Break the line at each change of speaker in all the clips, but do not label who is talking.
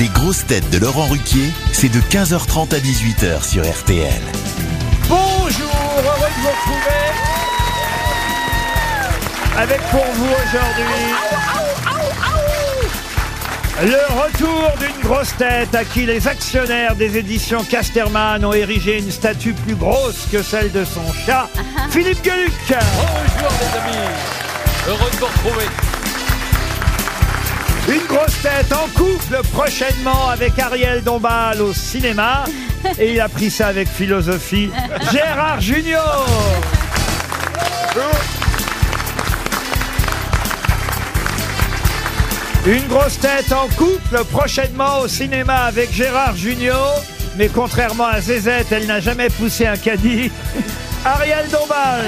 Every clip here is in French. Les grosses têtes de Laurent Ruquier, c'est de 15h30 à 18h sur RTL.
Bonjour, heureux de vous retrouver avec pour vous aujourd'hui le retour d'une grosse tête à qui les actionnaires des éditions Casterman ont érigé une statue plus grosse que celle de son chat, Philippe Gueluc.
Bonjour les amis, heureux de vous retrouver.
Une grosse tête en couple prochainement avec Ariel Dombal au cinéma. Et il a pris ça avec philosophie. Gérard Junior Une grosse tête en couple prochainement au cinéma avec Gérard Junior. Mais contrairement à Zézette, elle n'a jamais poussé un caddie. Ariel Dombal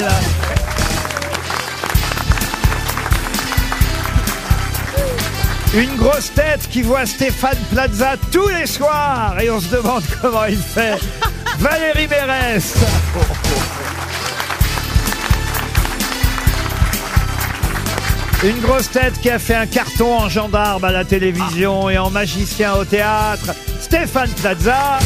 Une grosse tête qui voit Stéphane Plaza tous les soirs et on se demande comment il fait. Valérie Mérès. Une grosse tête qui a fait un carton en gendarme à la télévision et en magicien au théâtre, Stéphane Plaza.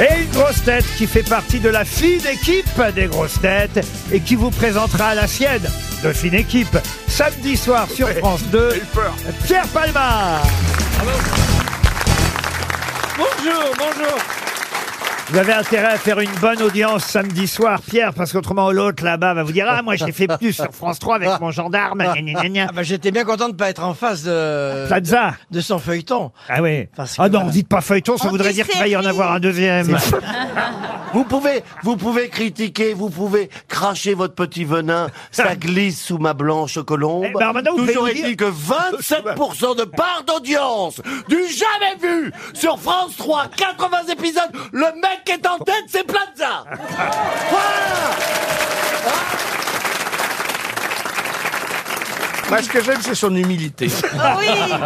Et une grosse tête qui fait partie de la fine équipe des grosses têtes et qui vous présentera la sienne de fine équipe samedi soir sur France 2, Pierre Palma.
Bonjour, bonjour.
Vous avez intérêt à faire une bonne audience samedi soir, Pierre, parce qu'autrement l'autre là-bas va vous dire Ah, moi j'ai fait plus sur France 3 avec mon gendarme. gna, gna, gna, gna.
Ah bah, j'étais bien content de pas être en face de,
Plaza.
de son feuilleton.
Ah oui.
Parce que
Ah non,
voilà.
dites pas feuilleton, ça voudrait dire qu'il va y en avoir un deuxième.
Vous pouvez, vous pouvez critiquer, vous pouvez cracher votre petit venin, ça glisse sous ma blanche colombe.
Eh ben, maintenant, vous
Toujours
pouvez nous
est-il que 27% de part d'audience du jamais vu sur France 3, 80 épisodes, le mec qui est en tête, c'est Plaza. Voilà.
Moi, ce que j'aime, c'est son humilité.
Ah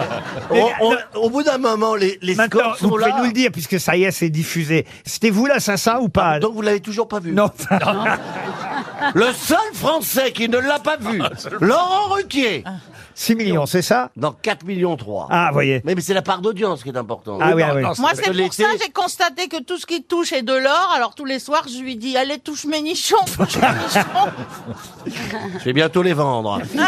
On- on- au bout d'un moment, les, les
Oh, Maintenant,
scores
vous
sont
pouvez
là.
nous le dire, puisque ça y est, c'est diffusé. C'était vous l'assassin ou pas
Donc vous l'avez toujours pas vu.
Non.
Le seul Français qui ne l'a pas vu,
Ah,
Laurent Ruquier,
6 millions, c'est ça
dans 4 millions 3.
Ah, voyez.
Mais, mais c'est la part d'audience qui est importante.
Ah oui, ah oui.
Moi,
Parce
c'est
que
pour ça
l'été-
j'ai constaté que tout ce qui touche est de l'or. Alors, tous les soirs, je lui dis Allez, touche mes nichons, touche mes nichons.
Je vais bientôt les vendre.
Hein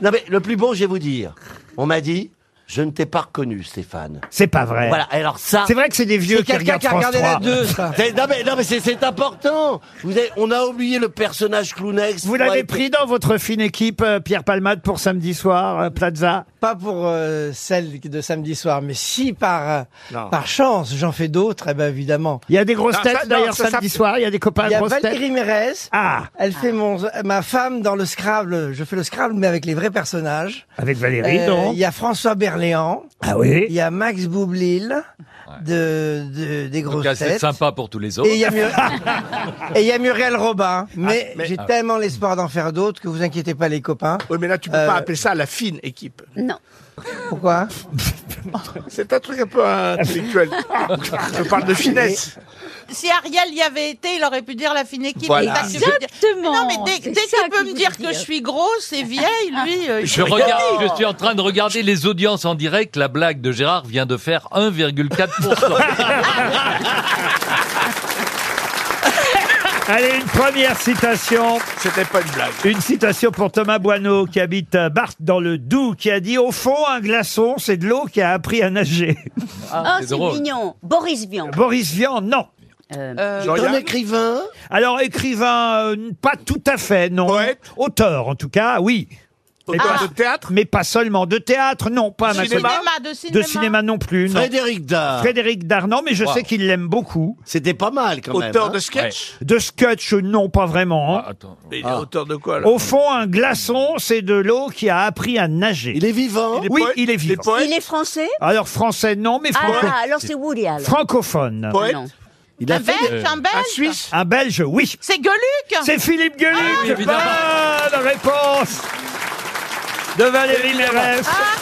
non mais le plus bon, je vais vous dire. On m'a dit, je ne t'ai pas reconnu, Stéphane.
C'est pas vrai.
Voilà. et Alors ça.
C'est vrai que c'est des vieux
C'est
qui
quelqu'un
regardent
qui a
France
regardé
3.
la 2, ça.
c'est- Non mais, non, mais c'est, c'est important. Vous avez- on a oublié le personnage clownex.
Vous l'avez pris dans Oh, votre fine équipe, euh, Pierre Palmade, pour samedi soir, euh, Plaza
Pas pour euh, celle de samedi soir, mais si par, euh,
Non.
par chance j'en fais d'autres, eh ben évidemment.
Il y a des grosses
Non, ça,
têtes
non,
d'ailleurs
ça, ça-
samedi soir, il y a des copains
Il y a
grosses têtes.
Valérie Mérès.
Ah,
Elle fait mon, ma femme dans le Scrabble. Je fais le Scrabble, mais avec les vrais personnages.
avec Valérie,
Euh,
non
il y a François Berléand.
Ah
Il
oui
y a Max Boublil de, de- des grosses
Donc c'est
têtes.
sympa pour tous les autres.
Et il y a Mur- et il y a Muriel
Ah,
Robin. Mais, j'ai tellement l'espoir d'en faire d'autres que vous inquiétez pas les copains.
Oui, mais là, tu peux
Euh.
pas appeler ça la fine équipe.
Pourquoi
C'est un truc un peu intellectuel. Je parle de finesse.
Si Ariel y avait été, il aurait pu dire la fine équipe.
Voilà.
Mais parce que je veux dire-
Exactement.
Non, mais dès,
C'est
dès
ça
qu'il peut
qu'il
me
faut
dire que je suis grosse et vieille, lui. euh, il
Je
peut-
regarde, je suis en train de regarder les audiences en direct. La blague de Gérard vient de faire 1,4%.
Allez, une première citation.
C'était pas une blague.
Une citation pour Thomas Boineau, qui habite à Barthes dans le Doubs, qui a dit Au fond, un glaçon, c'est de l'eau qui a appris à nager.
Oh,
Ah, c'est
c'est
drôle.
mignon. Boris Vian.
Boris Vian, non.
Euh,
Un
Jean-Yann,
écrivain.
Alors, écrivain, euh, pas tout à fait, non.
Poète
Auteur, en tout cas, oui.
auteur de théâtre.
Mais pas seulement. De théâtre, non, pas à ma
Cinéma.
connaissance.
de cinéma.
De cinéma non plus, non.
Frédéric Dard.
Frédéric Darnan, mais je
Wow.
sais qu'il l'aime beaucoup.
C'était pas mal quand même.
Auteur
hein.
de sketch.
De sketch, non, pas vraiment. hein.
Attends.
Mais il est auteur de quoi alors
Au fond, un glaçon, c'est de l'eau qui a appris à nager.
Il est vivant.
Il est
Oui,
poète
il est vivant.
Il est poète.
Il est français
Alors, français, non, Ah, oh, mais
Ah,
franco-
alors c'est Woody Allen.
francophone.
Poète.
Non.
Il a
Un
fait.
belge, un belge.
Un Suisse.
Un belge, oui.
C'est Ah. Gueuluc.
C'est Philippe Gueluc.
oui, évidemment.
Bonne réponse de Valérie Mérès.
Ah.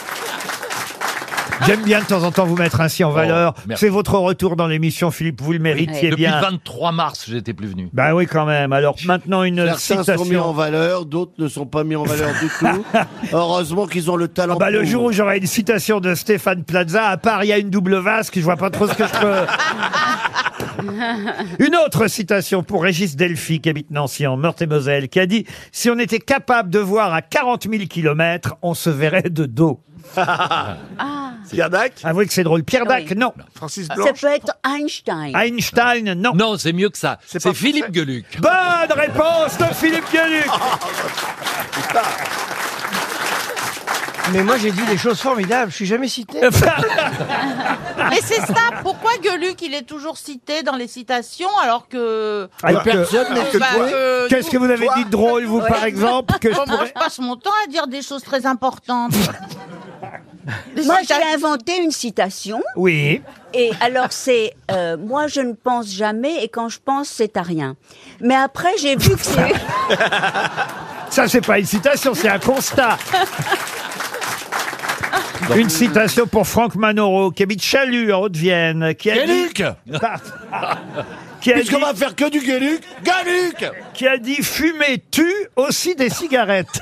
J'aime bien de temps en temps vous mettre ainsi
Oh,
en valeur.
merci.
C'est votre retour dans l'émission, Philippe. Vous le méritiez
Depuis
bien.
le 23 mars, j'étais plus venu.
Ben oui, quand même. Alors maintenant, une
Certains sont mis en
citation.
valeur, d'autres ne sont pas mis en valeur du tout. Heureusement qu'ils ont le talent.
Bah, le
pour.
jour où j'aurai une citation de Stéphane Plaza, à part il y a une double vasque, je vois pas trop ce que je peux. Une autre citation pour Régis Delphi, qui habite Nancy en Meurthe-et-Moselle, qui a dit « Si on était capable de voir à 40 000 kilomètres, on se verrait de dos.
Pierre Dac »
Avouez que c'est drôle. Pierre Dac,
Oui.
non. Ah,
Francis
Ah. Ça
Blanche
peut être Einstein.
Einstein, non.
Non, c'est mieux que ça.
C'est
C'est
pas
Philippe
français.
Gueluc.
Bonne réponse de Oh, Philippe Gueluc
Mais moi, j'ai dit des choses formidables. Je suis jamais cité.
Ah, bah
Mais c'est ça, pourquoi Gueluc, il est toujours cité dans les citations alors que...
Ah,
Euh, bah,
Alors Ah, que-
que toi-
que
Qu'est-ce que vous avez
Toi
dit de drôle, vous, par exemple que je
Bon, moi,
pourrais-
je passe mon temps à dire des choses très importantes. Des
Moi, j'ai
citations-
inventé une citation.
Oui.
Et alors, c'est euh, Moi, je ne pense jamais, et quand je pense, c'est à rien. Mais après, j'ai vu que c'est.
Ça, c'est pas une citation, c'est un constat. Une citation pour Franck Manoro, qui habite Chalut, en Haute-Vienne, qui a dit,
Gueluc
qui a
Puisqu'on
dit-
va faire que du Gueluc, Gueluc
qui a dit fumer tue aussi des cigarettes.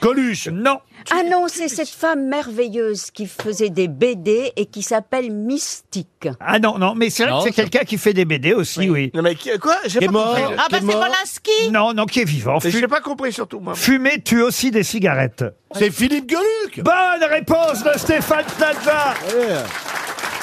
Coluche. Non.
Ah non, c'est cette femme merveilleuse qui faisait des BD et qui s'appelle Mystique.
Ah non, non, mais c'est vrai
Non,
que c'est
ça-
quelqu'un qui fait des BD aussi, oui.
Non mais qui- quoi J'ai
Qui est
pas compris.
mort,
Ah
qui
bah
est
c'est
mort.
Polanski
Non, non, qui est vivant.
Mais
Fu-
J'ai pas compris surtout moi.
Fumer tue aussi des cigarettes.
C'est Philippe Gueluc
Bonne réponse de Stéphane Plaza.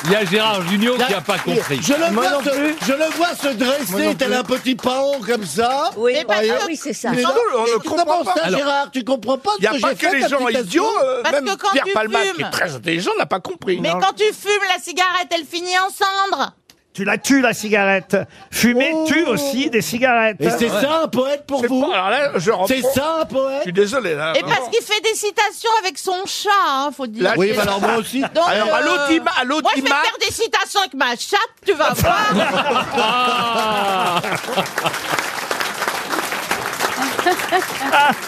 Il y a Gérard Junior qui
Là,
n'a pas compris.
Je le,
Moi
vois
non plus.
se, je le vois se
non
dresser tel
plus.
un petit paon comme ça.
Oui,
bah,
ah
non.
oui c'est ça.
Mais
non, on ne
mais
comprend
comment
pas.
ça,
Alors-
Gérard Tu comprends pas ce
Il n'y a
que
pas
j'ai
que
fait
les
ta
gens
citation
idiots, euh,
Parce
même
que quand
Pierre
tu
Palma
fumes-
qui est très intelligent n'a pas compris.
Mais quand tu fumes, la cigarette, elle finit en cendre
Tu la tues, la cigarette. Fumer
Oh.
tue aussi des cigarettes.
Et c'est ça un poète pour
C'est
vous
pas- alors là, Euh, je reprends.
C'est ça un
Je
poète
suis désolé là.
Et
Oh.
parce qu'il fait des citations avec son chat, hein, faut dire.
Là,
Oui, bah alors moi aussi.
Donc,
Alors, à
euh,
l'autre ima- à l'autre
Moi, je vais
ima-
faire des citations avec ma chatte, tu vas voir.
Ah.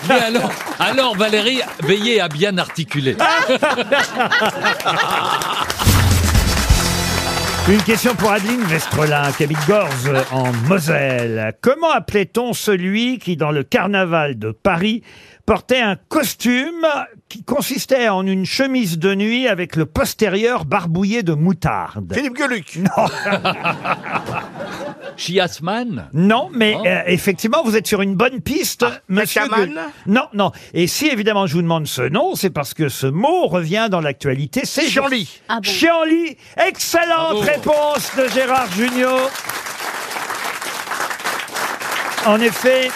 Mais alors, alors Valérie, veillez à bien articuler.
Une question pour Adeline Vestrelin, qui habite Gorze, en Moselle. Comment appelait-on celui qui, dans le carnaval de Paris, portait un costume qui consistait en une chemise de nuit avec le postérieur barbouillé de moutarde
Philippe Gueluc.
Chiasman
non, mais
Oh.
euh, effectivement, vous êtes sur une bonne piste, monsieur.
Cacaman
Gueux. Non, non. Et si évidemment je vous demande ce nom, c'est parce que ce mot revient dans l'actualité. C'est
Chianli.
Ah bon.
Chianli. Excellente
Bravo.
réponse de Gérard Junior. En effet,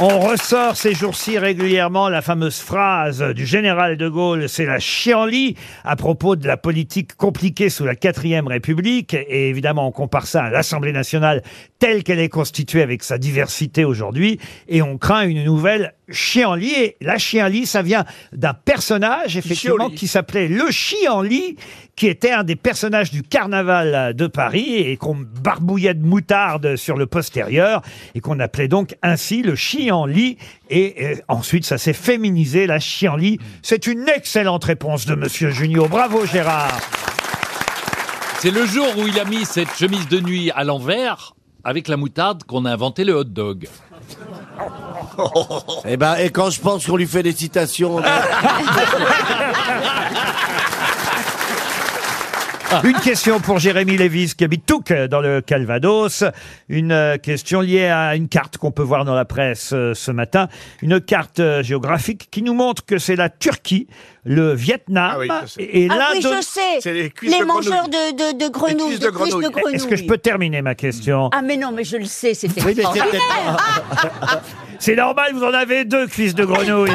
on ressort ces jours-ci régulièrement la fameuse phrase du général de Gaulle, c'est la chienlit, à propos de la politique compliquée sous la quatrième république. Et évidemment, on compare ça à l'Assemblée nationale telle qu'elle est constituée avec sa diversité aujourd'hui. Et on craint une nouvelle chienlit. Et la chienlit, ça vient d'un personnage, effectivement,
Chienlit.
qui s'appelait le chienlit, qui était un des personnages du carnaval de Paris et qu'on barbouillait de moutarde sur le postérieur et qu'on appelait donc ainsi le chienlit. Et, euh, ensuite, ça s'est féminisé, la chienlit. C'est une excellente réponse de Monsieur Junio. Bravo, Gérard.
C'est le jour où il a mis cette chemise de nuit à l'envers avec la moutarde qu'on a inventé le hot dog.
Eh ben, et quand je pense qu'on lui fait des citations. on-
Une question pour Jérémy Lévis qui habite Touc dans le Calvados. Une euh, question liée à une carte qu'on peut voir dans la presse euh, ce matin. Une carte euh, géographique qui nous montre que c'est la Turquie, le Vietnam
Ah oui, je sais.
et
Ah oui,
l'Indonésie.
je sais.
C'est les cuisses
les
de
mangeurs de, de, de grenouilles,
cuisses
de
de
cuisses de
grenouilles.
grenouilles.
Est-ce que je peux terminer ma question
Ah mais non, mais je le sais, c'était Ah,
Oui, mais c'est peut-être.
C'est normal, vous en avez deux cuisses de grenouille.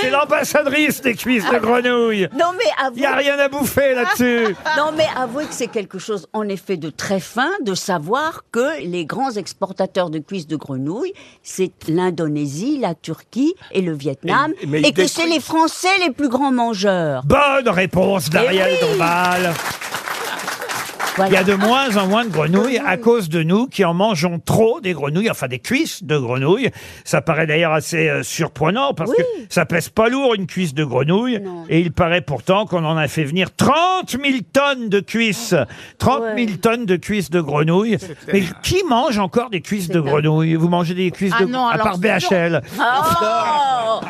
c'est l'ambassadrice des cuisses de grenouille.
Non mais
Il n'y a
avouez,
rien à bouffer là-dessus.
non mais avouez que c'est quelque chose en effet de très fin de savoir que les grands exportateurs de cuisses de grenouilles, c'est l'Indonésie, la Turquie et le Vietnam,
Et- mais ils
et que c'est
détruisent.
les Français
Bah,
les plus grands mangeurs.
Eh
Bonne réponse d'Ariel
Eh oui.
Dombal. Il y a de moins en moins de grenouilles à cause de nous qui en mangeons trop des grenouilles, enfin des cuisses de grenouilles. Ça paraît d'ailleurs assez euh, surprenant parce que ça pèse pas lourd une cuisse de grenouille. Et il paraît pourtant qu'on en a fait venir 30 000 tonnes de cuisses. 30 000 tonnes de cuisses de grenouilles. Mais qui mange encore des cuisses de grenouilles Vous mangez des cuisses
Ah
de
non,
à
alors
part
c'est sûr.
BHL.
Oh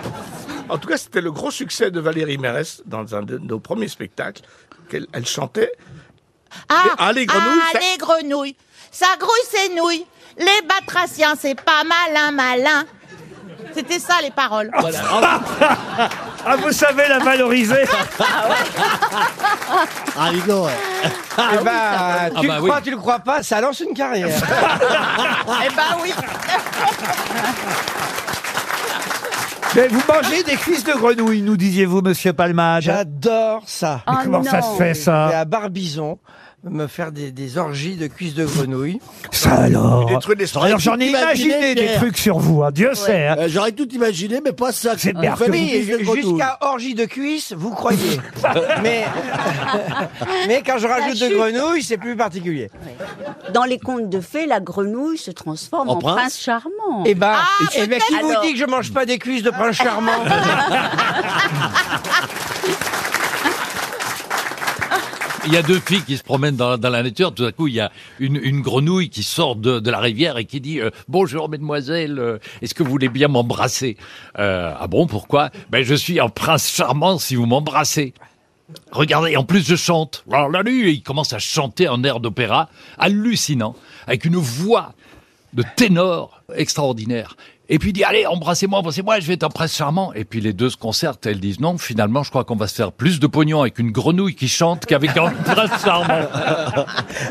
En tout cas, c'était le gros succès de Valérie Mérès dans un de nos premiers spectacles. qu'elle- elle chantait.
Ah,
Ah, les grenouilles,
ah,
ça-
les grenouilles, ça grouille ses nouilles. Les batraciens, c'est pas malin, malin. C'était ça les paroles.
Ah, vous savez la valoriser
Eh
Ah, dis donc, ouais.
Eh ben, tu
Ah bah
le
oui.
crois, tu le crois pas, ça lance une carrière.
eh ben oui.
Mais vous mangez des cuisses de grenouille, nous disiez-vous, monsieur Palmade.
J'adore ça.
Oh
Comment ça
non.
se fait,
Je vais
ça
à Barbizon me faire des, des orgies de cuisses de grenouille.
Ça alors
Des trucs, des trucs.
Alors j'en ai
Imaginez,
imaginé des
Pierre.
trucs sur vous, hein, Dieu sait. hein.
Euh, J'aurais tout imaginé, mais pas ça.
C'est
Vous
bien.
faites
Oui,
une
Et
cuisse de
ju-
grenouille.
jusqu'à orgie de cuisses, vous croyez. mais, mais quand je rajoute de
chute.
grenouille, c'est plus particulier.
Dans les contes de fées, la grenouille se transforme
En
en,
prince
prince, charmant.
Eh ben,
Ah,
eh ben, qui
peut-être.
vous
Alors.
dit que je mange pas des cuisses de prince charmant
Il y a deux filles qui se promènent dans, dans la nature. Tout à coup, il y a une, une grenouille qui sort de, de la rivière et qui dit euh, Bonjour, mesdemoiselles, euh, est-ce que vous voulez bien m'embrasser Euh, Ah bon, pourquoi Ben, je suis un prince charmant si vous m'embrassez. Regardez, en plus je chante. Alors là, lui, il commence à chanter un air d'opéra hallucinant, avec une voix de ténor extraordinaire. Et puis il dit, allez, embrassez-moi, embrassez-moi, je vais être un prince charmant. Et puis les deux se concertent, elles disent, non, finalement, je crois qu'on va se faire plus de pognon avec une grenouille qui chante qu'avec un prince charmant.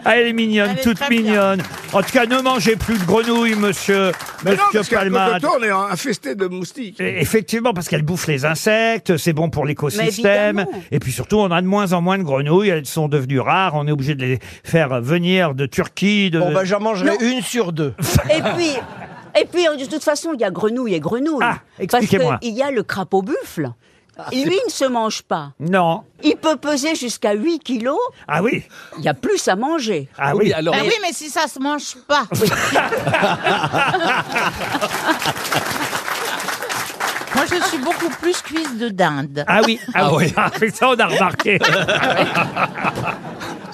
Ah, elle est mignonne,
Elle est
toute
très bien.
mignonne. En tout cas, ne mangez plus de grenouilles, monsieur,
Mais non,
monsieur
parce qu'à
Palmade.
Cotonou, on est infesté de moustiques.
Et- Effectivement, parce qu'elles bouffent les insectes, c'est bon pour l'écosystème.
évidemment.
Et puis surtout, on a de moins en moins de grenouilles, elles sont devenues rares, on est obligé de les faire venir de Turquie. De...
Bon, ben, j'en mangerai
Non.
une sur deux.
Et puis, et puis, de toute façon, il y a grenouille et grenouille.
Ah, expliquez-moi. Ah,
Parce qu'il y a le crapaud buffle. Lui, il ne se mange pas.
Non.
Il peut peser jusqu'à 8 kilos.
Ah oui,
Il y a plus à manger.
ah oui.
Oui, alors,
Ben oui, mais si ça se mange pas. Moi, je suis beaucoup plus cuisse de dinde. Ah
Ah oui, ah,
Ah
oui.
oui.
Ah oui, ça on a remarqué.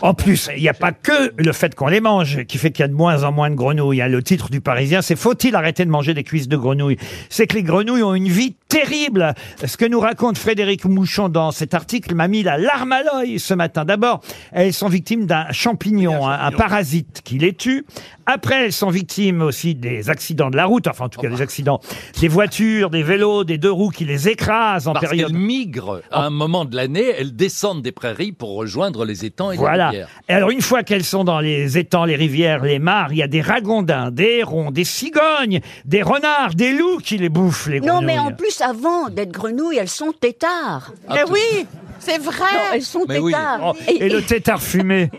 En plus, il n'y a pas que le fait qu'on les mange qui fait qu'il y a de moins en moins de grenouilles. hein. Le titre du Parisien, c'est Faut-il arrêter de manger des cuisses de grenouilles C'est que les grenouilles ont une vie terrible. Ce que nous raconte Frédéric Mouchon dans cet article m'a mis la larme à l'œil ce matin. D'abord, elles sont victimes d'un champignon, hein, un parasite qui les tue. Après, elles sont victimes aussi des accidents de la route, enfin en tout cas des accidents des voitures, des vélos, des deux roues qui les écrasent en
parce
période
qu'elles migrent. À un moment de l'année, elles descendent des prairies pour rejoindre les étangs et les
Voilà.
rivières.
Et alors, une fois qu'elles sont dans les étangs, les rivières, les mares, il y a des ragondins, des hérons, des cigognes, des renards, des loups qui les bouffent, les
Non, mais en
grenouilles. Ah,
plus, avant d'être grenouille, elles sont têtards.
Mais oui, c'est
Non,
vrai.
elles sont
Mais oui.
têtards.
Oh,
Et-
et le tétard fumé.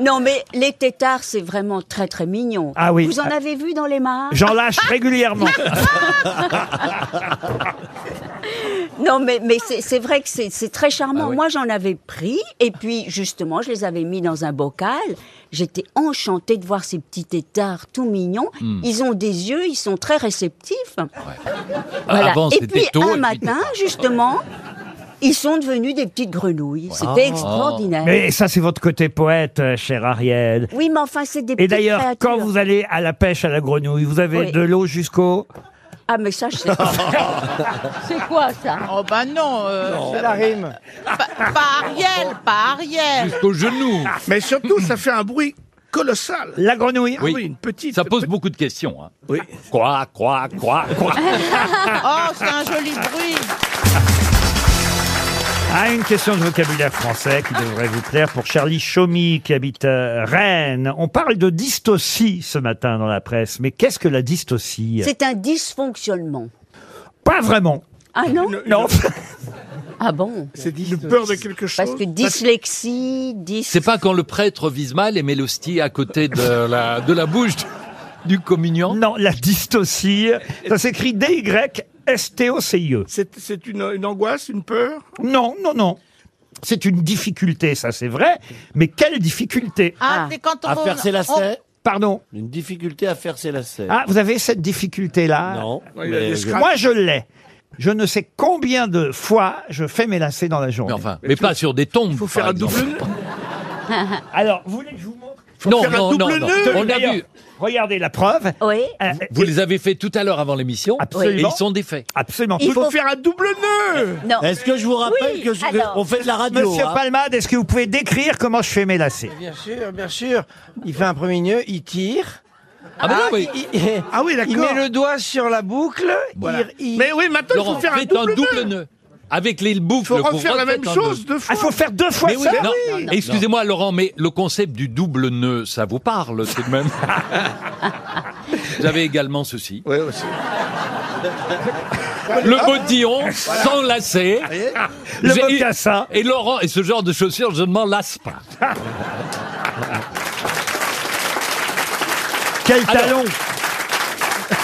Non, mais les têtards, c'est vraiment très, très mignon.
Ah oui.
Vous en avez vu dans les mares
J'en lâche régulièrement.
Non, mais, mais c'est c'est vrai que c'est c'est très charmant.
Ah oui.
Moi, j'en avais pris, et puis justement, je les avais mis dans un bocal. J'étais enchantée de voir ces petits têtards tout mignons.
Hmm.
Ils ont des yeux, ils sont très réceptifs. Voilà.
Ah, Avant,
et
c'était
puis
tôt,
un
et puis-
matin, justement, ils sont devenus des petites grenouilles.
Ah.
C'était extraordinaire.
mais ça, c'est votre côté poète, euh, chère Ariel.
Oui, mais enfin, c'est des
Et
petites
d'ailleurs, quand
créatures.
vous allez à la pêche à la grenouille, vous avez
Oui.
de l'eau jusqu'au...
Ah, mais ça, je sais.
C'est quoi ça Oh bah non, euh,
C'est la rime.
Pas, pas Ariel, pas Ariel.
Jusqu'aux genoux.
Mmh. Mais surtout, ça fait un bruit colossal.
La grenouille.
Ah oui,
Oui.
une petite.
Ça pose
petite-
beaucoup de questions. Hein.
Oui.
Quoi, quoi, quoi, quoi.
Oh, c'est un joli bruit.
Ah, une question de vocabulaire français qui devrait vous plaire pour Charlie Chaumy qui habite euh, Rennes. On parle de dystocie ce matin dans la presse, mais qu'est-ce que la dystocie
C'est un dysfonctionnement.
Pas vraiment.
Ah non
Non.
Ah bon
C'est une peur de quelque chose.
Parce que dyslexie, dys...
C'est pas quand le prêtre vise mal et met l'hostie à côté de la, de la bouche du communiant
Non, la dystocie, ça s'écrit D-Y-S-T-O-C-I-E.
C'est c'est une, une angoisse, une peur
E. Non, non, non. c'est une difficulté, ça c'est vrai, mais quelle difficulté
Ah, c'est quand on...
À faire ses lacets
Pardon
Une difficulté à faire ses lacets.
Ah, vous avez cette difficulté-là
Non.
Ouais, il a
mais
des
je-
scratchs.
Moi, je l'ai. Je ne sais combien de fois je fais mes lacets dans la
Mais
journée.
enfin, mais pas sur des tombes.
Faut faire
par
un double
exemple.
nœud.
Alors, vous voulez que je vous montre
Non,
faire un
non,
double
non, non.
nœud.
On a
D'ailleurs,
vu.
Regardez la preuve.
Oui.
Euh,
Vous les avez fait tout à l'heure avant l'émission.
Absolument.
Et ils sont défaits.
Absolument.
Il
Faut faire un double nœud
Non.
Est-ce que je vous rappelle
Oui,
que je-
alors.
on fait de la radio
Monsieur
hein
Palmade, est-ce que vous pouvez décrire comment je fais mes lacets
Bien sûr, bien sûr. Il fait un premier nœud, il tire.
Ah, mais non, mais-
il- il-
Ah oui,
Il
d'accord.
met le doigt sur la boucle.
Voilà.
il- il-
Mais oui, maintenant, il
Laurent,
faut faire un
faites
double, nœud.
nœud. Avec les boucles.
Il faut
qu'on
refaire la
refait
même
un
chose
nœud. Ah,
deux
Ah,
fois.
Il faut faire deux fois
Mais oui,
ça
non, excusez-moi Laurent, mais le concept du double nœud, ça vous parle tout de même Vous avez également ceci.
Ouais, aussi.
Le bottillon sans lacet.
Le
J'ai-
mocassin.
Et Laurent, et ce genre de chaussures, je ne m'en lasse pas.
Quel
Alors-
talon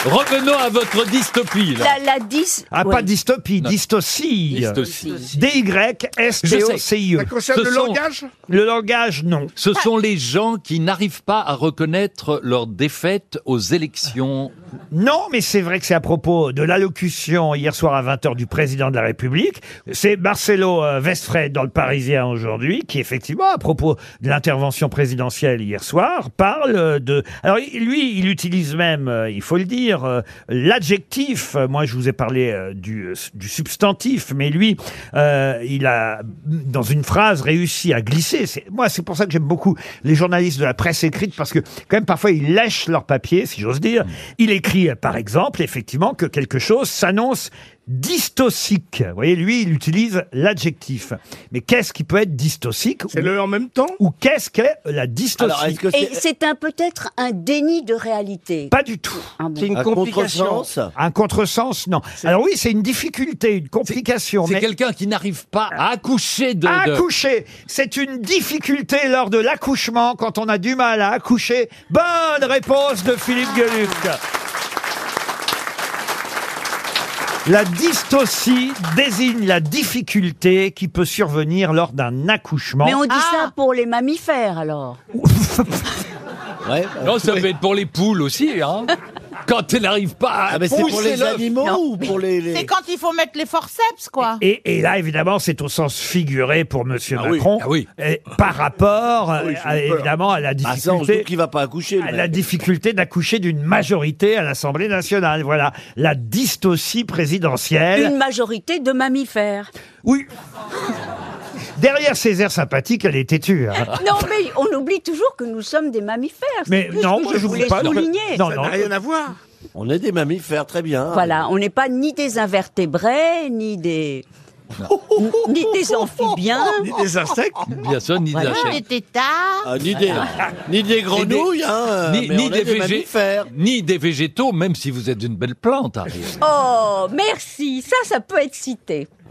Revenons à votre dystopie. Là.
La, la 10.
Ah, pas dystopie,
Non.
dystocie.
Dystocie.
D-Y-S-T-O-C-I-E.
Ça concerne
Ce
le
sont-
langage
E. Le langage, non.
Ce sont les gens qui n'arrivent pas à reconnaître leur défaite aux élections.
Non, mais c'est vrai que c'est à propos de l'allocution hier soir à 20h du président de la République. C'est Marcelo euh, Westfred dans le Parisien aujourd'hui qui, effectivement, à propos de l'intervention présidentielle hier soir, parle euh, de... Alors il- lui, il utilise même, euh, il faut le dire, euh, l'adjectif. Euh, Moi, je vous ai parlé euh, du, euh, du substantif, mais lui, euh, il a, dans une phrase, réussi à glisser. C'est- Moi, c'est pour ça que j'aime beaucoup les journalistes de la presse écrite, parce que quand même, parfois, ils lèchent leur papier, si j'ose dire.
Mm.
Il écrit, euh, par exemple, effectivement, que quelque chose s'annonce dystocique. Vous voyez, lui, il utilise l'adjectif. Mais qu'est-ce qui peut être dystocique
C'est
ou,
le en même temps
ou qu'est-ce qu'est la
Alors, est-ce
dystocie
que
Et
c'est
c'est un peut-être un déni de réalité.
Pas du tout.
Ah bon.
C'est une
un
complication.
contresens
Un contresens, non. Alors oui, c'est une difficulté, une complication.
C'est
mais-
quelqu'un qui n'arrive pas à accoucher de... de-
Accoucher, c'est une difficulté lors de l'accouchement quand on a du mal à accoucher. Bonne réponse de Philippe Gueluc. La dystocie désigne la difficulté qui peut survenir lors d'un accouchement.
Mais on dit
Ah.
ça pour les mammifères alors.
Ouais.
Non, ça peut être pour les poules aussi. Hein. Quand elles n'arrivent pas à
Ah, mais c'est pour
pousser
les
l'œuf.
animaux ou pour les. les-
C'est quand il faut mettre les forceps, quoi.
Et, et là, évidemment, c'est au sens figuré pour Monsieur
Ah oui,
Macron,
ah oui.
Et par rapport, euh,
j'ai eu
à-
peur.
évidemment, à la
Ah, ça, on se
difficulté.
doute qu'il va pas accoucher.
à
le
la
mec.
difficulté d'accoucher d'une majorité à l'Assemblée nationale. Voilà, la dystocie présidentielle.
Une majorité de mammifères.
Oui. Derrière ces airs sympathiques, elle est têtue. hein.
Non mais on oublie toujours que nous sommes des mammifères. C'est
Mais
tout ce
non,
que
moi,
je
je vous
voulais
parle-
souligner.
Eh, Non,
Ça
non.
n'a rien à voir.
On est des mammifères, très bien.
Voilà, on n'est pas ni des invertébrés, ni des, ni des amphibiens.
Ni des insectes.
Bien sûr, ni de la chair.
Des tétards.
Ah, ni, des, ni des grenouilles, hein, euh,
Ni,
mais
ni
on
des
est des
végé-
mammifères.
ni des végétaux, même si vous êtes une belle plante, Ariel.
Oh, merci, ça, ça peut être cité.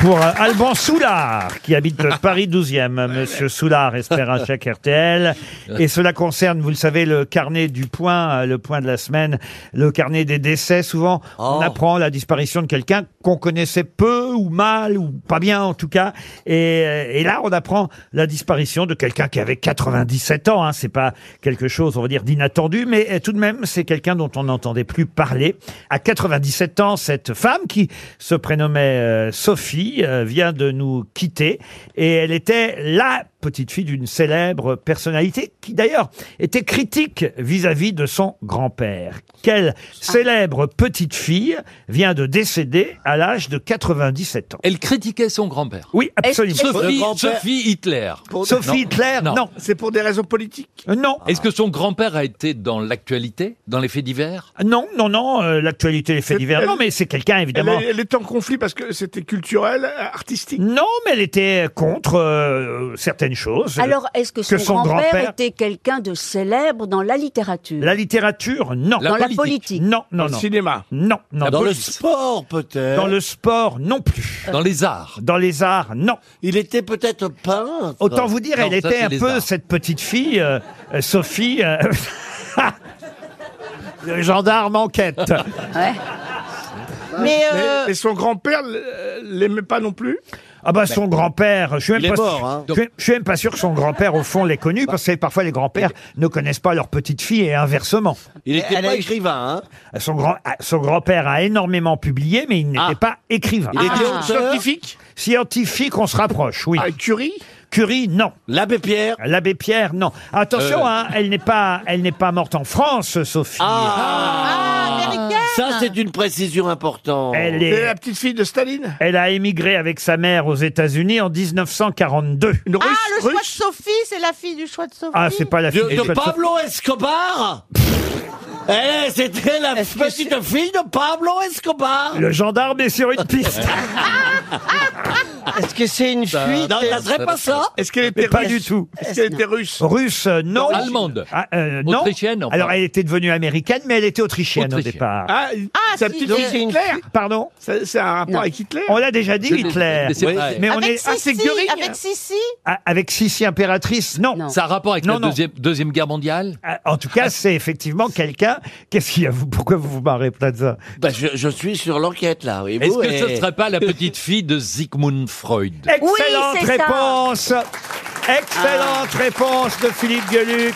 Pour euh, Alban Soulard, qui habite le Paris 12e. Monsieur Soulard espère un chèque RTL. Et cela concerne, vous le savez, le carnet du point, euh, le point de la semaine, le carnet des décès. Souvent, on
Oh.
apprend la disparition de quelqu'un qu'on connaissait peu ou mal, ou pas bien en tout cas. Et, euh, et là, on apprend la disparition de quelqu'un qui avait 97 ans. Hein. C'est pas quelque chose, on va dire, d'inattendu, mais euh, tout de même, c'est quelqu'un dont on n'entendait plus parler. À 97 ans, cette femme qui se prénommait euh, Sophie euh, vient de nous quitter et elle était la petite fille d'une célèbre personnalité qui d'ailleurs était critique vis-à-vis de son grand-père. Quelle célèbre petite fille vient de décéder à l'âge de 97 ans
Elle critiquait son grand-père.
Oui, absolument.
Est-ce-
Sophie,
grand-père-
Sophie Hitler.
Sophie
Non.
Hitler, non.
Non.
Non.
C'est pour des raisons politiques.
Euh, Non.
Est-ce que son grand-père a été dans l'actualité, dans les faits divers
Ah, Non, non, non, euh, l'actualité, les faits
Elle-
divers. Non,
elle-
mais c'est quelqu'un,
Elle,
évidemment.
est- elle est en conflit parce que c'était culturel, artistique.
Non, mais elle était contre euh, certaines choses.
Alors, est-ce Oh, que son,
Que son
grand-père
grand-père-
était quelqu'un de célèbre dans la littérature
La littérature, non.
La
Dans la
politique.
politique
Non, non,
Au
non.
cinéma.
Non, non.
Dans le
Police.
sport, peut-être.
Dans le sport, non plus.
Dans les arts
Dans les arts, non.
Il était peut-être peintre.
Autant vous dire,
Non,
elle
ça,
était
c'est
un
les
peu
arts.
cette petite fille, euh, euh, Sophie. euh, Le gendarme enquête.
Ouais.
Mais, euh,
Mais, mais son grand-père euh, l'aimait pas non plus
Ah bah son grand-père, je suis même
Il est
pas
mort,
sûr-
hein.
je, suis- je suis même pas sûr que son grand-père au fond l'ait connu parce que parfois les grands-pères ne connaissent pas leur petite fille et inversement.
Il était
Elle
pas
a-
écrivain, hein
Son grand ah, son grand-père a énormément publié mais il n'était
Ah.
pas écrivain.
Il était
Ah.
auteur.
Scientifique
Scientifique, on se rapproche, oui.
Ah, Curie
Curie, non.
L'abbé Pierre.
L'abbé Pierre, non. Attention,
Euh.
hein, elle n'est pas, elle n'est pas morte en France, Sophie.
Ah, américaine.
Ça, c'est une précision importante.
Elle
Et
est,
la petite fille de Staline
elle a émigré avec sa mère aux États-Unis en 1942.
Une russe
Ah, le choix de
russe
Sophie, c'est la fille du choix de Sophie.
Ah, c'est pas la
De,
fille
de
des Sophie.
Pablo Escobar Eh, c'était la petite fille de Pablo Escobar
Le gendarme est sur une piste.
Est-ce que c'est une fuite
Non, Bah, ça serait pas ça
Est-ce qu'elle était
pas
russe
du tout.
Est-ce qu'elle était russe
Russe, euh, non.
Allemande.
Ah, euh, non.
Autrichienne, enfin.
Alors, elle était devenue américaine, mais elle était autrichienne au
Autrichienne.
départ.
Ah,
Ah,
sa
si,
petite
donc
fille
c'est une
Hitler
Pardon
Ça- C'est un rapport
Non.
avec Hitler
On l'a déjà dit, Hitler.
Mais c'est
Oui.
vrai.
Mais on
avec
est
Ah, c'est
Sissi,
Göring.
avec Sissi.
Ah, avec Sissi impératrice. Non.
Non.
Ça a rapport avec
Non,
la
non.
Deuxième, deuxième Guerre mondiale
Ah, En tout cas, c'est effectivement quelqu'un. Qu'est-ce qu'il y a vous Pourquoi vous vous marrez, Plaza
Bah, je, je suis sur l'enquête, là. oui.
Est-ce
Vous,
que
eh,
ce ne serait pas la petite fille de Sigmund Freud
Excellente
c'est ça.
réponse Excellente
Ah.
réponse de Philippe Gueluc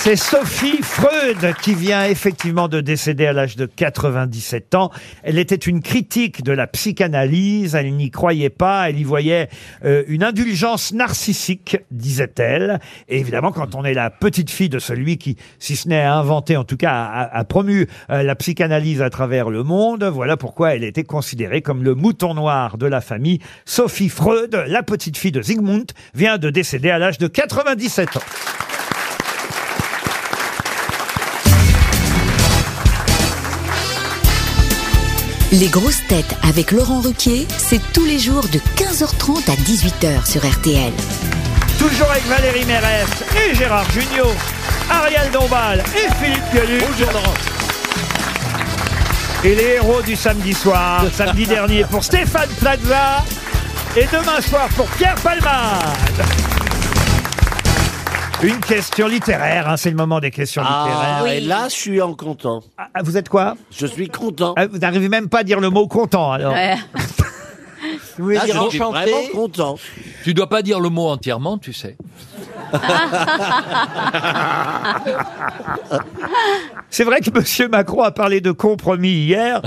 c'est Sophie Freud qui vient effectivement de décéder à l'âge de 97 ans. Elle était une critique de la psychanalyse, elle n'y croyait pas, elle y voyait euh, une indulgence narcissique, disait-elle. Et évidemment, quand on est la petite fille de celui qui, si ce n'est a inventé, en tout cas a, a- a promu euh, la psychanalyse à travers le monde, voilà pourquoi elle était considérée comme le mouton noir de la famille. Sophie Freud, la petite fille de Sigmund, vient de décéder à l'âge de 97 ans.
Les grosses têtes avec Laurent Ruquier, c'est tous les jours de 15h30 à 18h sur RTL.
Toujours avec Valérie Mérès et Gérard Junior, Ariel Dombal et Philippe Gueluc. Bonjour Et les héros du samedi soir, samedi dernier pour Stéphane Plaza et demain soir pour Pierre Palmade. Une question littéraire, hein, c'est le moment des questions
Ah,
littéraires.
et là, je suis en content.
Ah, ah, Vous êtes quoi
Je suis content.
Ah, Vous n'arrivez même pas à dire le mot content alors.
Ouais.
Vous voulez
Ah,
Là,
dire
je suis
enchanté
vraiment content.
Tu dois pas dire le mot entièrement, tu sais.
C'est vrai que Monsieur Macron a parlé de compromis hier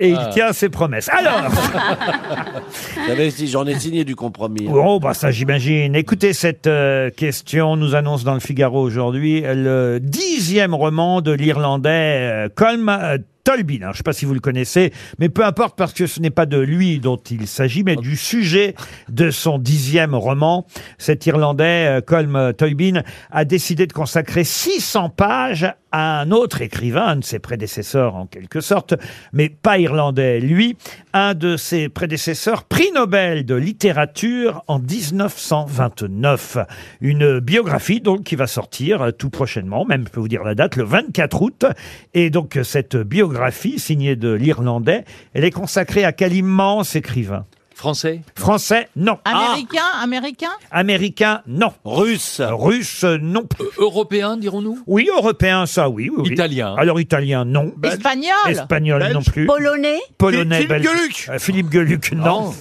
et il tient ses promesses. Alors.
Vous savez, si j'en ai signé du compromis. hein.
Oh, bah ça j'imagine. Écoutez cette euh, question, on nous annonce dans le Figaro aujourd'hui le dixième roman de l'Irlandais euh, Colm euh, Tolbin. Alors, je ne sais pas si vous le connaissez, mais peu importe parce que ce n'est pas de lui dont il s'agit, mais du sujet de son dixième roman. Cet Irlandais, euh, Colm Tolbin, a décidé de consacrer 600 pages à un autre écrivain, un de ses prédécesseurs en quelque sorte, mais pas irlandais. Lui, un de ses prédécesseurs, prix Nobel de littérature en 1929. Une biographie donc qui va sortir euh, tout prochainement, même je peux vous dire la date, le 24 août. Et donc euh, cette biographie signée de l'Irlandais, elle est consacrée à quel immense écrivain
Français
Français, non.
Américain,
Ah.
américain.
Américain, non.
Russe.
Russe, euh, non.
Euh, Européen, dirons-nous
Oui, européen, ça, oui. oui, oui.
Italien.
Alors italien, non.
Espagnol.
Espagnol
Belge.
non plus.
Polonais
Polonais,
Philippe
belge.
Gueluc.
Euh, Philippe Gueluc, non.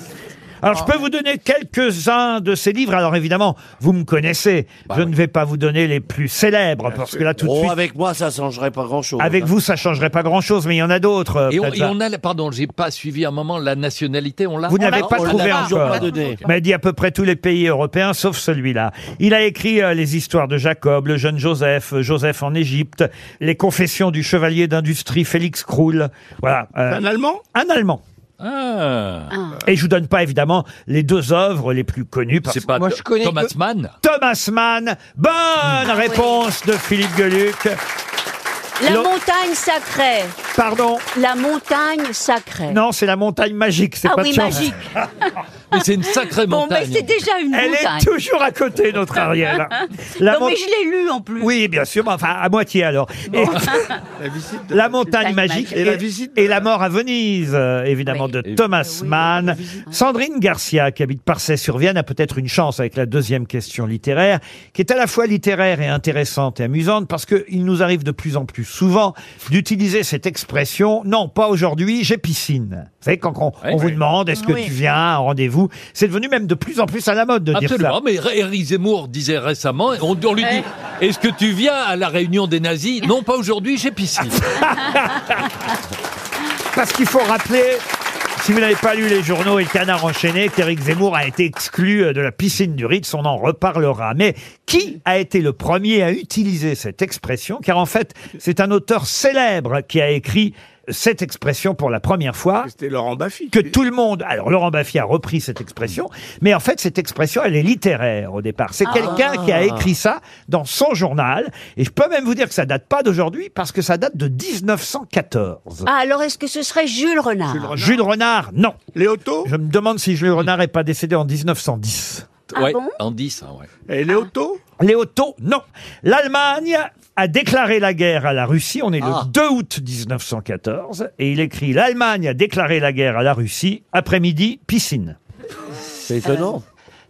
Alors, je peux vous donner quelques-uns de ses livres. Alors, évidemment, vous me connaissez.
Bah
je ne vais pas vous donner les plus célèbres, parce que là, tout de
Oh,
suite, avec,
avec moi, ça changerait pas grand-chose. hein.
vous, ça changerait pas grand-chose, mais il y en a d'autres. euh,
Et on,
peut-être.
et on a, la- pardon, j'ai pas suivi un moment la nationalité, on l'a
Vous n'avez
l'a-
pas
on l'a
trouvé
pas,
toujours
on
encore.
pas
l'a
donné.
Mais il dit à peu près tous les pays européens, sauf celui-là. Il a écrit euh, les histoires de Jacob, le jeune Joseph, euh, Joseph en Égypte, les confessions du chevalier d'industrie Félix Krull. Voilà. euh,
Un Allemand
un Allemand.
Ah,
Et je vous donne pas évidemment les deux œuvres les plus connues parce
c'est pas
moi, je connais
Thomas
que-
Mann
Thomas Mann. Bonne réponse de Philippe Gueluc.
La
Lo-
montagne sacrée.
Pardon.
La montagne sacrée.
Non, c'est la montagne magique, c'est
ah
pas
oui,
de chance.
magique.
Mais c'est une sacrée
Bon, mais
montagne.
c'est déjà une
Elle
montagne.
est toujours à côté, notre Ariel. La
Non,
mont-
mais je l'ai lu en plus.
Oui, bien sûr, mais enfin, à moitié alors. Et
La visite de-
la montagne
Montagne
magique
magique.
et,
Et la visite
et la mort à Venise, euh, évidemment,
Oui.
de
Et-
Thomas
oui,
Mann.
la visite.
Sandrine Garcia, qui habite Parçay-sur-Vienne, a peut-être une chance avec la deuxième question littéraire, qui est à la fois littéraire et intéressante et amusante, parce qu'il nous arrive de plus en plus souvent d'utiliser cette expression « Non, pas aujourd'hui, j'ai piscine ». Vous savez, quand on,
Oui,
on vous
oui.
demande « Est-ce que
Oui.
tu viens à un rendez-vous ?», c'est devenu même de plus en plus à la mode de dire ça.
Absolument, mais Eric Zemmour disait récemment, on, on lui dit Est-ce que tu viens à la réunion des nazis Non, pas aujourd'hui, j'ai piscine.
Parce qu'il faut rappeler, si vous n'avez pas lu les journaux et le canard enchaîné, qu'Éric Zemmour a été exclu euh, de la piscine du Ritz, on en reparlera. Mais qui a été le premier à utiliser cette expression Car en fait, c'est un auteur célèbre qui a écrit cette expression pour la première fois.
C'était Laurent Baffy.
Que tout le monde. Alors, Laurent Baffy a repris cette expression, mais en fait, cette expression, elle est littéraire au départ. C'est quelqu'un qui a écrit ça dans son journal, et je peux même vous dire que ça date pas d'aujourd'hui, parce que ça date de 1914.
Ah, alors est-ce que ce serait Jules Renard
Ah. Jules Renard, non.
Léoto
Je me demande si Jules Renard n'est pas décédé en 1910.
Ah
ouais,
bon
en 10, hein, ouais.
Et Léoto
Léoto, Ah. non. L'Allemagne a déclaré la guerre à la Russie, on est
Ah.
le 2 août 1914, et il écrit « L'Allemagne a déclaré la guerre à la Russie, après-midi, piscine
C'est étonnant.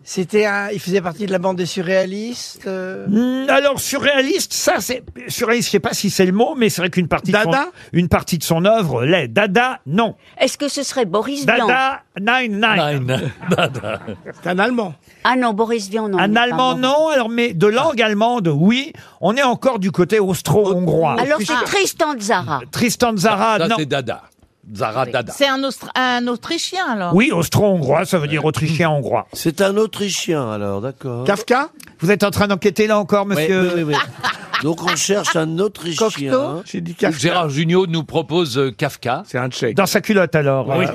C'était un, il faisait partie de la bande des surréalistes. euh, ».
Hmm, Alors, surréaliste, ça c'est... Surréaliste, je sais pas si c'est le mot, mais c'est vrai qu'une partie, de son-
Dada
une partie de son œuvre l'est. Dada, non.
Est-ce que ce serait Boris Vian
Dada, nine, nine.
Nine. Dada.
C'est un Allemand.
Ah non, Boris Vian, non. il
Un
est pas
allemand,
mort.
non, alors, mais de langue allemande, oui. On est encore du côté austro-hongrois.
Oh, Alors c'est Tristan Zara.
Tristan Zara,
Ça,
non.
c'est Dada. Zara Dada.
C'est un, Austra- un Autrichien alors.
Oui, austro-hongrois, ça veut dire autrichien-hongrois.
C'est un Autrichien, alors, d'accord.
Kafka
Vous êtes en train d'enquêter là encore,
Oui,
monsieur
oui, oui, oui. Donc on cherche un Autrichien.
J'ai dit Kafka.
Gérard Jugnot nous propose euh, Kafka.
C'est un Tchèque.
Dans sa culotte alors. Oui.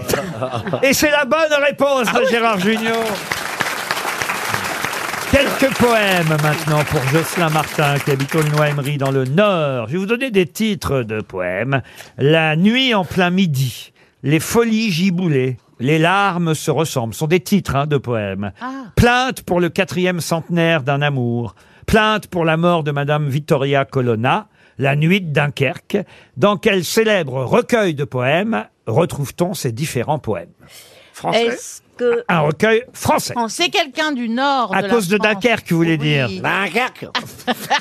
Et c'est la bonne réponse
Ah
de Gérard Junior. Quelques poèmes maintenant pour Jocelyn Martin qui habite Aulnoy-Emery dans le Nord. Je vais vous donner des titres de poèmes. La nuit en plein midi, les folies giboulées, les larmes se ressemblent. Ce sont des titres hein, de poèmes. Plainte pour le quatrième centenaire d'un amour. Plainte pour la mort de Madame Vittoria Colonna. La nuit de Dunkerque. Dans quel célèbre recueil de poèmes retrouve-t-on ces différents poèmes
Français
Est-ce que
Un recueil Ah, français.
C'est quelqu'un du nord.
À
de
cause
la
de
France.
Dunkerque, vous voulez dire
Oui. Ah.
Dunkerque.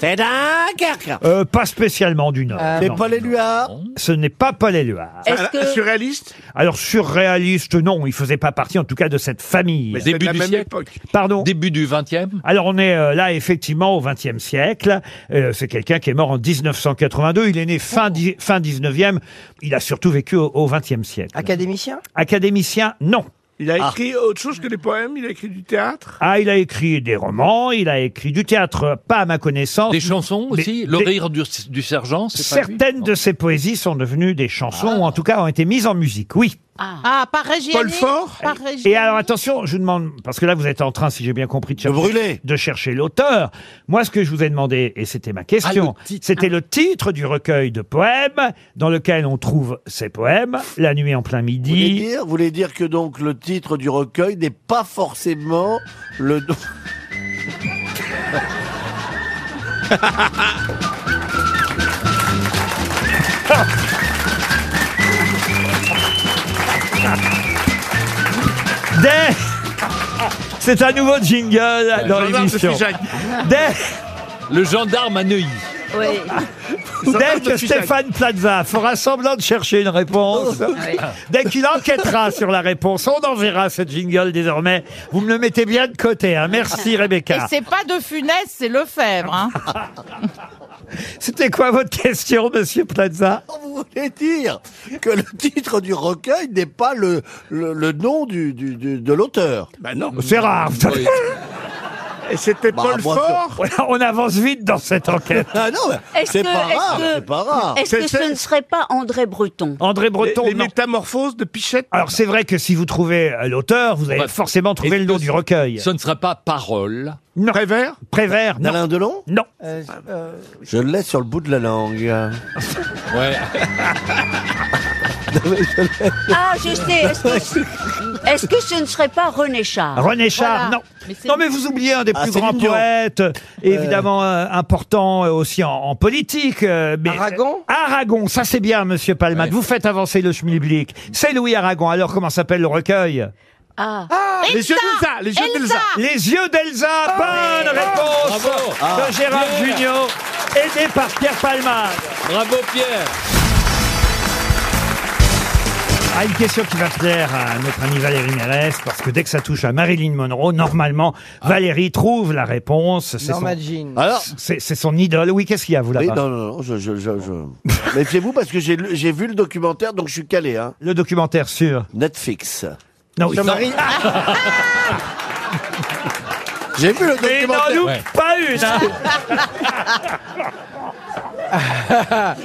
C'est Dunkerque.
Euh, pas spécialement du Nord.
C'est
non.
pas les Luards.
Ce n'est pas Paul
Ah.
Éluard. Ah,
est-ce
Un- un
que
Surréaliste
Alors surréaliste, non, il faisait pas partie en tout cas de cette famille.
c'est
Début
de la
du
même
siècle.
époque.
Pardon
Début du 20e
alors on est euh, là effectivement au XXe siècle. Euh, c'est quelqu'un qui est mort en 1982. Il est né fin, dix-
Oh.
fin 19e. Il a surtout vécu au, au XXe siècle.
Académicien
Académicien, non.
Ah.
Il a écrit autre chose que des poèmes, il a écrit du théâtre.
Ah, il a écrit des romans, il a écrit du théâtre, pas à ma connaissance.
Des chansons
Des-
aussi Le
des-
rire du, du sergent c'est pas lui Ah.
Certaines de ses poésies sont devenues des chansons, ou en tout cas ont été mises en musique, oui.
Ah, par Régiani.
Paul Fort
Par
Et
Régiani.
alors attention, je vous demande, parce que là vous êtes en train, si j'ai bien compris, de
Le
chercher,
brûlé.
de chercher l'auteur. Moi ce que je vous ai demandé, et c'était ma question,
Ah, le titre.
c'était le titre du recueil de poèmes dans lequel on trouve ces poèmes, La nuit en plein
Vous voulez
midi.
dire, vous voulez dire que donc le titre du recueil n'est pas forcément le.
Dès... C'est un nouveau jingle dans
Gendarme de
l'émission.
Figeac.
Dès...
Le gendarme à Neuilly.
oui.
Dès
Gendarme de
que
Figeac.
Stéphane Plaza fera semblant de chercher une réponse, dès qu'il enquêtera sur la réponse, on enverra ce jingle désormais. Vous me le mettez bien de côté. hein. Merci
Et
Rebecca.
c'est pas de Funès, c'est Lefebvre. Hein.
C'était quoi votre question, monsieur Plaza
Vous voulez dire que le titre du recueil n'est pas le, le, le nom du, du- du- de l'auteur. Mm,
Bah non.
C'est rare. vous savez.
Oui.
Et c'était
Bah,
Paul
moi,
Fort
On avance vite dans cette enquête.
Ah non, mais
Est-ce
c'est
que-
pas,
est-ce
rare,
que-
c'est pas rare.
Est-ce que
C'est-
ce ne serait pas André Breton
André
Les,
Breton,
les
non.
métamorphoses de Pichette.
Alors c'est vrai que si vous trouvez euh, l'auteur, vous allez
Bah,
forcément trouver
est-ce
le nom
que
du recueil.
Ce ne serait pas Parole.
Non.
Prévert
Prévert, non.
Alain Delon
Non.
euh, euh,
Je l'ai sur le bout de la langue.
Ouais.
Ah, je sais. Est-ce que, est-ce que ce ne serait pas René Char
Ah. René Char, non. non, mais vous oubliez un des
Ah,
plus grands poètes, évidemment euh, important euh, aussi en, en politique. euh, mais, Aragon Aragon, ça c'est bien, monsieur Palmade. Vous faites avancer le schmilblick. C'est Louis Aragon. Alors, comment s'appelle le recueil
Ah.
les yeux d'Elsa, les yeux d'Elsa.
Les yeux d'Elsa,
Ah,
bonne réponse
Bravo. Ah.
de Gérard
Pierre.
Jugnot, aidé par Pierre Palmade.
Bravo Pierre
Ah, une question qui va plaire à notre ami Valérie Mérès, parce que dès que ça touche à Marilyn Monroe, normalement, Valérie trouve la réponse. C'est son,
Norma Jean.
Ah. Alors
c'est- c'est son idole. Oui, qu'est-ce qu'il y a, vous,
Oui,
là-bas
non, non, non, je, je, je, je- Méfiez-vous parce que j'ai lu- j'ai vu le documentaire, donc je suis calé, hein.
Le documentaire sur...
Netflix.
Non, il-
J'ai vu le
Mais n'en
documentaire.
loupe
Ouais.
pas une hein.
Ah.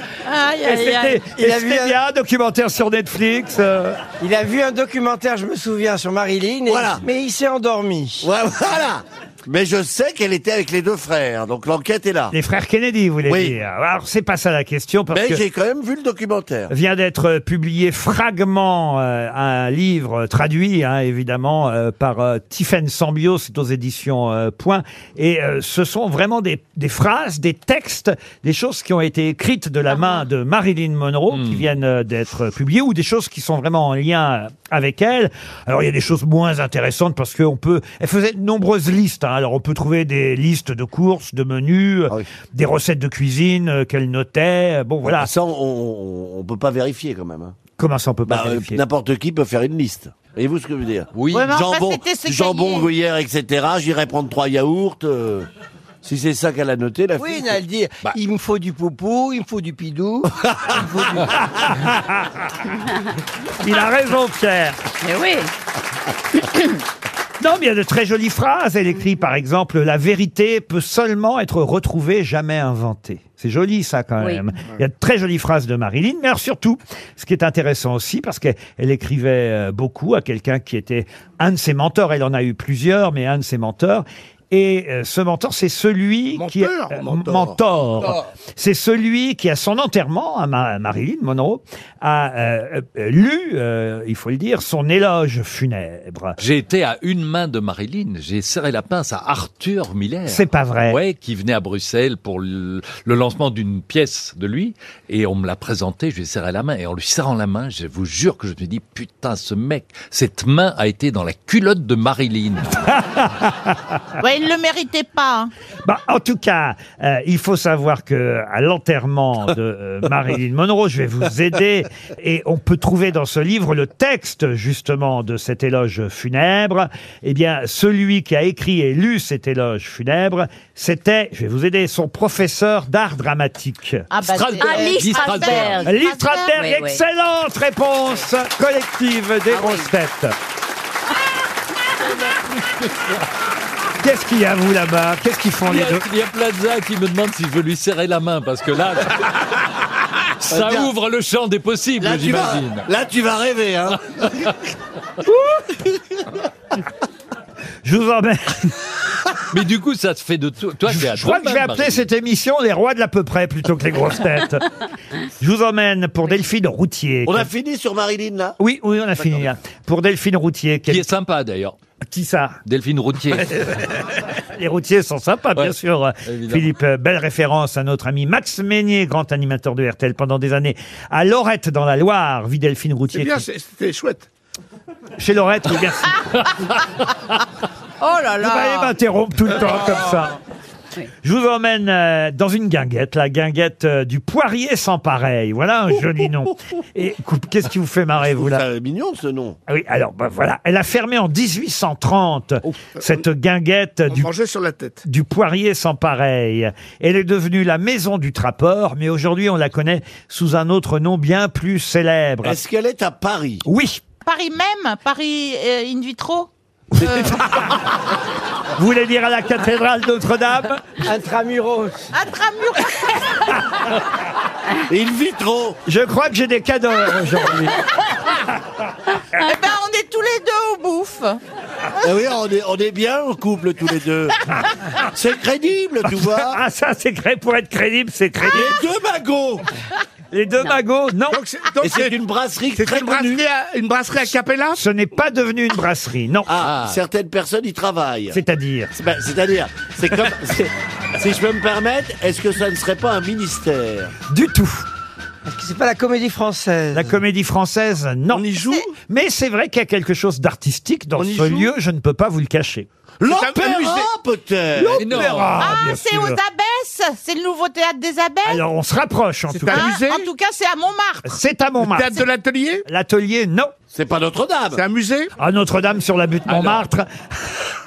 Aïe,
Et
aïe,
c'était
aïe.
Il
et
a vu
c'était
un-
bien, un documentaire sur Netflix. euh.
Il a vu un documentaire, je me souviens, sur Marilyn, et-
Voilà.
mais il s'est endormi.
Ouais, voilà. Mais je sais qu'elle était avec les deux frères, donc l'enquête est là.
Les frères Kennedy, vous voulez
Oui.
dire. Alors, c'est pas ça la question, parce
Mais
que...
j'ai quand même vu le documentaire.
Vient d'être euh, publié Fragment, euh, un livre euh, traduit hein, évidemment euh, par euh, Tiffaine Sambio, c'est aux éditions euh, Point. Et euh, ce sont vraiment des, des phrases, des textes, des choses qui ont été écrites de
Ah
la main de Marilyn Monroe,
Hmm.
qui viennent euh, d'être euh, publiées, ou des choses qui sont vraiment en lien euh, avec elle. Alors il y a des choses moins intéressantes parce qu'on peut... Elle faisait de nombreuses listes. hein. Alors on peut trouver des listes de courses, de menus, euh,
Ah oui.
des recettes de cuisine euh, qu'elle notait. Bon voilà,
Ça, on, on, on peut pas vérifier quand même. hein.
comment ça on peut pas
Bah, euh,
vérifier
n'importe qui peut faire une liste. Voyez-vous ce que je veux dire Oui,
Ouais, mais enfin,
jambon,
c'était ce
jambon
cahier.
gruyère, etc. J'irai prendre trois yaourts. euh, si c'est ça qu'elle a noté, la
Oui,
fille. Bah.
elle dit, il me faut du poupou, il me faut du pidou.
Il a raison, Pierre.
Mais oui.
Non, mais il y a de très jolies phrases. Elle écrit, par exemple, La vérité peut seulement être retrouvée, jamais inventée. C'est joli, ça, quand
Oui.
même. Il y a de très jolies phrases de Marilyn. Mais alors, surtout, ce qui est intéressant aussi, parce qu'elle elle écrivait euh, beaucoup à quelqu'un qui était un de ses mentors. Elle en a eu plusieurs, mais un de ses mentors. Et euh, ce mentor, c'est celui qui est
Menteur,
euh,
mentor.
mentor. C'est celui qui, à son enterrement, à Ma- à Marilyn Monroe, a euh, euh, lu, euh, il faut le dire, son éloge funèbre.
J'ai été à une main de Marilyn, j'ai serré la pince à Arthur Miller.
C'est pas vrai.
Ouais, qui venait à Bruxelles pour le le lancement d'une pièce de lui, et on me l'a présenté, je lui ai serré la main, et en lui serrant la main, je vous jure que je me suis dit, putain, ce mec, cette main a été dans la culotte de Marilyn.
Ouais, il ne le méritait pas. hein.
Bah, en tout cas, euh, il faut savoir que à l'enterrement de euh, Marilyn Monroe, je vais vous aider, et on peut trouver dans ce livre le texte justement de cet éloge funèbre. Eh bien, celui qui a écrit et lu cet éloge funèbre, c'était, je vais vous aider, son professeur d'art dramatique.
Ah, bah,
Strasbourg.
c'est-
Alice
Guy Strasberg.
Strasberg.
Lee
Strasberg.
Strasberg,
Oui, oui.
excellente réponse
Ah
collective des grosses têtes. Qu'est-ce qu'il y a, vous, là-bas Qu'est-ce qu'ils font,
Il y,
les
a,
deux
il y a Plaza qui me demande si je veux lui serrer la main, parce que là, ça ouvre le champ des possibles,
Là tu, vas,
j'imagine.
là, tu vas rêver. Hein.
Je vous emmène...
Mais du coup, ça se fait de tout. Toi,
Je crois que je vais appeler cette émission les rois de l'à peu près plutôt que les grosses têtes. Je vous emmène pour Delphine Routier.
On a fini sur Marilyn là
Oui, oui, on a fini là. Pour Delphine Routier.
Qui
Qui,
est sympa d'ailleurs,
qui ça
Delphine Routier.
Les routiers sont sympas, bien
Ouais,
sûr.
évidemment.
Philippe, euh, belle référence à notre ami Max Meignier, grand animateur de RTL pendant des années, à Lorette dans la Loire, vit Delphine
C'est
Routier.
Eh bien,
qui-
c'est- c'était chouette.
Chez Lorette, oui, merci.
Oh là Oh.
Vous allez
là.
m'interrompre tout le temps comme ça. Je vous emmène euh, dans une guinguette, la guinguette euh, du poirier sans pareil. Voilà un joli nom. Et cou- qu'est-ce qui vous fait marrer, vous, là
C'est mignon ce nom.
Ah Oui, alors, bah, voilà. Elle a fermé en 1830,
Oh, euh,
cette guinguette
On
du
mangeait sur la tête.
du poirier sans pareil. Elle est devenue la maison du trappeur, mais aujourd'hui on la connaît sous un autre nom bien plus célèbre.
Est-ce qu'elle est à Paris
Oui,
Paris même, Paris euh, in vitro. Euh,
vous voulez dire à la cathédrale Notre-Dame
Intramuros.
Intramuros.
Il vit trop.
Je crois que j'ai des cadeaux euh, aujourd'hui.
Eh ben, on est tous les deux au bouffe.
Eh oui, on est, on est bien en couple tous les deux. C'est crédible, tu vois.
Ah ça c'est cré... pour être crédible, c'est crédible.
Les deux magots
Les deux magots, non.
Et c'est une brasserie très connue.
à, une brasserie à Capella
Ce n'est pas devenu une brasserie, non.
Ah, certaines personnes y travaillent.
C'est-à-dire
C'est- ben, C'est-à-dire, c'est comme. c'est- Si je peux me permettre, est-ce que ça ne serait pas un ministère
Du tout.
Parce que c'est pas la comédie française.
La comédie française, non.
On y joue
Mais c'est vrai qu'il y a quelque chose d'artistique dans
On y
ce
joue
lieu, je ne peux pas vous le cacher.
un musée.
L'opéra, peut-être
Mais non.
Opéra,
Euh, Ah,
bien
c'est
sûr.
aux abbesses C'est le nouveau théâtre des abbesses
Alors on se rapproche en tout
un
cas.
Hein
musée
En tout cas, c'est à Montmartre.
C'est à Montmartre.
Théâtre de l'atelier
L'atelier, non.
C'est pas Notre-Dame
C'est un musée
À Notre-Dame sur la butte Montmartre.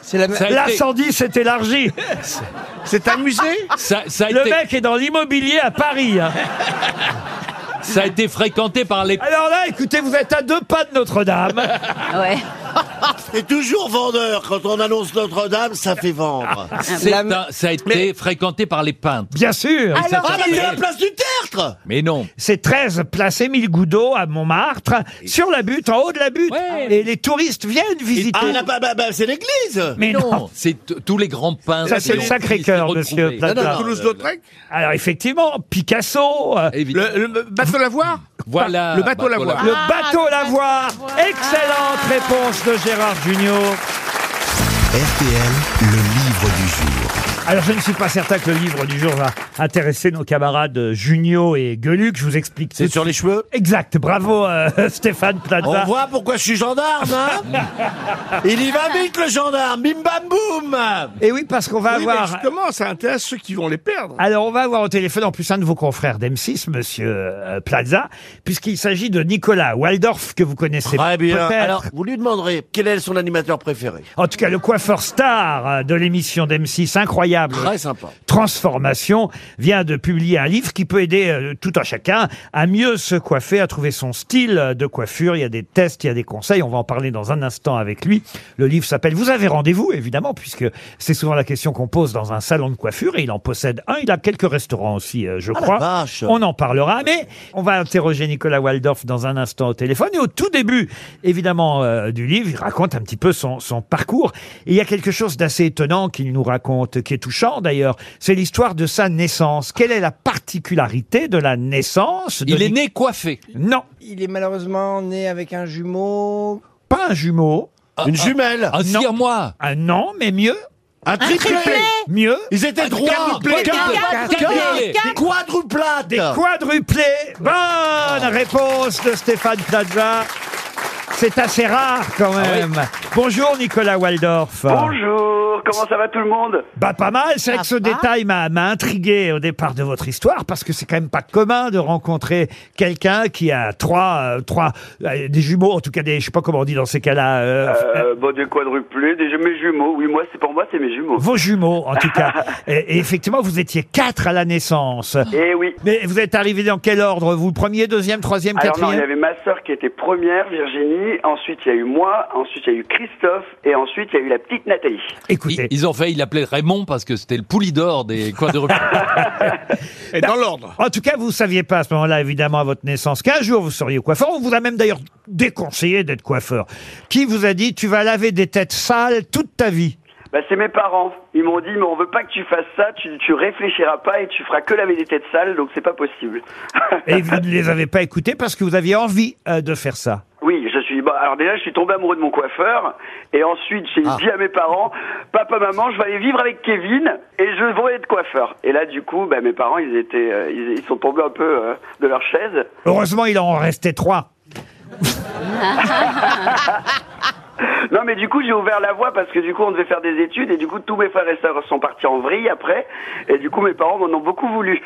C'est la...
Ça a été-
L'incendie s'est élargi.
C'est un musée
Ça, ça a
Le
été,
mec est dans l'immobilier à Paris. hein.
ça a été fréquenté par les.
Alors là, écoutez, vous êtes à deux pas de Notre-Dame.
Ouais.
C'est toujours vendeur. Quand on annonce Notre-Dame, ça fait
Ah,
vendre.
Ah, c'est
La-
un- ça a été fréquenté par les peintres.
Bien sûr.
Alors,
Ah, bah,
quel-
c'est la place du tertre
Mais non.
C'est 13 place Émile Goudot à Montmartre, sur la butte, en haut de la butte.
Ouais.
Et les touristes viennent visiter.
Ah, là, bah, bah, bah, c'est l'église
Mais non.
C'est t- tous les grands peintres.
Ça, c'est
qui
le
ont-
Sacré-Cœur,
qui se
monsieur
retrouvaient.
Plaza.
Non, non, non.
Toulouse-Lautrec
Alors effectivement, Picasso, euh,
Évidemment.
le, le bateau Lavoir
Voilà.
Le bateau Lavoir.
le
Ah,
bateau
le
Lavoir.
bateau Lavoir.
Excellente réponse de Gérard Junior.
RTL, le livre du jour.
Alors je ne suis pas certain que le livre du jour va intéresser nos camarades euh, Junio et Gueluc. Je vous explique. tout
C'est
de
sur
suite.
les cheveux
Exact. Bravo euh, Stéphane
On
Plaza.
voit pourquoi je suis gendarme, hein Il y va vite, le gendarme Bim bam boum
Et Eh oui, parce qu'on va
Oui, mais
avoir.
justement, ça intéresse ceux qui vont les perdre.
Alors, on va avoir au téléphone en plus un de vos confrères d'M6, monsieur euh, Plaza, puisqu'il s'agit de Nicolas Waldorf, que vous connaissez
Très bien.
peut-être.
Alors, vous lui demanderez quel est son animateur préféré.
En tout cas, le coiffeur star euh, de l'émission d'M6, incroyable.
Très sympa.
Transformation vient de publier un livre qui peut aider euh, tout un chacun à mieux se coiffer, à trouver son style euh, de coiffure. Il y a des tests, il y a des conseils. On va en parler dans un instant avec lui. Le livre s'appelle Vous avez rendez-vous, évidemment, puisque c'est souvent la question qu'on pose dans un salon de coiffure et il en possède un. Il a quelques restaurants aussi, euh, je
Ah la
crois.
vache.
On en parlera, mais on va interroger Nicolas Waldorf dans un instant au téléphone. Et au tout début, évidemment, euh, du livre, il raconte un petit peu son, son parcours. Et il y a quelque chose d'assez étonnant qu'il nous raconte, qui est touchant d'ailleurs. C'est l'histoire de sa naissance. Quelle est la particularité de la naissance de
Il est
Nic-
né coiffé.
Non,
Il est malheureusement né avec un jumeau.
pas un jumeau.
Une jumelle.
Un
Non.
moi
Un an, mais mieux.
Un triplé.
Mieux.
Ils étaient trois.
quadruplé. Quadruplé.
Quadruplé. Quadruplate.
Des quadruplés. Bonne
Ah.
réponse de Stéphane Plaza. C'est assez rare quand
Ah
même. Bonjour Nicolas Waldorf.
Bonjour, comment ça va tout le monde
Bah pas mal, c'est vrai
Ça
que ce
va
détail m'a m'a intrigué au départ de votre histoire parce que c'est quand même pas commun de rencontrer quelqu'un qui a trois euh, trois euh, des jumeaux en tout cas des je sais pas comment on dit dans ces cas-là euh,
euh, Bon, des quadruplés, des mes jumeaux. Oui, moi, c'est pour moi, c'est mes jumeaux.
vos jumeaux en tout cas. et, et effectivement, vous étiez quatre à la naissance.
Eh oui.
Mais vous êtes arrivé dans quel ordre Vous premier, deuxième, troisième,
Alors non, il y
quatrième
avait ma sœur qui était première, Virginie. Ensuite, il y a eu moi. Ensuite, il y a eu Christophe. Et ensuite, il y a eu la petite Nathalie.
Écoutez,
Ils, ils ont fait, ils l'appelaient Raymond parce que c'était le poulidor des quadruplés.
Et dans l'ordre.
En tout cas, vous saviez pas à ce moment-là, évidemment, à votre naissance, qu'un jour vous seriez coiffeur. On vous a même d'ailleurs déconseillé d'être coiffeur. Qui vous a dit, tu vas laver des têtes sales toute ta vie
Bah, c'est mes parents. Ils m'ont dit, mais on veut pas que tu fasses ça. Tu, tu réfléchiras pas et tu feras que laver des têtes sales, donc c'est pas possible.
Et vous ne les avez pas écoutés parce que vous aviez envie euh, de faire ça.
Oui, je suis. Bah, alors déjà, je suis tombé amoureux de mon coiffeur, et ensuite j'ai dit à mes parents, papa, maman, je vais aller vivre avec Kevin, et je vais être coiffeur. Et là, du coup, bah, mes parents, ils étaient, euh, ils, ils sont tombés un peu euh, de leur chaise.
Heureusement, il en restait trois.
Non, mais du coup, j'ai ouvert la voie parce que du coup, on devait faire des études, et du coup, tous mes frères et sœurs sont partis en vrille après, et du coup, mes parents m'en ont beaucoup voulu.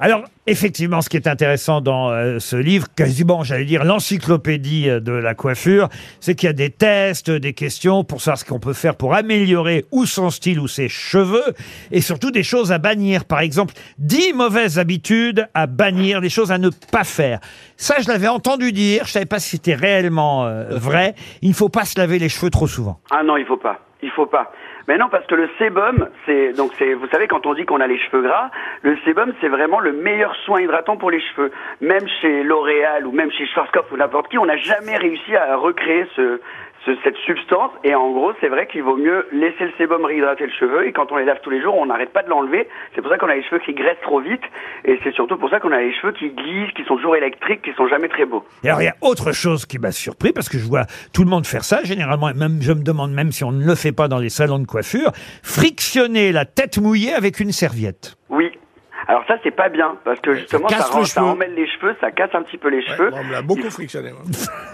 Alors, effectivement, ce qui est intéressant dans euh, ce livre, quasiment, j'allais dire, l'encyclopédie euh, de la coiffure, c'est qu'il y a des tests, des questions pour savoir ce qu'on peut faire pour améliorer ou son style ou ses cheveux, et surtout des choses à bannir. Par exemple, 10 mauvaises habitudes à bannir, des choses à ne pas faire. Ça, je l'avais entendu dire, je savais pas si c'était réellement euh, vrai. Il ne faut pas se laver les cheveux trop souvent.
ah non, il faut pas. Il faut pas. Mais non, parce que le sébum, c'est donc c'est vous savez quand on dit qu'on a les cheveux gras, le sébum c'est vraiment le meilleur soin hydratant pour les cheveux. Même chez L'Oréal ou même chez Schwarzkopf ou n'importe qui, on n'a jamais réussi à recréer ce, ce- cette substance. Et en gros, c'est vrai qu'il vaut mieux laisser le sébum réhydrater le cheveu. Et quand on les lave tous les jours, on n'arrête pas de l'enlever. C'est pour ça qu'on a les cheveux qui graissent trop vite. Et c'est surtout pour ça qu'on a les cheveux qui glissent, qui sont toujours électriques, qui sont jamais très beaux.
Et alors, il y a autre chose qui m'a surpris, parce que je vois tout le monde faire ça, généralement, et même, je me demande même si on ne le fait pas dans les salons de coiffure, frictionner la tête mouillée avec une serviette.
Oui. Alors ça, c'est pas bien, parce que justement, ça,
casse
rend,
le
ça
cheveu.
emmêle les cheveux, ça casse un petit peu les cheveux.
on me l'a beaucoup frictionné. moi.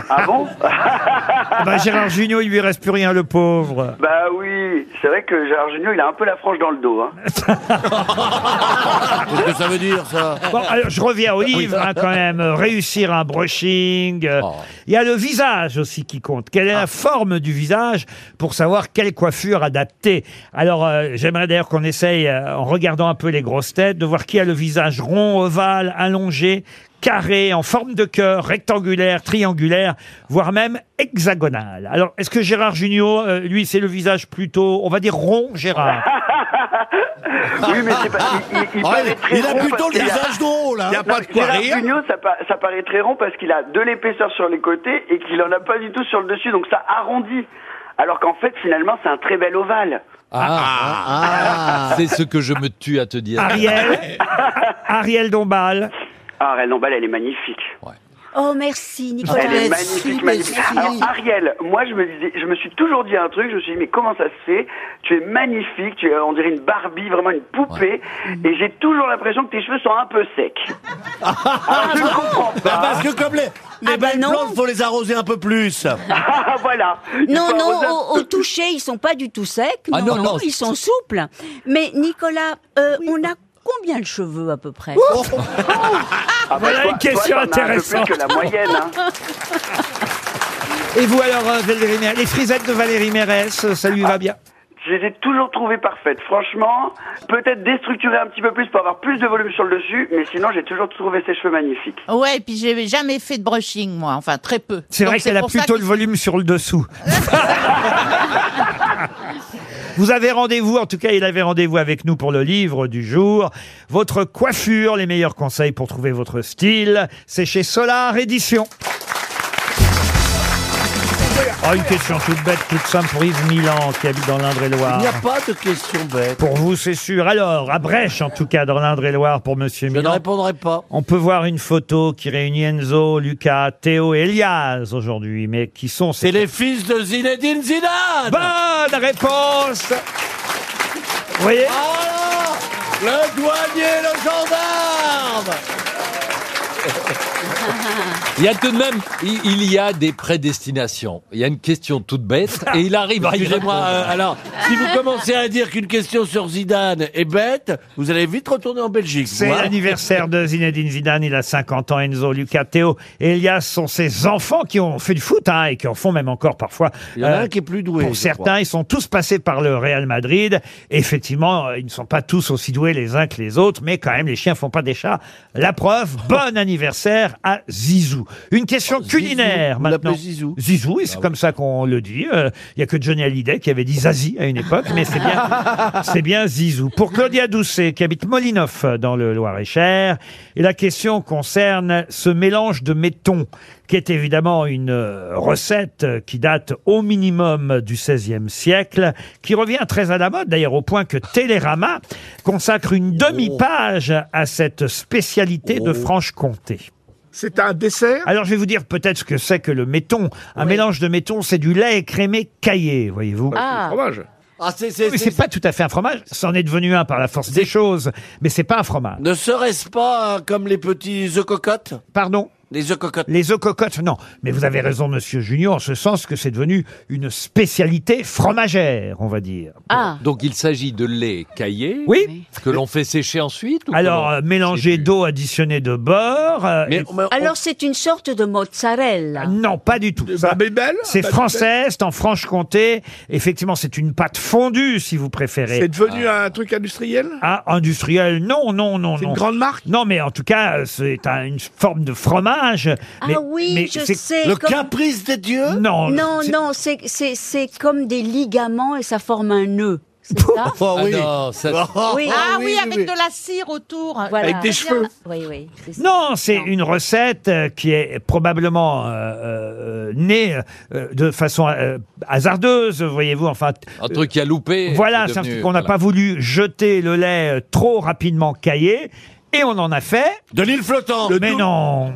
Ah bon
Ah bah, Gérard Jugnot, il lui reste plus rien, le pauvre.
Bah oui, c'est vrai que Gérard Junior, il a un peu la frange dans le dos. Hein.
Qu'est-ce que ça veut dire, ça
Bon, alors, je reviens au livre, hein, quand même. Réussir un brushing. euh, Il y a le visage aussi qui compte. Quelle est la forme du visage pour savoir quelle coiffure adapter Alors, euh, j'aimerais d'ailleurs qu'on essaye, euh, en regardant un peu les grosses têtes, de voir qui a le visage rond, ovale, allongé, carré, en forme de cœur, rectangulaire, triangulaire, voire même hexagonal. Alors, est-ce que Gérard Junior, euh, lui, c'est le visage plutôt, on va dire rond, Gérard
Ah. Oui, mais c'est pas. Il, il- il
Ouais,
paraît très
il a
rond
plutôt
parce
le
qu'il
visage drôle, hein. Il y a
Non,
pas de quoi
Gérard
rire.
Jugnot, ça, pa- ça paraît très rond parce qu'il a de l'épaisseur sur les côtés et qu'il en a pas du tout sur le dessus, donc ça arrondit. Alors qu'en fait, finalement, c'est un très bel ovale.
Ah, c'est ce que je me tue à te dire.
Ariel Ariel Dombal.
Ah, Ariel Dombal, elle est magnifique.
Oh, merci, Nicolas.
Elle est magnifique, magnifique. Ah, Alors, Ariel, moi, je me, disais, je me suis toujours dit un truc, je me suis dit, mais comment ça se fait Tu es magnifique, tu es, on dirait une Barbie, vraiment une poupée, et j'ai toujours l'impression que tes cheveux sont un peu secs. Alors, je ne comprends pas.
Parce que comme les, les belles plantes, faut les arroser un peu plus.
voilà.
Non, non, au, au toucher, ils sont pas du tout secs. Non,
Ah non, non,
ils sont souples. Mais Nicolas, euh, on a combien de cheveux à peu près
Ouh
Oh,
Ah, bah,
Voilà
toi-
une question
toi, t'en as un peu plus
intéressante.
que la moyenne, hein.
Et vous alors, euh, Valérie Mérès, les frisettes de Valérie Mérès, euh, ça lui va bien
Je les ai toujours trouvées parfaites. Franchement, peut-être déstructurer un petit peu plus pour avoir plus de volume sur le dessus, mais sinon, j'ai toujours trouvé ses cheveux magnifiques.
Ouais, et puis j'ai jamais fait de brushing, moi, enfin très peu.
C'est
Donc
vrai qu'elle a
pour ça
plutôt
que-
le volume sur le dessous. Vous avez rendez-vous, en tout cas, il avait rendez-vous avec nous pour le livre du jour. Votre coiffure, les meilleurs conseils pour trouver votre style, c'est chez Solar Édition. Oh, une question toute bête, toute simple pour Yves Milan, qui habite dans l'Indre-et-Loire.
Il n'y a pas de question bête.
Pour vous, c'est sûr. Alors, à Brèche, en tout cas, dans l'Indre-et-Loire, pour Monsieur
Je ne
Milan.
répondrai pas.
On peut voir une photo qui réunit Enzo, Lucas, Théo et Elias aujourd'hui, mais qui sont ces...
C'est les fils de Zinedine Zidane
Bonne réponse Vous voyez
Ah Voilà Le douanier, le gendarme
Il y a tout de même, il il y a des prédestinations. Il y a une question toute bête et il arrive à y
Excusez-moi,
répondre.
euh, alors, si vous commencez à dire qu'une question sur Zidane est bête, vous allez vite retourner en Belgique.
C'est
vous, hein.
l'anniversaire de Zinedine Zidane, il a 50 ans, Enzo, Lucas, Théo et Elias sont ses enfants qui ont fait du foot hein, et qui en font même encore parfois. Euh,
Il y en a un qui est plus doué,
Pour
je
certains,
crois.
ils sont tous passés par le Real Madrid. Effectivement, euh, ils ne sont pas tous aussi doués les uns que les autres, mais quand même, les chiens font pas des chats. La preuve, bon anniversaire à Zizou. Une question culinaire
vous
maintenant.
l'appelez Zizou
Zizou, et c'est comme ça qu'on le dit. Euh, Il y a que Johnny Hallyday qui avait dit Zazie à une époque, mais c'est bien, c'est bien Zizou. Pour Claudia Doucet, qui habite Molinoff euh, dans le Loir-et-Cher, et la question concerne ce mélange de métons, qui est évidemment une euh, recette euh, qui date au minimum du XVIe siècle, qui revient très à la mode d'ailleurs, au point que Télérama consacre une demi-page à cette spécialité de Franche-Comté.
C'est un dessert
Alors, je vais vous dire peut-être ce que c'est que le méton. Un mélange de méton, c'est du lait écrémé caillé, voyez-vous.
Ah. Fromage.
Ah, c'est,
Oui,
c'est-
mais
c'est-
c'est pas tout à fait un fromage. C'en est devenu un par la force des choses, mais c'est pas un fromage.
Ne serait-ce pas euh, comme les petits œufs cocottes
Pardon
Les œufs cocottes.
les œufs cocottes, non. Mais vous avez raison, monsieur Junior, en ce sens que c'est devenu une spécialité fromagère, on va dire.
Ah,
Donc il s'agit de lait caillé
Oui.
que l'on fait sécher ensuite. ou
Alors,
comment
euh, mélanger d'eau additionnée de beurre. euh,
Mais-
et-
Mais on-
Alors, c'est une sorte de mozzarella.
Ah, Non, pas du tout. Ça-
Babybel
C'est
Babybel
français, c'est en Franche-Comté. Effectivement, c'est une pâte fondue, si vous
C'est
préférez.
devenu un truc industriel
Ah, industriel, non, non, non,
C'est une
non.
grande marque
Non, mais en tout cas, euh, c'est un- une forme de mariage.
Ah oui, je
c'est-
sais, Le comme- caprice
des dieux Non.
Non,
c'est-
non, c'est- c'est c'est comme des ligaments et ça forme un nœud. C'est ça
Oh, oui. Ah non, ça-
Oui.
Ah
Ah
oui,
oui,
avec de la cire autour.
Voilà.
Avec des
C'est
cheveux.
bien.
Oui, oui. c'est ça.
Non, c'est une recette euh, qui est probablement euh, euh, née euh, de façon euh, hasardeuse, voyez-vous. Enfin, t-
Un truc qui a loupé.
Euh, Voilà,
qui est
c'est un
Ah, devenu-
truc qu'on n'a
voilà.
pas voulu jeter le lait euh, trop rapidement caillé, et on en a fait.
De l'île flottante.
mais non.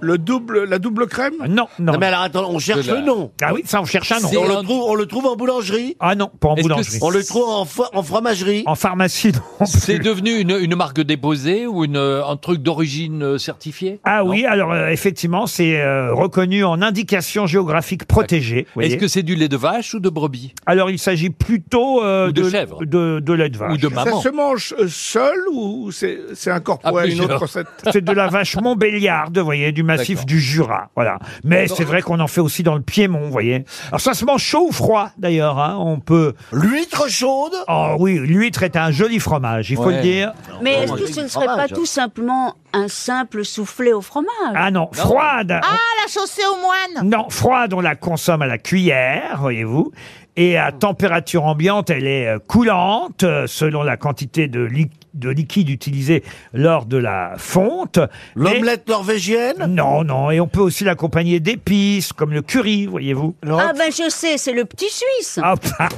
Le double, la double crème
Euh, Non, non.
Non, mais alors attends, on cherche
De la-
le nom.
Ah oui, ça on cherche un nom.
On le, trouve, on le trouve en boulangerie.
Ah non, pas en
Est-ce que
boulangerie.
On le trouve en, fo- en fromagerie.
En pharmacie, non.
C'est devenu une, une marque déposée ou une, euh, un truc d'origine euh, certifiée
Ah oui, alors euh, effectivement, c'est euh, reconnu en indication géographique protégée. vous
Est-ce
voyez.
que c'est du lait de vache ou de brebis
Alors il s'agit plutôt euh,
Ou de chèvre.
de, de lait de vache.
Ou de
Ça
maman
se mange euh, seul ou c'est c'est incorporé
Ah,
à une autre
plusieurs.
recette
C'est de la vache montbéliarde, vous voyez, du massif
D'accord.
du Jura. Voilà. Mais c'est vrai qu'on en fait aussi dans le Piémont, vous voyez. Alors ça se mange chaud ou froid, d'ailleurs. hein. On peut.
L'huître chaude.
Oh oui, l'huître est un joli fromage, il faut
Ouais.
le dire.
Mais est-ce que ce ne serait
hein.
pas tout simplement un simple soufflé au fromage
Ah non, froide.
Ah, la chaussée aux moines
Non, froide, on la consomme à la cuillère, voyez-vous. Et à température ambiante, elle est euh, coulante euh, selon la quantité de, li- de liquide utilisé lors de la fonte. Mais-
L'omelette norvégienne.
Non, non. Et on peut aussi l'accompagner d'épices comme le curry, voyez-vous.
Ah ben je sais, c'est le petit Suisse.
Ah, pa-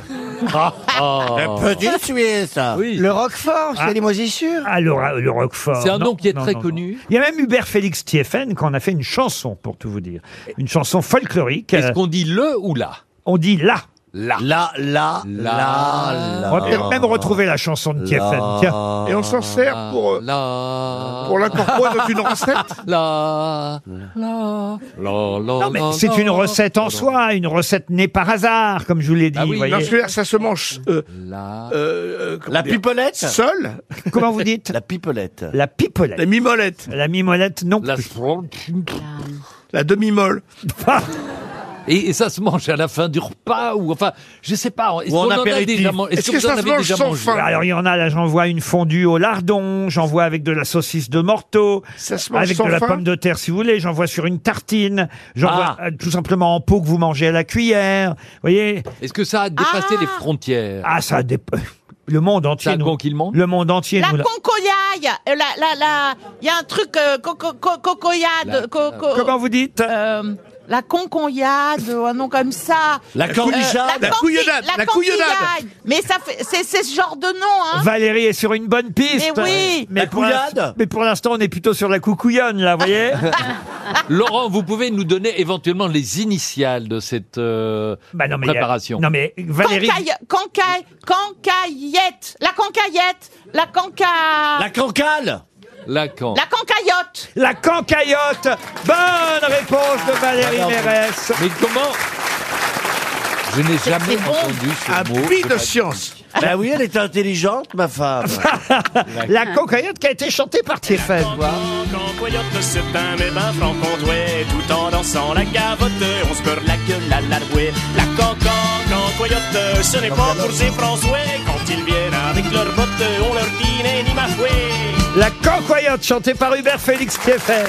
Petite Suisse.
Oui.
Le
Oh,
Roquefort, c'est
Ah.
les moisissures.
alors, euh, le Roquefort.
C'est un
Non,
nom qui est
non,
très
non, non.
connu.
Il y a même Hubert Félix Thieffen quand on a fait une chanson, pour tout vous dire. Une chanson folklorique.
Est-ce
Euh,
qu'on dit le ou la
On dit là.
La.
Là, là,
La-
là, là.
On va peut-être même retrouver la chanson de Thieffen. Tiens.
Et on s'en sert pour, euh,
La.
pour l'incorporer dans une recette
La. La. La.
Non, mais c'est une recette en soi, une recette née par hasard, comme je vous l'ai dit.
Ah oui,
voyez.
Non, je veux dire, ça se mange euh,
La.
euh, euh, comment
La
dire,
pipelette.
seul,
Comment vous dites
La pipelette.
La
la
pipelette.
mimolette,
La mimolette, non.
La.
plus.
la demi-molle.
Ah
Et, et ça se mange à la fin du repas ou enfin, je sais pas. Est-ce
Ou en
qu'on en a
apéritif.
déjà man-
Est-ce
Est-ce que,
que
vous en
ça se
avez
mange
déjà
sans
mangé
fin
Alors il y en a là, j'en vois une fondue au lardon, j'en vois avec de la saucisse de morteau,
Ça se mange
avec
sans
de la
fin
pomme de terre si vous voulez, j'en vois sur une tartine, j'en
Ah.
vois euh, tout simplement en pot que vous mangez à la cuillère. Vous voyez
Est-ce que ça a dépassé
Ah
les frontières
Ah ça dép- le monde
C'est
entier
un
nous.
con qui le mange
Le monde entier
La
nous. l'a-
concoyaille euh, La, la, la... Il y a un truc... euh, co- co- co-
La-
cocoyade co- co-
Comment vous dites
euh, La concoyade, ou un nom comme ça.
La cornichade.
Euh, la
La couillonnade,
canti-
la couillonnade.
cantillaille. Mais ça fait, c'est, c'est ce genre de nom, hein.
Valérie est sur une bonne piste.
Mais oui.
mais
La
pour l'inst-
couillade
mais pour l'instant, on est plutôt sur la coucouillonne, là, vous voyez
Laurent, vous pouvez nous donner éventuellement les initiales de cette euh,
Bah non, mais il y a-
préparation.
Non, mais Valérie.
Cancaille, cancaille, cancaillette. La cancaillette. La canca...
La cancale.
La can.
La cancaillotte.
La cancaillotte Bonne réponse de Valérie
Ah, bravo.
Mérès.
Mais comment Je n'ai jamais
c'est bon.
entendu ce
Un
mot.
puits
C'est
de
pas-
science.
Bah oui, elle est intelligente, ma femme.
La cancaillotte qui a été chantée par Thieffen.
Quand coyote se peint mes bains francs qu'on douait, ben, tout en dansant la gavotte, on se beurre la gueule à la louée. La cancan, quand coyote, ce n'est pas pour ces François, quand ils viennent avec leurs bottes, on leur dit Né, ni ma fouet.
La cancoyotte chantée par Hubert Félix Thieffen.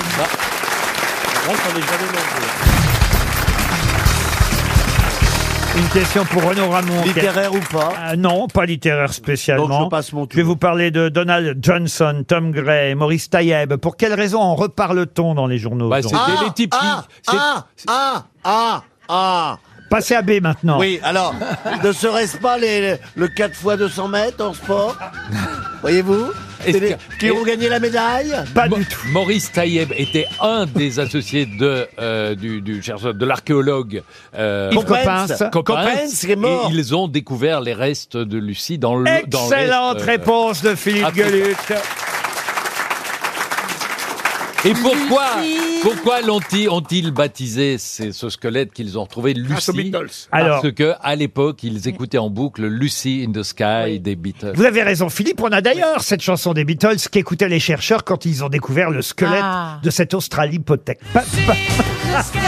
Une question pour Renaud Ramon. qui a-
Littéraire ou pas
Ah, non, pas littéraire spécialement.
Donc je passe mon tour.
vais vous parler de Donald Johnson, Tom Gray, Maurice Taïeb. Pour quelles raisons en reparle-t-on dans les journaux
Bah,
donc
c'est- C'était les typiques.
Ah,
C'est-
ah, ah, ah, ah.
Passez à B maintenant.
Oui, alors, ne serait-ce pas les, le 4 x 200 mètres en sport Voyez-vous
Est-ce
C'est les-
que-
Qui ont gagné la médaille
Pas
Mo-
du tout.
Maurice Taïeb était un des associés de, euh, du, du chercheur, de l'archéologue euh,
Yves Coppens.
Coppens qui est mort.
Et ils ont découvert les restes de Lucie dans le. dans l'est,
Excellente
euh,
réponse de Philippe
Afrique.
Gueluc.
Et pourquoi,
Lucie.
pourquoi l'ont-ils ont-ils baptisé ces- ce squelette qu'ils ont retrouvé
Grâce aux
Lucie
Beatles.
Alors-
Parce que à l'époque, ils écoutaient en boucle Lucy in the Sky des Beatles.
Vous avez raison, Philippe. On a d'ailleurs cette chanson des Beatles qu'écoutaient les chercheurs quand ils ont découvert le squelette
Ah.
de cette Australopithèque. Pa- pa-
The sky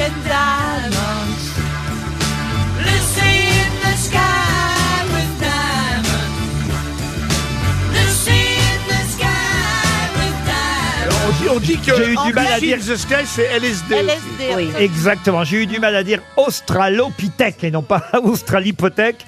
and diamonds. Lucy in the sky with diamonds. Lucy in the sky with diamonds.
Alors, on dit on dit que
J'ai eu du mal à
Lucy in
dire-
the Sky, c'est LSD. aussi.
Exactement. J'ai eu du mal à dire australopithèque et non pas australipithèque.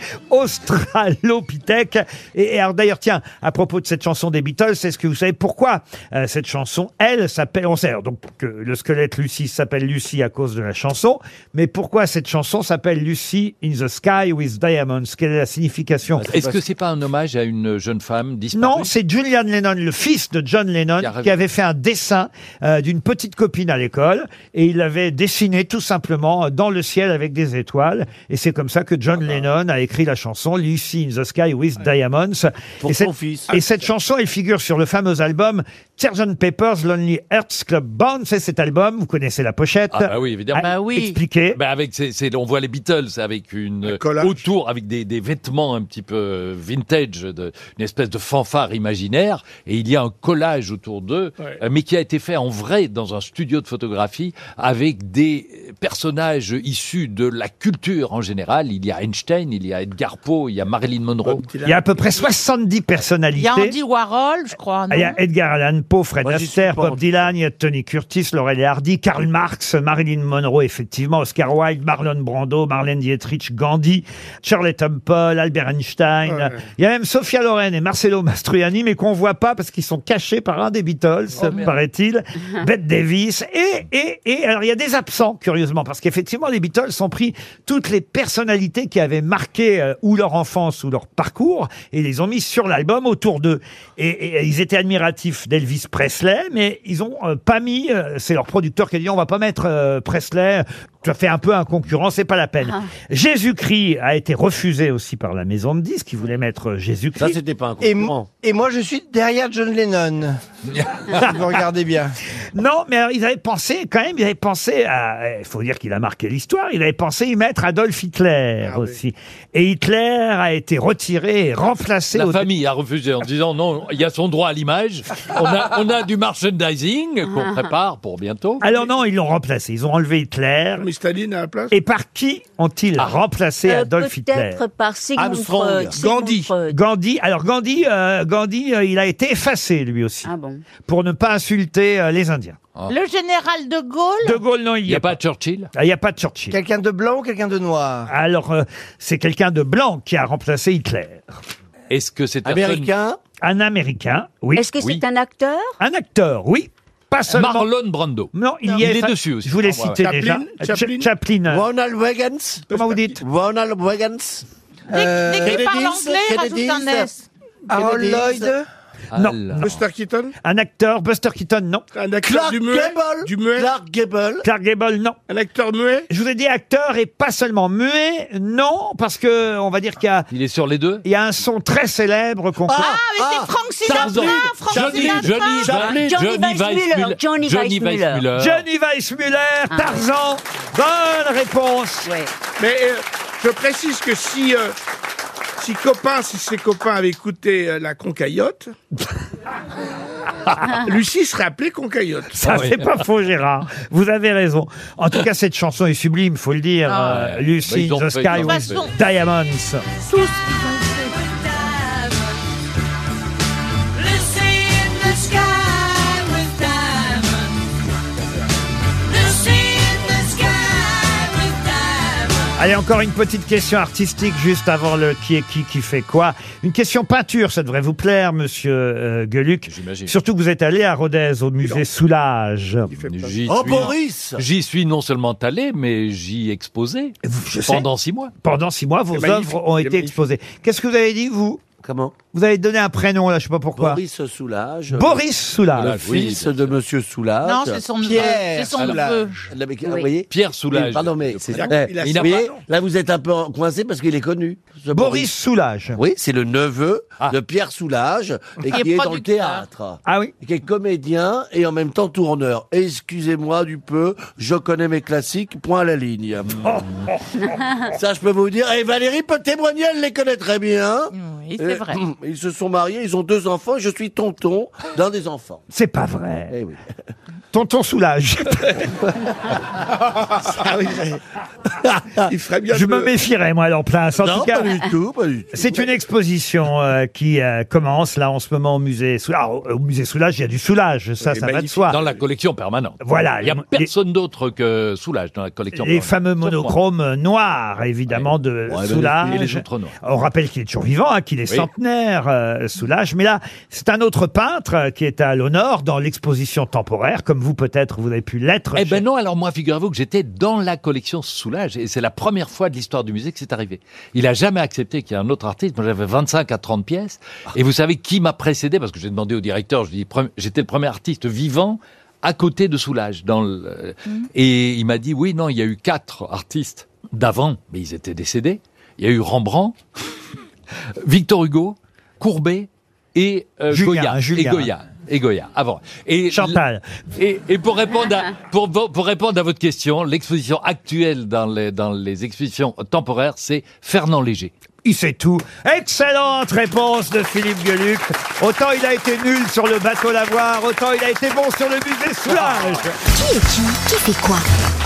Australopithèque. Et, et alors d'ailleurs, tiens, à propos de cette chanson des Beatles, est-ce que vous savez pourquoi euh, cette chanson, elle, s'appelle, on sait donc que le squelette Lucie s'appelle Lucie à cause de la chanson, mais pourquoi cette chanson s'appelle Lucy in the Sky with Diamonds Quelle est la signification
Est-ce que c'est pas un hommage à une jeune femme disparue
non, c'est Julian Lennon, le fils de John Lennon,
Qui a rêvé.
qui avait fait un dessin euh, d'une petite copine à l'école et il l'avait dessiné tout simplement euh, dans le ciel avec des étoiles. Et c'est comme ça que John
Ah bah.
Lennon a écrit la chanson Lucy in the Sky with Diamonds. et cette, Et cette chanson, elle figure sur le fameux album Sgt. Pepper's Lonely Hearts Club Band. C'est cet album, vous connaissez la pochette.
Ah bah oui, évidemment.
Ah, Expliquez.
Bah avec ces- ces- on voit les Beatles avec une autour avec des, des vêtements un petit peu euh, vintage, de- une espèce de fanfare imaginaire, et il y a un collage autour d'eux,
Ouais.
euh, mais qui a été fait en vrai dans un studio de photographie avec des personnages issus de la culture en général. Il y a Einstein, il y a Edgar Poe, il y a Marilyn Monroe.
Il y a à peu près 70 personnalités.
Il y a Andy Warhol, je crois.
Ah, Il y a
non
Edgar Allan Poe, Fred
Moi, j'y suis
Astaire,
pas
Bob
entré.
Dylan, il y a Tony Curtis, Laurel Hardy, Karl Marx, Marilyn Monroe, effectivement, Oscar Wilde, Marlon Brando, Marlene Dietrich, Gandhi, Shirley Temple, Albert Einstein.
Ouais.
Il y a même Sophia Loren et Marcello Mastroianni, mais qu'on voit pas parce qu'ils sont cachés par un des Beatles,
Oh,
me paraît-il. Bette Davis. Et, et, et, alors il y a des absents, curieusement, parce qu'effectivement, les Beatles ont pris toutes les personnalités qui avaient marqué euh, ou leur enfance ou leur parcours et les ont mis sur l'album autour d'eux. Et, et ils étaient admiratifs d'Elvis Presley, mais ils ont euh, pas mis, euh, c'est leur producteur qui a dit on va pas mettre euh, Presley, tu as fait un peu un concurrent, c'est pas la peine.
Ah.
Jésus-Christ a été refusé aussi par la maison de disques qui voulait mettre euh, Jésus-Christ.
Ça,
c'était pas un
Et, mo- et moi, je suis derrière John Lennon. Si vous regardez bien.
Non, mais alors, ils avaient pensé, quand même, ils avaient pensé à. Il faut dire qu'il a marqué l'histoire. Ils avaient pensé y mettre Adolf Hitler
Ah
aussi. Et Hitler a été retiré et remplacé
La
au-
famille a refusé en disant non, il y a son droit à l'image. On a, on a du merchandising qu'on prépare pour bientôt.
Alors non, ils l'ont remplacé. Ils ont enlevé Hitler.
Mais Staline à la place
Et par qui ont-ils
Ah.
remplacé
Euh,
Adolf Hitler
Peut-être par Sigmund Freud. Sigmund
Gandhi.
Freud.
Gandhi. Alors Gandhi, euh, Gandhi, euh, il a été effacé lui aussi
Ah bon
pour ne pas insulter euh, les Indiens.
Ah.
Le général de Gaulle
De Gaulle, non, il n'y a,
pas Churchill.
Ah, Il n'y a pas de Churchill.
Quelqu'un de blanc ou quelqu'un de noir
Alors, euh, c'est quelqu'un de blanc qui a remplacé Hitler.
Est-ce que c'est
Un Américain, oui.
Est-ce que c'est un acteur
Un acteur, oui. Pas seulement.
Marlon Brando.
Non, il, y
Il
a-
est dessus aussi.
Je voulais
Ah, ouais,
citer
ouais.
déjà.
Chaplin,
Cha- Chaplin. Ronald
Reagan.
Comment vous dites
Ronald Reagan.
Dès qu'il
Kennedy,
parle anglais,
Kennedy,
rajoute un S.
Harold Lloyd.
Non.
Buster Keaton
Un acteur, Buster Keaton, non.
Un acteur du muet Du muet
Clark Gable.
Clark Gable, non.
Un acteur muet
Je vous ai dit acteur et pas seulement muet, non, parce que on va dire qu'il y a.
Il est sur les deux.
Il y a un son très célèbre qu'on.
Ah, mais c'est Frank Sinatra, Frank
Johnny,
Sinatra.
Johnny, Johnny, Johnny Weissmuller.
Johnny
Johnny Ah.
Weissmuller.
Weissmuller. Johnny Weissmuller, Tarzan. Oh. Bonne réponse.
Mais euh, je précise que si, euh, si copain, si ses copains avaient écouté euh, la concaillotte, Lucie serait appelée concaillotte.
Ça, c'est pas faux, Gérard. Vous avez raison. En tout cas, cette chanson est sublime, faut le dire.
Ah,
euh,
ouais. Bah,
Lucy,
ils ont fait,
The Sky
ils ont
with
fait.
Diamonds.
Tout ce qu'ils ont fait.
Allez, encore une petite question artistique juste avant le qui est qui, qui fait quoi. Une question peinture, ça devrait vous plaire, monsieur euh, Gueluc.
J'imagine.
Surtout que vous êtes allé à Rodez, au musée Soulage.
J'y
Oh,
suis-
Boris
J'y suis non seulement allé, mais j'y exposé pendant six mois.
Pendant six mois, vos
C'est magnifique,
œuvres ont
c'est
été
magnifique.
exposées. Qu'est-ce que vous avez dit, vous
Comment
Vous avez donné un prénom, là, je sais pas pourquoi.
Boris Soulage.
Boris Soulage.
euh,
Ah
Le fils de Monsieur Soulage.
Non, c'est son neveu.
Pierre
C'est son
Soulage.
neveu.
Là, mais, ah,
Oui.
vous voyez
Pierre Soulage.
Oui, pardon, mais c'est
Il a-
eh,
il a-
vous
il a
voyez,
pas-
là, vous êtes un peu en- coincé parce qu'il est connu. ce
Boris Soulage.
Oui, c'est le neveu
Ah.
de Pierre Soulage et
Qui
qui
est
est dans le
producteur.
théâtre.
Ah oui
Qui est comédien et en même temps tourneur. Excusez-moi du peu, je connais mes classiques, point à la ligne.
Oh,
Ça, je peux vous dire. Et Valérie peut témoigner, elle les connaît très bien.
Oui, c'est
Euh,
vrai.
Ils se sont mariés, ils ont deux enfants, je suis tonton d'un des enfants.
C'est pas vrai.
Eh oui.
Tonton Soulage.
Ah Il ferait bien
Je
de
me
le-
méfierais, moi, à l'emplace. En
Non,
tout cas,
pas du tout, pas du tout.
C'est une exposition euh, qui euh, commence, là, en ce moment, au musée Soulage. Au, au musée Soulage, il y a du Soulage, ça, ça va de soi.
Dans la collection permanente.
Voilà.
Il n'y a
Les-
personne d'autre que Soulage dans la collection
Les
permanente.
fameux
Sauf moi.
monochromes noirs, évidemment, de
Ouais, ben,
Soulage.
il est outre noir.
On rappelle qu'il est toujours vivant, hein, qu'il est
Oui.
centenaire, euh, Soulage. Mais là, c'est un autre peintre euh, qui est à l'honneur dans l'exposition temporaire, comme vous peut-être, vous avez pu l'être.
Eh ben non, alors moi, figurez-vous que j'étais dans la collection Soulage, et c'est la première fois de l'histoire du musée que c'est arrivé. Il a jamais accepté qu'il y ait un autre artiste. Moi, j'avais 25 à 30 pièces, et vous savez qui m'a précédé Parce que j'ai demandé au directeur, je lui ai dit, pre- j'étais le premier artiste vivant à côté de Soulage. Dans le... Et il m'a dit, oui, non, il y a eu quatre artistes d'avant, mais ils étaient décédés. Il y a eu Rembrandt, Victor Hugo, Courbet et euh,
Julien,
Goya.
Julien.
Et Goya. Et Goya, avant. Et
Chantal.
Et, et pour, répondre à, pour, vo- pour répondre à votre question, l'exposition actuelle dans les, dans les expositions temporaires, c'est Fernand Léger.
Il sait tout. Excellente réponse de Philippe Gueluc. Autant il a été nul sur le bateau Lavoir, autant il a été bon sur le musée Soulage.
Qui est qui Qui fait quoi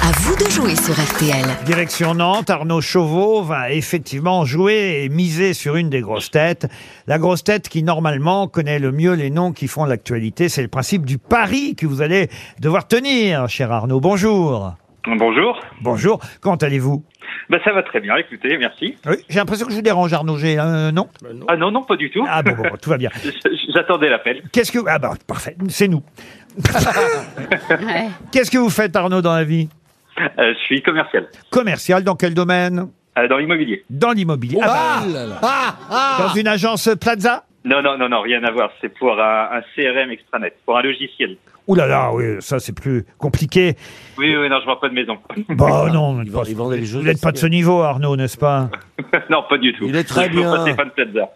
À vous de jouer sur RTL.
Direction Nantes, Arnaud Chauveau va effectivement jouer et miser sur une des grosses têtes. La grosse tête qui normalement connaît le mieux les noms qui font l'actualité, c'est le principe du pari que vous allez devoir tenir, cher Arnaud. Bonjour.
Bonjour.
Bonjour. Comment allez-vous
Bah, ça va très bien, écoutez, merci.
Oui, j'ai l'impression que je vous dérange, Arnaud. J'ai euh, non
Ah non, non, pas du tout.
Ah bon, bon, bon, tout va bien.
J'attendais l'appel.
Qu'est-ce que ah bah parfait, c'est nous. Qu'est-ce que vous faites, Arnaud, dans la vie
Euh, je suis commercial
Commercial dans quel domaine
euh, dans l'immobilier.
Dans l'immobilier. Ah bah, dans une agence Plaza
Non, non, non, non, rien à voir. C'est pour un, un CRM extranet, pour un logiciel.
Ouh là là, oui, ça c'est plus compliqué.
Oui, oui, non, je vends pas de maison.
Bon, Bah, non, vous n'êtes pas, vous n'êtes pas de ce niveau, Arnaud, n'est-ce pas
non, pas du tout. Il est
très bien.
Stéphane Plaza.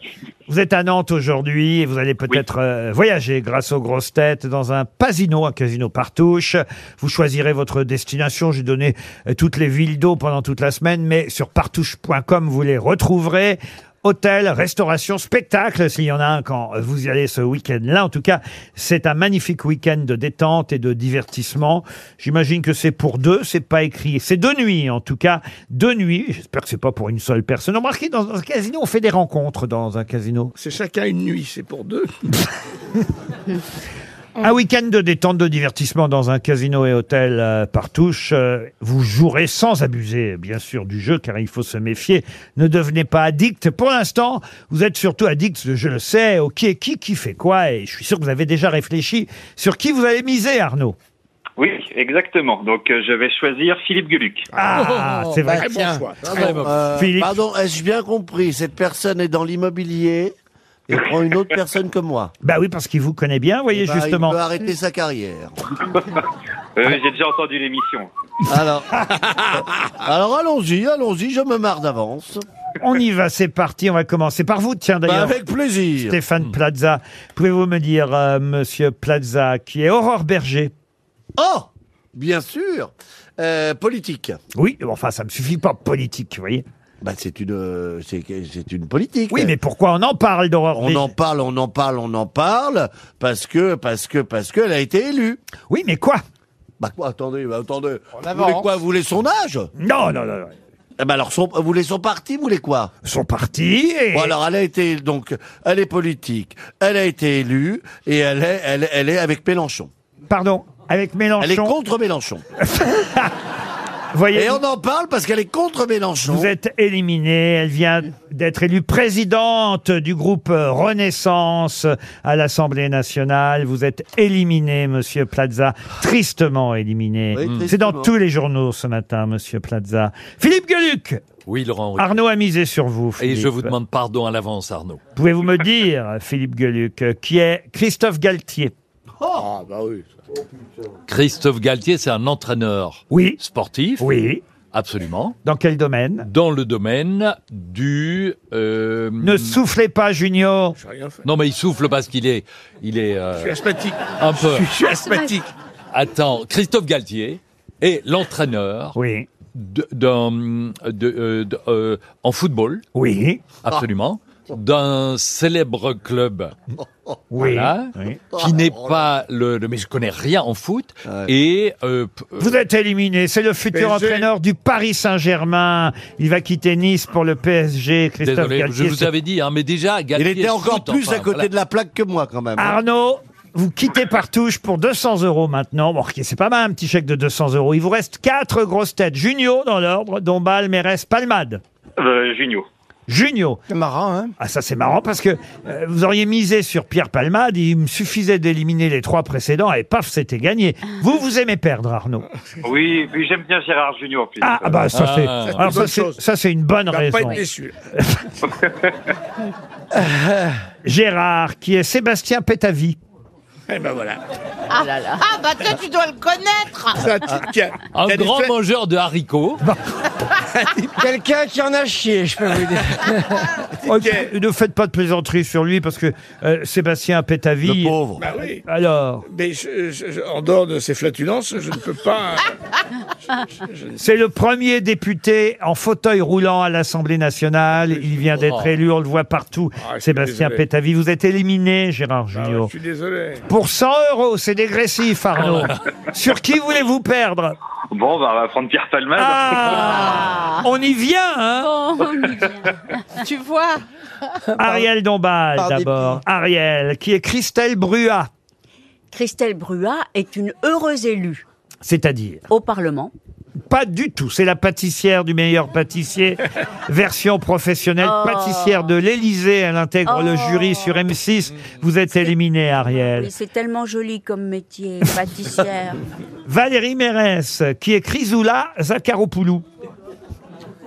Vous êtes à Nantes aujourd'hui et vous allez peut-être euh, voyager grâce aux grosses têtes dans un pasino, un casino par touche. Vous choisirez votre destination. J'ai donné euh, toutes les villes d'eau pendant toute la semaine, mais sur partouche.com, vous les retrouverez. Hôtel, restauration, spectacle, s'il y en a un quand vous y allez ce week-end-là. En tout cas, c'est un magnifique week-end de détente et de divertissement. J'imagine que c'est pour deux, c'est pas écrit. C'est deux nuits, en tout cas. Deux nuits. J'espère que c'est pas pour une seule personne. Remarquez, dans un casino, on fait des rencontres dans un casino.
C'est chacun une nuit, c'est pour deux.
Un week-end de détente, de divertissement dans un casino et hôtel euh, par touche. Euh, vous jouerez sans abuser, bien sûr, du jeu, car il faut se méfier. Ne devenez pas addict. Pour l'instant, vous êtes surtout addict, je le sais, au qui est qui, qui fait quoi. Et je suis sûr que vous avez déjà réfléchi sur qui vous allez miser, Arnaud.
Oui, exactement. Donc, euh, je vais choisir Philippe Gueluc.
Ah, c'est vrai.
Très bon choix. Très bon.
Pardon, euh,
Philippe.
pardon, ai-je bien compris Cette personne est dans l'immobilier et prend une autre personne comme moi.
Bah oui, parce qu'il vous connaît bien, vous voyez,
Bah,
justement.
Il peut arrêter sa carrière.
Euh, J'ai déjà entendu l'émission.
Alors, alors allons-y, allons-y, je me marre d'avance.
On y va, c'est parti. On va commencer par vous, tiens,
Bah,
d'ailleurs.
avec plaisir. Hmm.
Stéphane Plaza. Pouvez-vous me dire, euh, monsieur Plaza, qui est Aurore Berger
Oh Bien sûr Euh, Politique.
Oui, enfin, ça me suffit pas, politique, vous voyez.
Bah, c'est une, euh, c'est, c'est une politique.
Oui, mais pourquoi on en parle d'Aurore
On
Berger
en parle, on en parle, on en parle, parce que, parce que, parce qu'elle a été élue.
Oui, mais quoi
Bah quoi, attendez, bah, attendez. Vous
avance.
voulez quoi Vous voulez son âge
Non, non, non. non.
Eh ben alors, son- vous voulez son parti, vous voulez quoi
Son parti et-
Bon alors, elle a été, donc, elle est politique, elle a été élue, et elle est, elle, elle est avec Mélenchon.
Pardon, avec Mélenchon.
Elle est contre Mélenchon.
Vous voyez,
Et on en parle parce qu'elle est contre Mélenchon.
vous êtes éliminé. Elle vient d'être élue présidente du groupe euh, Renaissance à l'Assemblée nationale. Vous êtes éliminé, monsieur Plaza. Tristement éliminé.
Oui,
C'est dans tous
tristement.
les journaux ce matin, monsieur Plaza. Philippe Gueluc
Oui, Laurent. Ruquier.
Arnaud a misé sur vous.
Et je
Philippe.
vous demande pardon à l'avance, Arnaud.
Pouvez-vous me dire, Philippe Gueluc, euh, qui est Christophe Galtier
Ah bah oui.
Christophe Galtier, c'est un entraîneur
Oui.
sportif.
Oui.
Absolument.
Dans quel domaine
Dans le domaine du... euh,
Ne soufflez pas, Junior.
Non, mais il souffle parce qu'il est... Il est euh,
Je suis asthmatique.
un peu...
Je suis asthmatique.
Attends, Christophe Galtier est l'entraîneur
Oui.
de- d'un- de- euh, de- euh, en football,
Oui.
absolument, d'un célèbre club.
Oui.
Voilà.
Oui.
Ah,
Qui n'est
oh
pas le, le- Mais je connais rien en foot. Et. euh, p- euh,
Vous êtes éliminé. C'est le futur
PSG.
entraîneur du Paris Saint-Germain. Il va quitter Nice pour le PSG. Christophe
Désolé, je
Galtier,
vous
c'est-
avais dit, hein, mais déjà,
Il
Galtier
était encore
foot,
plus
enfin,
à côté
voilà.
de la plaque que moi, quand même.
Arnaud, vous quittez par touche pour 200 euros maintenant. Bon, ok, c'est pas mal, un petit chèque de 200 euros. Il vous reste quatre grosses têtes. Junio, dans l'ordre, Dombal, Mérès, Palmade.
Euh, Junio.
Junio. C'est marrant, hein Ah, ça, c'est marrant parce que euh, vous auriez misé sur Pierre Palmade. Il me suffisait d'éliminer les trois précédents et paf, c'était gagné. Vous, vous aimez perdre, Arnaud.
Oui, puis j'aime bien Gérard Junio en plus.
Ah, ah bah, ça, c'est. Alors, ça, c'est- ça, c'est une bonne raison.
Eh
Euh, Gérard, qui est Sébastien Pétavy.
Eh ben voilà.
Ah, ah, bah toi, tu dois le connaître.
Ah,
Un grand mangeur de haricots.
Quelqu'un qui en a chié, je peux vous dire.
Ok, Oh, Ne faites pas de plaisanterie sur lui parce que euh, Sébastien Pétavy.
Le pauvre. Bah oui.
Alors,
Mais je- je- je- en dehors de ces flatulences, je ne peux pas. hein.
c'est le premier député en fauteuil roulant à l'Assemblée nationale. Il vient d'être
Oh.
élu, on le voit partout.
Ah, je suis
Sébastien
désolé.
Pétavy, vous êtes éliminé, Gérard
Bah,
Junior.
Je suis désolé.
Pour 100 euros, c'est dégressif, Arnaud.
Ah.
sur qui voulez-vous perdre
Bon, bah, on va prendre Pierre Palmade.
Ah,
Ah.
On y vient, hein
tu vois.
Ariel Dombal,
Par dépit.
d'abord. Ariel, qui est Christelle Bruat,
Christelle Bruat est une heureuse élue
c'est-à-dire.
au Parlement.
Pas du tout. C'est la pâtissière du meilleur pâtissier, version professionnelle,
Oh.
pâtissière de l'Élysée. Elle intègre le jury sur M6. Vous êtes éliminé, Ariel.
Oui, c'est tellement joli comme métier, pâtissière.
Valérie Mérès, qui est Chrysoula Zakharopoulou.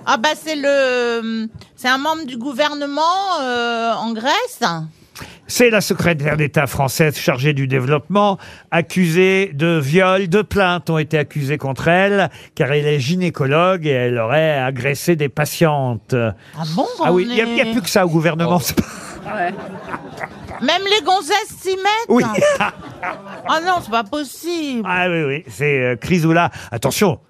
Ah bah c'est le, c'est un membre du gouvernement euh, en Grèce.
C'est la secrétaire d'État française chargée du développement, accusée de viol. Deux plaintes ont été accusées contre elle, car elle est gynécologue et elle aurait agressé des patientes. Ah
bon
Ah oui,
on
il n'y a, il y a
est-
plus que ça au gouvernement. c'est pas-
Même les gonzesses s'y mettent.
Oui.
Oh. Ah non, c'est pas possible.
Ah oui, oui, c'est euh, Chrysoula. Attention,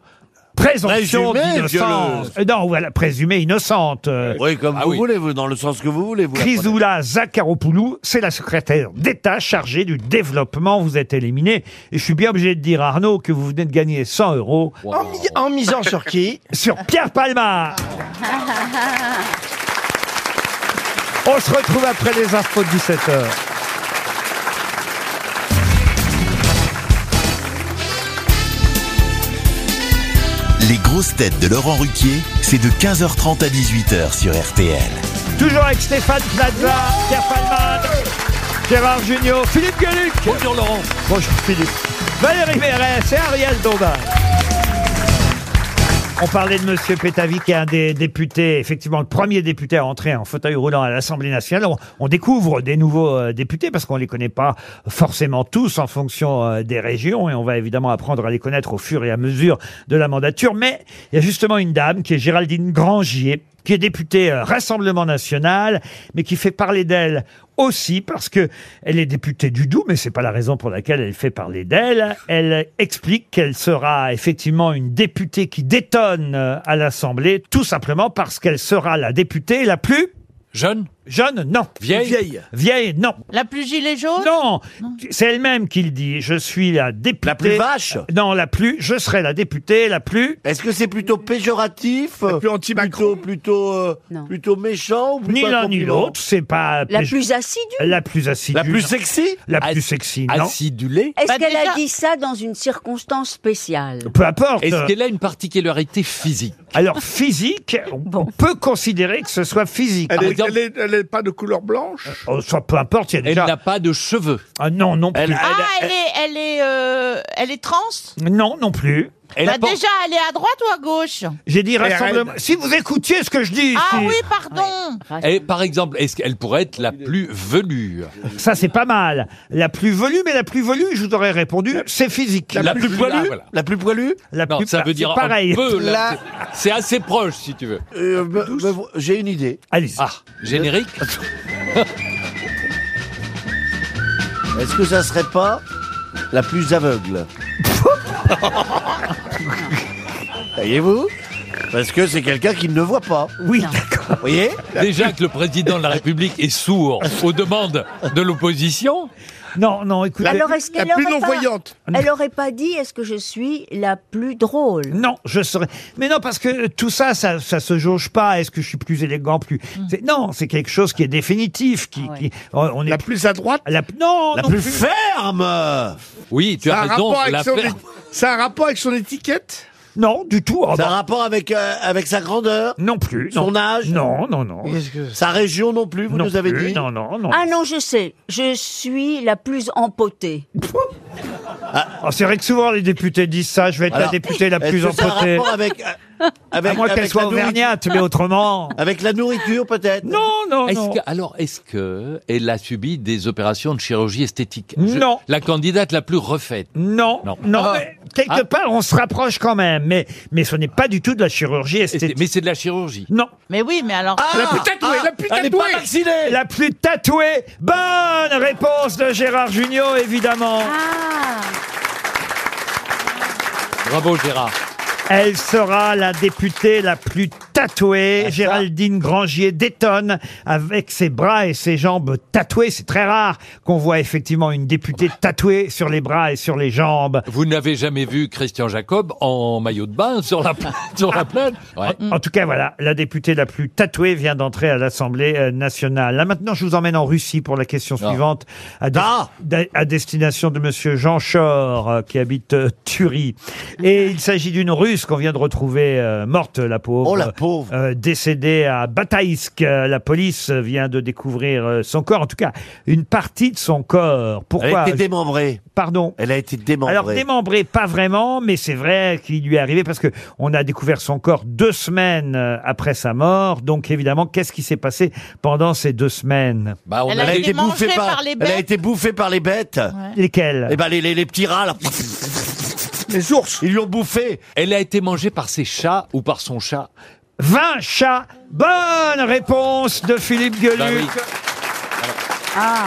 présomption
Présumée
d'innocence.
violeuse.
Euh, Non, voilà, présumée innocente. euh,
Oui, comme
Ah
vous
oui.
voulez, vous, dans le sens que vous voulez. Vous la prenez.
Chrysoula Zakharopoulou, c'est la secrétaire d'État chargée du développement. Vous êtes éliminé. Et je suis bien obligé de dire, Arnaud, que vous venez de gagner 100 euros.
En, mis- en misant sur qui
Sur Pierre Palma. On se retrouve après les infos de 17h.
Les grosses têtes de Laurent Ruquier, c'est de 15h30 à 18h sur RTL.
Toujours avec Stéphane Plaza, Pierre Palman, Gérard Junior, Philippe Gueluc.
Bonjour Laurent.
Bonjour Philippe. Valérie Mérès et Ariel Dombal. On parlait de Monsieur Pétavy, qui est un des députés, effectivement le premier député à entrer en fauteuil roulant à l'Assemblée nationale. On, on découvre des nouveaux euh, députés parce qu'on les connaît pas forcément tous en fonction euh, des régions et on va évidemment apprendre à les connaître au fur et à mesure de la mandature. Mais il y a justement une dame qui est Géraldine Grangier, qui est députée euh, Rassemblement National, mais qui fait parler d'elle aussi parce que elle est députée du Doubs, mais c'est pas la raison pour laquelle elle fait parler d'elle. Elle explique qu'elle sera effectivement une députée qui détonne euh, à l'Assemblée, tout simplement parce qu'elle sera la députée la plus
Jeune
jeune. Non,
Vieille
Vieille.
vieille. Non.
La plus gilet jaune.
Non, c'est elle-même qui le dit. Je suis la députée. Euh,
La plus vache
Non, la plus. Je serai la députée la plus.
Est-ce que c'est plutôt péjoratif euh,
Plus anti
Plutôt, plutôt, euh,
Non.
plutôt méchant ou plutôt
Ni
un
l'un ni
compliment
l'autre. C'est pas
La plus assidue.
la plus assidue.
La plus sexy
La plus sexy. Non.
Acidulé.
Est-ce
Bah,
qu'elle
déjà-
a dit ça dans une circonstance spéciale
Peu importe.
Est-ce qu'elle a une particularité physique
Alors physique, on on peut considérer que ce soit physique.
Elle n'est
exemple-
pas de couleur blanche
Oh, ça, peu importe, il y a
Elle
déjà.
n'a pas de cheveux.
Ah non, non plus.
Elle-
Ah, elle, est, elle est, euh, elle est trans.
Ah Non, non plus.
Elle
Bah,
apporte-
déjà, elle est à droite ou à gauche
J'ai dit
arrête.
rassemblement. Si vous écoutiez ce que je dis,
Ah
ici,
oui, pardon.
Et par exemple, est-ce qu'elle pourrait être la plus velue
ça c'est pas mal. La plus velue, mais la plus velue, je vous aurais répondu, c'est physique.
La plus poilue
Ah,
voilà.
La plus poilue
La
Non,
plus-
ça veut
c'est
dire un
pareil.
peu, là,
La-
c'est- C'est assez proche, si tu veux.
Euh, me- me vo- J'ai une idée.
Allez,
Ah, générique
Est-ce que ça serait pas la plus aveugle Voyez-vous Parce que c'est quelqu'un qui ne le voit pas.
Oui, d'accord.
Vous voyez
Déjà que le président de la République est sourd aux demandes de l'opposition.
Non, non, écoutez.
Alors, est-ce qu'elle aurait pas- Elle aurait pas dit est-ce que je suis la plus drôle
Non, je serais. Mais non, parce que tout ça, ça, ça se jauge pas. Est-ce que je suis plus élégant, plus.
Hmm.
c'est- Non, c'est quelque chose qui est définitif.
Ah
Qui, qui- on on est... La
plus à droite
la... Non,
La
Oh, non
plus ferme
Oui,
Ça a un rapport avec son é- ça a un rapport avec son étiquette
Non, du tout.
Ça a un rapport avec, euh, avec sa grandeur
Non plus.
Son
non.
âge
Non, non, non.
Sa région non plus, vous
Non
nous avez
plus,
dit
non, non, non.
Ah non, je sais, je suis la plus empotée.
Alors, Oh, c'est vrai que souvent les députés disent ça. Je vais être
Alors,
la députée la plus
est-ce que ça a un
empotée.
rapport avec, euh, avec-
à moins qu'elle
avec
soit
la nourriture
auvergnate, mais autrement.
Avec la nourriture, peut-être
Non, non,
Est-ce
non.
que- alors, est-ce que elle a subi des opérations de chirurgie esthétique Je-
Non.
La candidate la plus refaite.
Non, non, mais quelque
Ah.
part, on se rapproche quand même. Mais, mais ce n'est pas du tout de la chirurgie esthétique.
Mais c'est de la chirurgie.
Non.
Mais oui, mais alors. Ah
La
Ah
plus tatouée, la plus tatouée. La plus tatouée. Bonne réponse de Gérard Junior, évidemment.
Ah. Bravo Gérard.
Elle sera la députée la plus
Ah,
tatouée. Géraldine Grangier détonne avec ses bras et ses jambes tatoués. C'est très rare qu'on voit effectivement une députée tatouée sur les bras et sur les jambes.
Vous n'avez jamais vu Christian Jacob en maillot de bain sur la, pla- sur la plage Ouais.
En tout cas, voilà, la députée la plus tatouée vient d'entrer à l'Assemblée euh, nationale. Là, maintenant, je vous emmène en Russie pour la question
Ah.
suivante à, des- d'a- à destination de monsieur Jean Chor, euh, qui habite euh, Thury. Et il s'agit d'une Russe qu'on vient de retrouver euh, morte, la pauvre.
Oh, la pauvre.
euh, décédée à Bataïsk. Euh, La police vient de découvrir euh, son corps, en tout cas, une partie de son corps.
Elle
Pourquoi
a été démembrée.
Pardon
Elle a été démembrée.
alors démembré, pas vraiment, mais c'est vrai qu'il lui est arrivé parce que on a découvert son corps deux semaines euh, après sa mort. Donc évidemment, qu'est-ce qui s'est passé pendant ces deux semaines
Bah, on
Elle a
avait-
été mangée par les
elle a
bêtes.
été bouffée par les bêtes.
Lesquelles
Eh ben les, les, les petits rats, là.
les ours.
Ils lui ont bouffé.
Elle a été mangée par ses chats ou par son chat
20 chats. Bonne réponse de Philippe Gueluc.
Bah oui.
Ah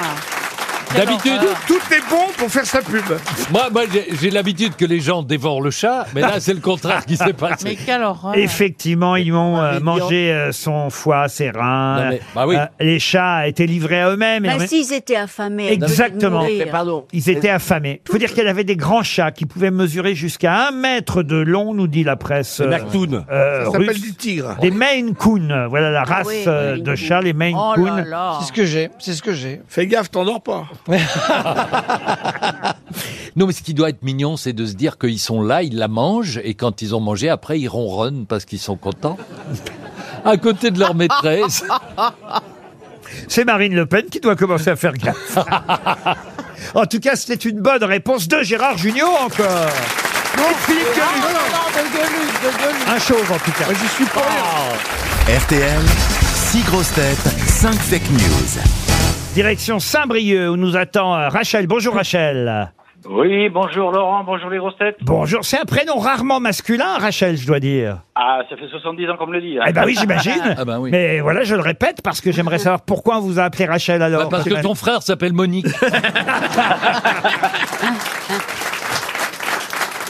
D'habitude,
Tout est bon pour faire sa pub.
moi, moi, j'ai j'ai l'habitude que les gens dévorent le chat, mais là, c'est le contraire qui s'est
Mais
passé.
quelle horreur.
Effectivement, ils ont euh,
mais
mangé euh, son foie, ses reins.
Non, mais- bah oui.
Euh, les chats étaient livrés à eux-mêmes. Et en
Bah
même-
s'ils étaient affamés. elle devait
Exactement.
mourir.
Mais pardon.
Ils étaient affamés. Il faut dire qu'elle avait des grands chats qui pouvaient mesurer jusqu'à un mètre de long, nous dit la presse. euh,
Mactoun.
euh,
Ça s'appelle
russe.
du tigre.
Des Maine Coon, voilà la race
oui,
euh,
Maine
de
Coon.
chats, les Maine
Oh
Coon.
là là.
C'est ce que j'ai, c'est ce que j'ai.
Fais gaffe, t'endors pas.
Non, mais ce qui doit être mignon, c'est de se dire qu'ils sont là, ils la mangent, et quand ils ont mangé, après, ils ronronnent parce qu'ils sont contents. À côté de leur maîtresse.
C'est Marine Le Pen qui doit commencer à faire gaffe. en tout cas, c'était une bonne réponse de Gérard Junior encore. Et de Philippe Gueluc. Un chauve en tout cas. Oh.
Moi, j'y suis pas.
RTL, 6 grosses têtes, 5 fake news.
Direction Saint-Brieuc où nous attend euh, Rachel. Bonjour Rachel.
Oui, bonjour Laurent, bonjour les grosses têtes.
Bonjour. C'est un prénom rarement masculin, Rachel, je dois dire.
Ah, ça fait 70 ans qu'on me le dit. hein.
Eh ben oui, j'imagine.
Ah ben oui.
Mais voilà, je le répète parce que j'aimerais savoir pourquoi on vous a appelé Rachel alors.
Bah, parce que ton frère s'appelle Monique.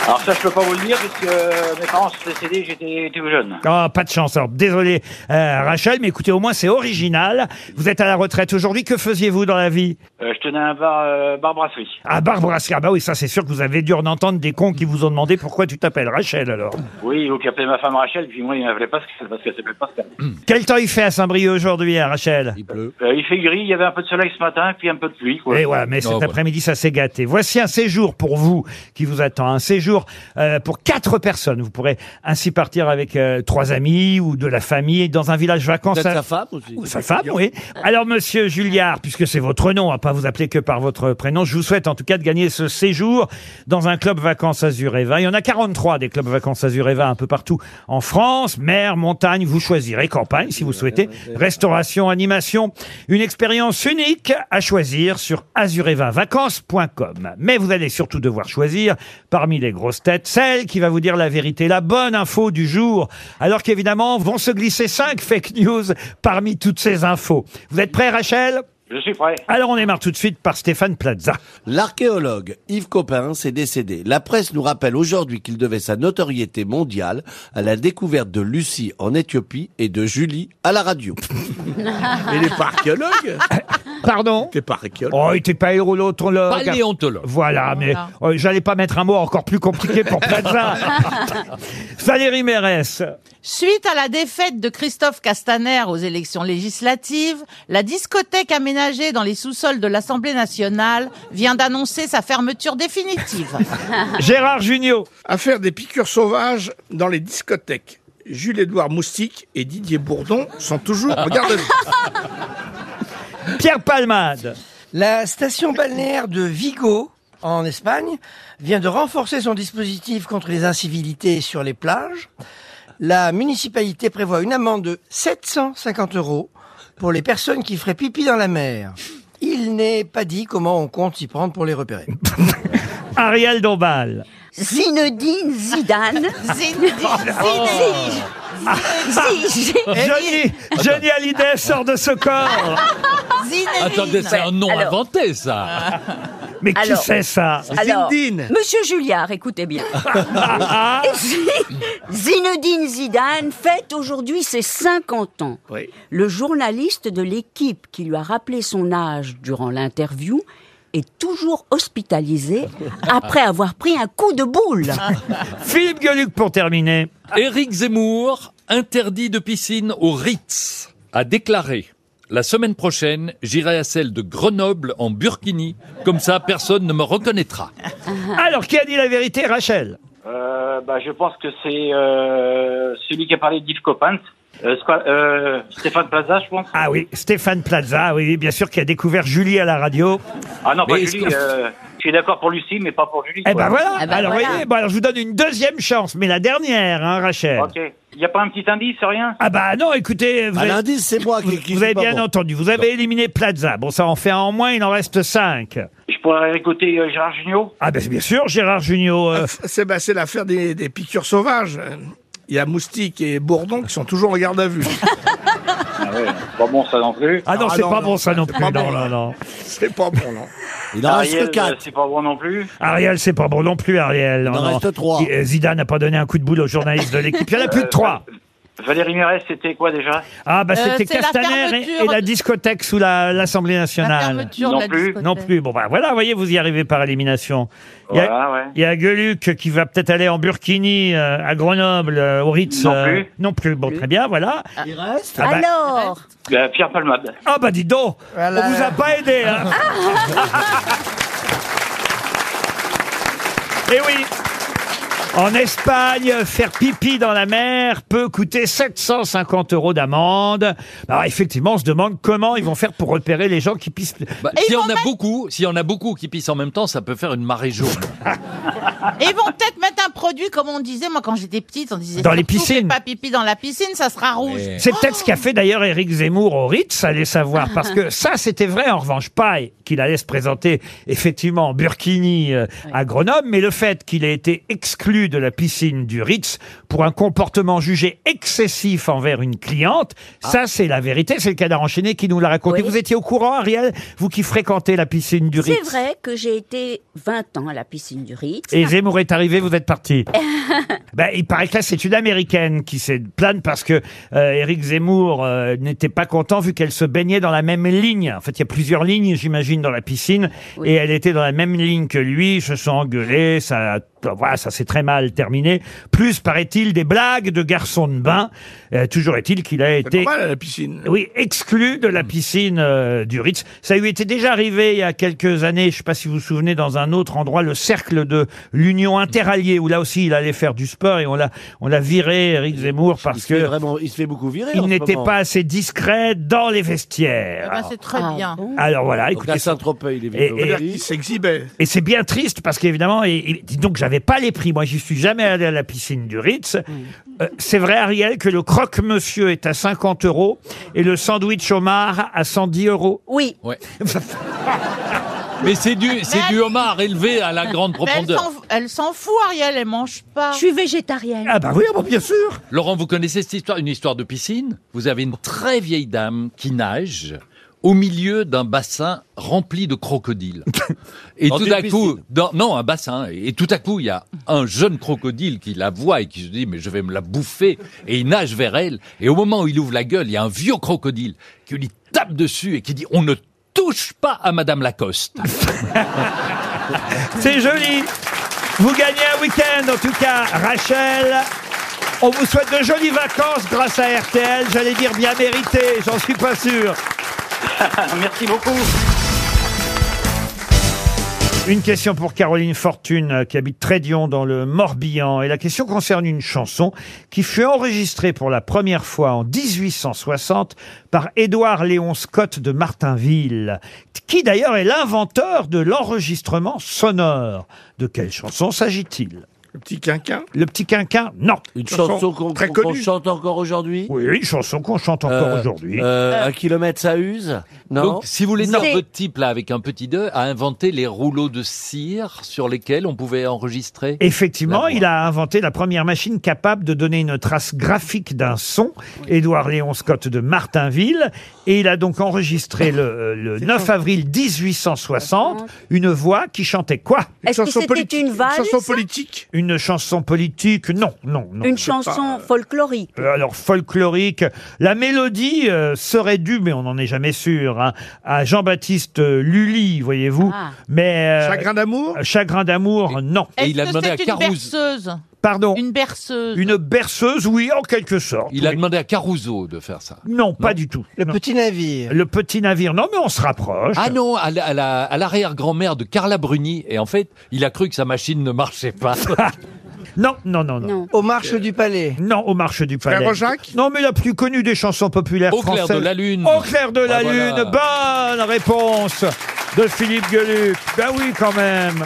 Alors ça, je peux pas vous le dire, puisque euh, mes parents sont décédés, j'étais tout jeune.
Ah, pas de chance. Alors, désolé, euh, Rachel, mais écoutez, au moins c'est original. Vous êtes à la retraite aujourd'hui. Que faisiez-vous dans la vie
Euh, je tenais un bar, euh, bar brasserie.
Ah, Barbara Scar. Bah oui, ça c'est sûr que vous avez dû en entendre des cons qui vous ont demandé pourquoi tu t'appelles Rachel alors.
Hmm.
Oui, vous qui appelez ma femme Rachel, puis moi, il m'appelait Pascal, parce qu'elle s'appelle Pascal.
Mm.
Quel temps il fait à Saint-Brieuc aujourd'hui, hein, Rachel
Il pleut.
Euh, il fait gris, il y avait un peu de soleil ce matin, puis un peu de pluie. Quoi.
Et voilà, Eh mais cet
Oh,
bah.
voilà.
après-midi, ça s'est gâté. Voici un séjour pour vous qui vous attend. Un séjour euh, pour quatre personnes. Vous pourrez ainsi partir avec euh, trois amis ou de la famille dans un village vacances.
Peut-être
à-
sa femme aussi.
Ou sa femme, oui. Alors, monsieur Julliard, puisque c'est votre nom, à pas vous appeler que par votre prénom, je vous souhaite en tout cas de gagner ce séjour dans un club vacances Azureva. Il y en a 43 des clubs vacances Azureva un peu partout en France. Mer, montagne, vous choisirez, campagne si vous souhaitez, restauration, animation. Une expérience unique à choisir sur azurevavacances.com. Mais vous allez surtout devoir choisir parmi les grosses têtes celle qui va vous dire la vérité, la bonne info du jour. Alors qu'évidemment, vont se glisser cinq fake news parmi toutes ces infos. Vous êtes prêts, Rachel
Je suis prêt.
Alors on démarre tout de suite par Stéphane Plaza.
L'archéologue Yves Copin s'est décédé. La presse nous rappelle aujourd'hui qu'il devait sa notoriété mondiale à la découverte de Lucie en Éthiopie et de Julie à la radio.
Mais il est pas archéologue
Pardon
T'es pas archéologue
Oh, il était pas hérodontologue.
Paléontologue.
Voilà, mais
Voilà.
euh, j'allais pas mettre un mot encore plus compliqué pour Plaza. Valérie Mérès.
Suite à la défaite de Christophe Castaner aux élections législatives, la discothèque aménagée dans les sous-sols de l'Assemblée nationale vient d'annoncer sa fermeture définitive.
Gérard Junior.
À faire des piqûres sauvages dans les discothèques. Jules-Édouard Moustique et Didier Bourdon sont toujours en garde à vue.
Pierre Palmade.
La station balnéaire de Vigo, en Espagne, vient de renforcer son dispositif contre les incivilités sur les plages. La municipalité prévoit une amende de 750 euros pour les personnes qui feraient pipi dans la mer. Il n'est pas dit comment on compte s'y prendre pour les repérer.
Ariel Dombal.
Zinedine Zidane. Zinedine.
Johnny, Johnny Hallyday sort de ce corps.
Ah, Attendez, c'est
oh
un nom
Ouais, alors-
inventé, ça.
Mais qui c'est, ça
alors,
Zinedine.
Monsieur Julliard, écoutez bien. Zinedine Zidane fête aujourd'hui ses 50 ans. Le journaliste de l'équipe qui lui a rappelé son âge durant l'interview est toujours hospitalisé après avoir pris un coup de boule.
Philippe Gueluc pour terminer.
Éric Zemmour, interdit de piscine au Ritz, a déclaré La semaine prochaine, j'irai à celle de Grenoble en Burkini, comme ça personne ne me reconnaîtra.
Alors, qui a dit la vérité, Rachel
Euh, bah, je pense que c'est euh, celui qui a parlé d'Yves Copin. Euh, Squa- euh, Stéphane Plaza, je pense.
Ah oui, Stéphane Plaza, oui, bien sûr, qui a découvert Julie à la radio.
Ah non, pas
Mais est-ce
Julie.
que-
euh, je suis d'accord pour Lucie, mais pas pour Julie.
Eh
quoi.
ben voilà. alors, voyez, bon, alors, je vous donne une deuxième chance, mais la dernière, hein, Rachel.
Ok. Il n'y a pas un petit indice, rien
Ah bah non, écoutez, vous
Un
avez-
indice, c'est moi qui-
vous-
qui
Vous
suis
avez
pas
bien
bon.
entendu, vous avez éliminé Plaza. Bon, ça en fait un en moins, il en reste cinq.
Je pourrais écouter euh, Gérard Junior
Ah ben bien sûr, Gérard Junior. euh,
C'est bah, c'est l'affaire des, des piqûres sauvages. Il y a Moustique et Bourdon qui sont toujours en garde à vue.
Ah ouais, pas bon ça non plus.
Ah non, c'est pas bon ben. ça non plus.
pas
Non,
bon.
non, non.
C'est pas bon, non.
Il en reste que quatre. C'est pas bon non plus.
Ariel, c'est pas bon non plus, Ariel. Non,
en
non.
reste trois.
I- euh, Zidane n'a pas donné un coup de boule aux journalistes de l'équipe. Il y en a plus de
Euh,
trois.
Valérie Mérès, c'était quoi déjà
Ah bah
Euh,
c'était
c'est la
Castaner et- et,
fermeture-
la discothèque sous la- l'Assemblée nationale.
fermeture de Non la plus. discothèque.
Non plus. Bon bah voilà, voyez, vous y arrivez par élimination. Il y a,
Voilà, ouais.
il y a Gueluc qui va peut-être aller en Burkini, euh, à Grenoble, euh, au Ritz.
Non
euh,
plus.
non plus. Bon, très bien, voilà.
Il reste
Ah bah-
Alors
Euh, Pierre Palmade.
Ah bah dis donc, on vous a pas aidé. hein.
Ah,
Eh oui en Espagne, faire pipi dans la mer peut coûter 750 euros d'amende. Alors effectivement, on se demande comment ils vont faire pour repérer les gens qui pissent.
Bah, s'il y en a beaucoup, s'il y en a beaucoup qui pissent en même temps, ça peut faire une marée jaune.
Et ils vont peut-être mettre un produit, comme on disait, moi quand j'étais petite, on disait
Dans les
surtout, fais
piscines.
pas pipi dans la piscine, ça sera rouge.
C'est peut-être ce qu'a fait d'ailleurs Éric Zemmour au Ritz, allez savoir, parce que ça c'était vrai en revanche, pas qu'il allait se présenter effectivement en Burkini euh, à Grenoble, mais le fait qu'il ait été exclu de la piscine du Ritz pour un comportement jugé excessif envers une cliente, ça c'est la vérité, c'est le cadavre enchaîné qui nous l'a raconté. Vous étiez au courant Ariel, vous qui fréquentez la piscine du
C'est
Ritz
vrai que j'ai été 20 ans à la piscine du Ritz.
et Zemmour est arrivé, vous êtes parti. Ben, il paraît que là, c'est une américaine qui s'est plainte parce que euh, Eric Zemmour euh, n'était pas content vu qu'elle se baignait dans la même ligne. En fait, il y a plusieurs lignes, j'imagine, dans la piscine. Et elle était dans la même ligne que lui. Ils se sont engueulés. Ça, voilà, ça s'est très mal terminé. Plus, paraît-il, des blagues de garçons de bain. Euh, toujours est-il qu'il a été.
normal, à la piscine.
Oui, exclu de la piscine euh, du Ritz. Ça lui était déjà arrivé il y a quelques années, je ne sais pas si vous vous souvenez, dans un autre endroit, le cercle de l'Union Interalliée, où là aussi il allait faire du sport et on l'a, on l'a viré, Eric Zemmour, parce que
il se fait beaucoup virer.
il
en ce
n'était
moment.
pas assez discret dans les
Eh
Ah,
vestiaires.
ben, c'est très bien.
Ah. Alors voilà,
Donc,
écoutez.
à Saint-Tropez, il est
Et- et-
venu.
Il s'exhibait.
Et c'est bien triste parce qu'évidemment, et- et dis donc j'avais pas les prix. Moi, j'y suis jamais allé à la piscine du Ritz. Euh, c'est vrai, Ariel, que le croque-monsieur est à 50 euros et le sandwich homard à 110 euros.
Oui.
Ouais. Mais c'est du, c'est du homard élevé à la grande
Mais elle
profondeur.
s'en- Elle s'en fout, Ariel, elle mange pas. Je
suis végétarienne.
Ah bah oui, bien sûr.
Laurent, vous connaissez cette histoire, une histoire de piscine Vous avez une très vieille dame qui nage au milieu d'un bassin rempli de crocodiles. Et
Dans
tout
une
à coup,
piscine.
dans- non, un bassin. Et tout à coup, il y a un jeune crocodile qui la voit et qui se dit, mais je vais me la bouffer. Et il nage vers elle. Et au moment où il ouvre la gueule, il y a un vieux crocodile qui lui tape dessus et qui dit, on ne touche pas à Madame Lacoste.
C'est joli. Vous gagnez un week-end, en tout cas, Rachel. On vous souhaite de jolies vacances grâce à RTL. J'allais dire bien méritées, j'en suis pas sûr.
Ah, Merci beaucoup.
Une question pour Caroline Fortune, euh, qui habite Trédion dans le Morbihan. Et la question concerne une chanson qui fut enregistrée pour la première fois en 1860 par Édouard Léon Scott de Martinville, qui d'ailleurs est l'inventeur de l'enregistrement sonore. De quelle chanson s'agit-il Le petit quinquin Le petit quinquin, non.
Une chanson qu'on
très
qu'on
connue.
chante encore aujourd'hui
Oui, une chanson qu'on chante encore
Euh,
aujourd'hui.
euh, Un kilomètre, ça use Non
Donc, si vous voulez
Non.
dire, votre type, là, avec un petit 2, a inventé les rouleaux de cire sur lesquels on pouvait enregistrer
Effectivement, il a inventé la première machine capable de donner une trace graphique d'un son, Édouard Léon Scott de Martinville, et il a donc enregistré le, euh, le 9 avril 1860 une voix qui chantait quoi
Est-ce que c'était une valse
politique Une chanson politique Non, non, non.
Une
je sais pas.
chanson folklorique
Euh, Alors folklorique, la mélodie euh, serait due, mais on n'en est jamais sûr, hein, à Jean-Baptiste euh, Lully, voyez-vous.
Ah.
Mais
Chagrin
d'amour. Chagrin d'amour, non.
Est-ce que c'est une berceuse
Pardon.
Une berceuse.
Une berceuse, oui, en quelque sorte.
Il a demandé à Caruso de faire ça.
Non, pas du tout. Le petit navire. Le petit navire. Non, mais on se rapproche.
Ah non, à la- à la- à l'arrière-grand-mère de Carla Bruni. Et en fait, il a cru que sa machine ne marchait pas.
Non, non, non, non.
Aux marches du palais.
Non, aux marches du palais.
Frère
Jacques Non, mais la plus connue des chansons populaires
Au clair
françaises.
de la lune.
Au clair de la
Ouais, voilà.
lune. Bonne réponse de Philippe Gueluc. Ben oui, quand même.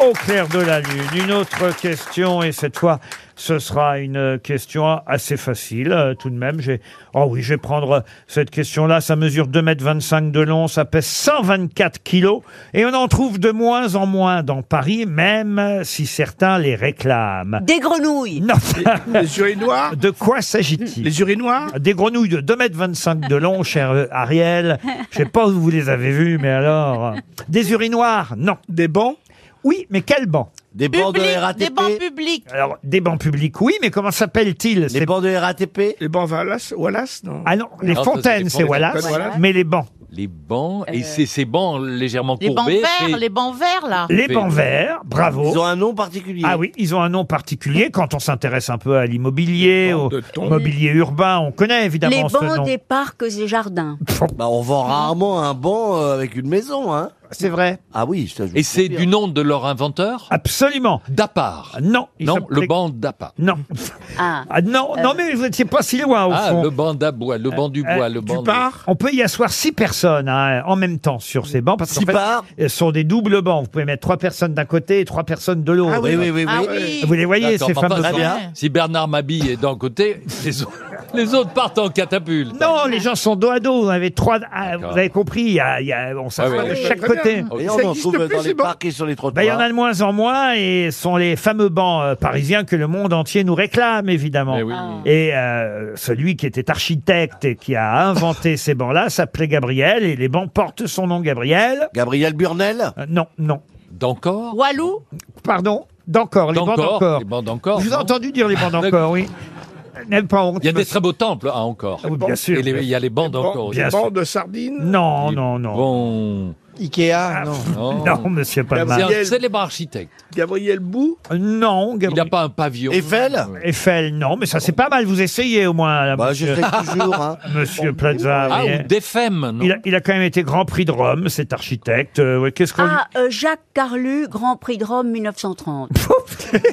Au clair de la lune. Une autre question, et cette fois, ce sera une question assez facile, euh, tout de même. J'ai, oh oui, je vais prendre euh, cette question-là. Ça mesure 2,25 m de long, ça pèse 124 kilos, et on en trouve de moins en moins dans Paris, même euh, si certains les réclament.
Des grenouilles
Non. Les urinoirs De quoi s'agit-il Les urinoirs Des grenouilles de 2,25 m de long, cher euh, Ariel. Je sais pas où vous les avez vues, mais alors... euh, Des urinoirs Non. Des bancs Oui, mais quels bancs Des
Public, des bancs publics.
Alors, des bancs publics, oui, mais comment s'appellent-ils Les bancs de RATP Les bancs Wallace, non Ah non, les
Alors, ça, c'est
fontaines,
les
c'est
fontaines.
Wallace,
Wallace.
mais les bancs.
Les bancs, et c'est ces bancs légèrement
Euh. Les bancs
courbés.
verts,
fait-
les bancs verts, là.
Les bancs verts, bravo.
Ils
ont un nom particulier. Ah oui, ils ont un nom particulier. Quand on s'intéresse un peu à l'immobilier, au mobilier urbain, on connaît évidemment
Les
ce nom.
bancs des parcs et jardins.
Bah, on vend rarement un banc euh, avec une maison, hein.
C'est vrai.
Ah oui, je te
Et c'est du nom de leur inventeur
Absolument. Ah,
Dapart.
Non.
Non, le banc d'Apa.
Non.
Ah,
Ah non,
Euh.
non mais vous n'étiez pas si loin au
Ah,
fond.
le banc d'Abois, le banc du bois,
Euh,
le
tu
banc. de-
pars On peut y asseoir six personnes hein, en même temps sur ces bancs parce qu'en
Six
fait, euh,
parts
ce sont des doubles bancs. Vous pouvez mettre trois personnes d'un côté et trois personnes de l'autre.
Ah oui, oui, oui, Ah oui. oui.
Vous les voyez
D'accord,
ces
mais enfin,
fameux
si- Si Bernard Mabille est d'un côté, les, autres- les autres partent en catapulte.
Non, les gens sont dos à dos. Vous avez trois. ah, vous avez compris. il y a- il y a- on s'assoit
Ah oui,
de
oui,
chaque
très
côté.
bien.
Et on en trouve dans les parcs et sur les
Ben,
trottoirs.
il y en a de moins en moins et ce sont les fameux bancs euh, parisiens que le monde entier nous réclame évidemment.
Eh oui. Ah.
Et euh, celui qui était architecte et qui a inventé ces bancs-là s'appelait Gabriel et les bancs portent son nom Gabriel. Euh,
Gabriel Burnel
Non, non.
D'encore
Walou
Pardon D'encore, les bancs
D'Encore,
d'encore.
les bancs d'Encore,
Je vous ai
non
entendu dire les bancs d'encore, Ah oui. N'aime pas honte.
Il y a des très beaux temples à encore.
Ah oui, bien sûr.
Et les- il y a les bancs d'encore.
bien sûr.
de sardines
Non, non, non.
Bon. Ah,
Ikea, non. Non, monsieur Palma.
Oh. C'est un célèbre architecte.
Gabriel Bou
Euh, Non,
Il n'a pas un pavillon.
Eiffel Eiffel, non, mais ça c'est pas mal, vous essayez au moins. Là,
Bah,
monsieur-
j'essaie toujours, hein.
Monsieur Plaza.
Ah,
vous voyez.
ou d'Efem, non
il, a, il a quand même été Grand Prix de Rome, cet architecte. Euh, ouais, Qu'est-ce qu'on
Ah, euh, Jacques Carlu, Grand Prix de Rome 1930.
lui...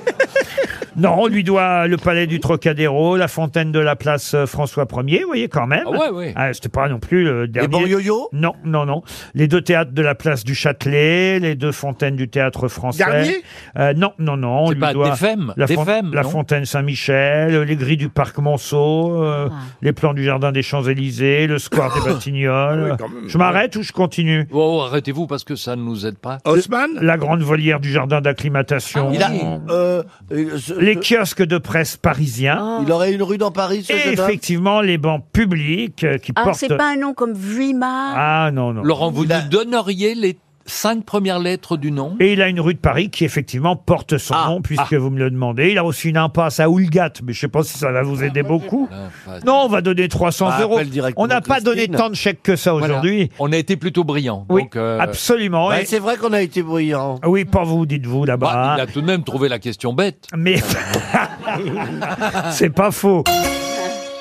Non, on lui doit le palais du Trocadéro, la fontaine de la place euh, François 1er, vous voyez quand même.
Ah ouais, ouais.
Ah, c'était pas non plus le dernier.
banlieues yo-yo
Non, non, non. Les deux théâtres de la place du Châtelet, les deux fontaines du théâtre français.
Garnier
Euh, Non, non, non. on
C'est
lui
pas
doit
Desfem
la, fon-
Desfem,
la
non
fontaine Saint-Michel, les grilles du parc Monceau, euh, les plans du jardin des Champs-Élysées, le square des Batignolles. je m'arrête ou je continue
Oh, arrêtez-vous parce que ça ne nous aide pas.
La grande volière du jardin
Ah
d'acclimatation.
Il a- euh, euh, ce-
les kiosques de presse parisiens.
Ah. Il aurait une rue dans Paris, ce
Et
jeune homme
effectivement, les bancs publics euh, qui
Ah,
portent...
c'est pas un nom comme Vuimard
Ah non, non.
Laurent, vous
Il a-
nous donneriez les cinq premières lettres du nom Ah.
Et il a une rue de Paris qui effectivement porte son nom, puisque vous me le demandez. Il a aussi une impasse à Oulgate, mais je sais pas si ça va vous aider beaucoup.
Ah,
Ah,
Non, on va donner 300
Bah,
euros.
appelle directement
On n'a pas donné
Christine.
tant de chèques que ça
Voilà.
aujourd'hui.
On a été plutôt brillants.
Oui,
donc, euh,
absolument.
bah, c'est-
C'est vrai qu'on a été bruyant.
Oui, pas vous, dites-vous là-bas. hein.
bah, il a tout de même trouvé la question bête.
Mais c'est pas faux.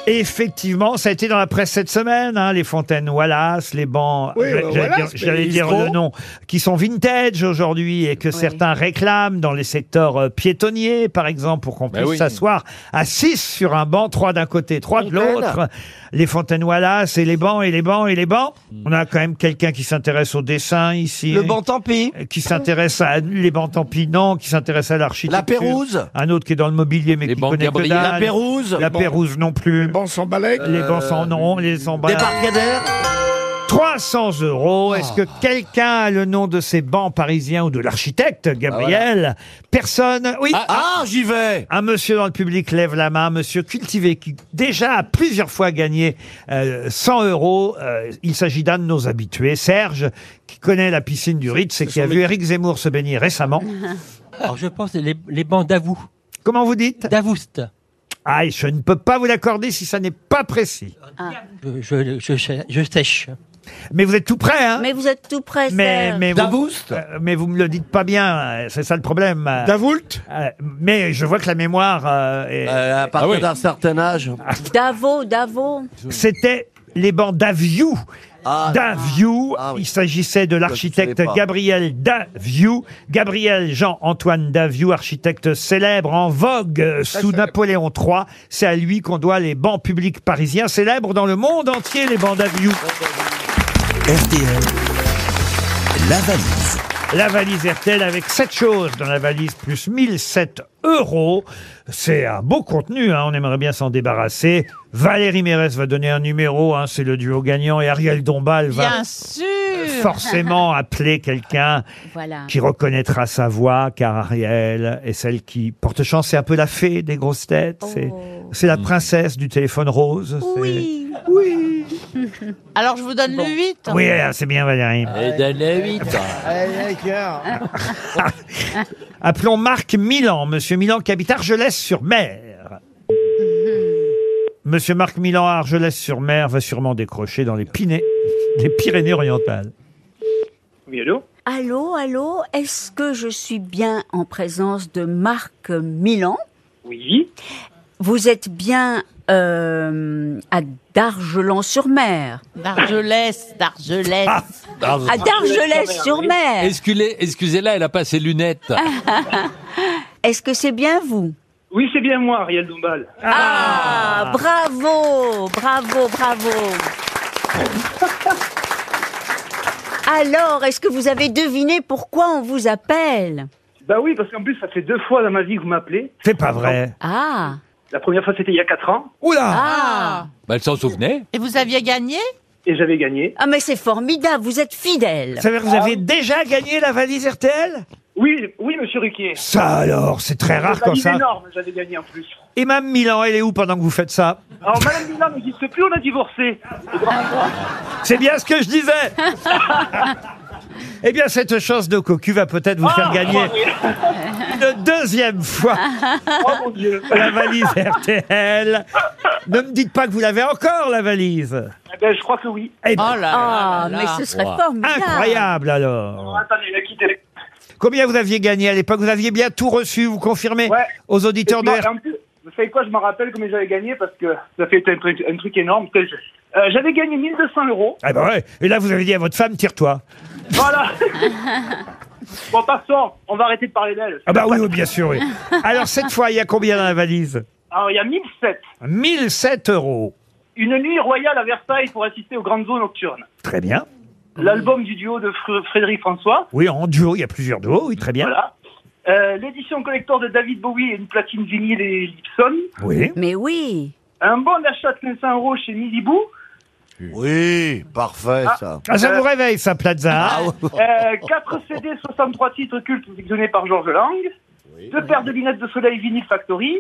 Et Effectivement, ça a été dans la presse cette semaine, hein, les fontaines Wallace, les bancs,
Oui,
j'allais
bah,
j'allais
Wallace,
dire, j'allais
mais
dire
Lisseron.
le nom, qui sont vintage aujourd'hui et que certains réclament dans les secteurs euh, piétonniers, par exemple, pour qu'on
Bah
puisse
oui.
s'asseoir à six sur un banc, trois d'un côté, trois de
Fontaine.
l'autre. Les fontaines Wallace et les bancs et les bancs et les bancs. On a quand même quelqu'un qui s'intéresse au dessin ici. Euh,
Le banc tant pis.
Qui s'intéresse à les bancs tant pis, non, qui s'intéresse à l'architecture.
La Pérouse.
Un autre qui est dans le mobilier, mais qui
bancs
connaît que
Gabriel.
dalle.
La Pérouse.
La
Les bancs-
Pérouse non plus. Les bancs
sans balai.
Les bancs sans nom, les sans balai. 300 euros.
Ah.
Est-ce que quelqu'un a le nom de ces bancs parisiens ou de l'architecte, Gabriel Personne. Oui.
Ah, ah, j'y vais.
Un monsieur dans le public lève la main, monsieur cultivé qui déjà a plusieurs fois gagné euh, 100 euros. Euh, il s'agit d'un de nos habitués, Serge, qui connaît la piscine du Ritz et qui a vu Eric Zemmour se baigner récemment.
Alors je pense les, les bancs d'Avou.
Comment vous dites
D'Avoust.
Ah, et je ne peux pas vous l'accorder si ça n'est pas précis.
Ah.
Je, je, je- je sèche.
Mais vous êtes tout prêt, hein
Mais vous êtes tout près,
Mais,
Serge.
mais vous, euh, mais vous me le dites pas bien, euh, c'est ça le problème. Davoult Mais je vois que la mémoire euh, est...
à partir Ah oui. d'un certain âge.
Davo, Davo.
C'était les bancs d'Aviou.
Ah.
Daviou, il s'agissait de l'architecte
savais pas.
Gabriel Daviou, Gabriel Jean-Antoine Daviou, architecte célèbre en vogue euh, sous Napoléon III. C'est à lui qu'on doit les bancs publics parisiens, célèbres dans le monde entier, les bancs d'Aviou.
RTL, la valise.
La valise RTL avec 7 choses dans la valise plus 1007 euros. C'est un beau contenu, hein, on aimerait bien s'en débarrasser. Valérie Mérès va donner un numéro, hein, c'est le duo gagnant, et Ariel Dombal va
Bien sûr
forcément appeler quelqu'un
Voilà.
qui reconnaîtra sa voix, car Ariel est celle qui porte chance. C'est un peu la fée des grosses têtes. C'est,
Oh.
c'est la princesse du téléphone rose. c'est-
Oui
Oui
Alors je vous donne le 8.
Oui, ah, c'est bien Valérie. Appelons Marc Milan, monsieur Milan qui habite Argelès-sur-Mer. Monsieur Marc Milan à Argelès-sur-Mer va sûrement décrocher dans les Pyrénées, les Pyrénées-Orientales.
Oui, allô
Allô, allô, est-ce que je suis bien en présence de Marc Milan
Oui.
Vous êtes bien euh, à Dargelans-sur-Mer
D'Argelès, d'Argelès.
Ah.
Ah,
À
Ah.
Dargelès-sur-Mer
Excusez- Excusez-la, elle a pas ses lunettes.
Ah. Est-ce que c'est bien vous
Oui, c'est bien moi, Ariel Dombal.
Ah, bravo, bravo, bravo Alors, est-ce que vous avez deviné pourquoi on vous appelle
Bah oui, parce qu'en plus, ça fait deux fois dans ma vie que vous m'appelez.
C'est pas vrai.
Ah
La première fois, c'était il y a quatre ans.
Ah
Bah, elle s'en souvenait.
Et vous aviez gagné
Et j'avais gagné.
Ah, mais c'est formidable, vous êtes fidèle
Ça veut dire que vous avez déjà gagné la valise RTL
Oui, oui, monsieur Ruquier.
Ça alors, c'est très rare comme ça.
énorme, j'avais gagné en plus.
Et Mme Milan, elle est où pendant que vous faites ça
Alors, Madame Milan n'existe plus, on a divorcé. Eh
C'est bien ce que je disais Eh bien, cette chance de cocu va peut-être vous
Ah,
faire
Ah,
oh,
gagner une deuxième fois la valise RTL. Ne me dites pas que vous l'avez encore, la valise
Eh ben, je crois que oui.
Eh ben,
Ah, mais ce serait
Wow.
formidable
Incroyable, alors
Oh, attendez, il a quitté les-
Combien vous aviez gagné à l'époque Vous aviez bien tout reçu, vous confirmez aux auditeurs
Et
de
puis,
RTL
en plus, vous savez quoi, je me rappelle combien j'avais gagné parce que ça fait un truc, un truc énorme. que je- Euh, j'avais gagné 1200 euros.
Ah bah ouais. Et là, vous avez dit à votre femme, tire-toi.
Voilà. bon, passons. On va arrêter de parler d'elle.
Ah bah oui, oui, bien sûr, oui. Alors, cette fois, il y a combien dans la valise
Alors, il y a 1007.
1007 euros.
Une nuit royale à Versailles pour assister aux grandes eaux nocturnes.
Très bien.
l'album du duo de Fr- Frédéric François.
Oui, en duo, il y a plusieurs duos, oui, très bien.
Voilà. Euh, L'édition collector de David Bowie et une platine vinyle et Gibson.
Oui.
Mais oui.
Un bon d'achat de 500 euros chez Midibou.
Oui, parfait ça. Ah,
Ah, ça vous réveille, ça, Plaza. hein,
Euh, 4 CD, 63 titres cultes sélectionnés par Georges Lang. Deux paires de lunettes de soleil Vinyl Factory.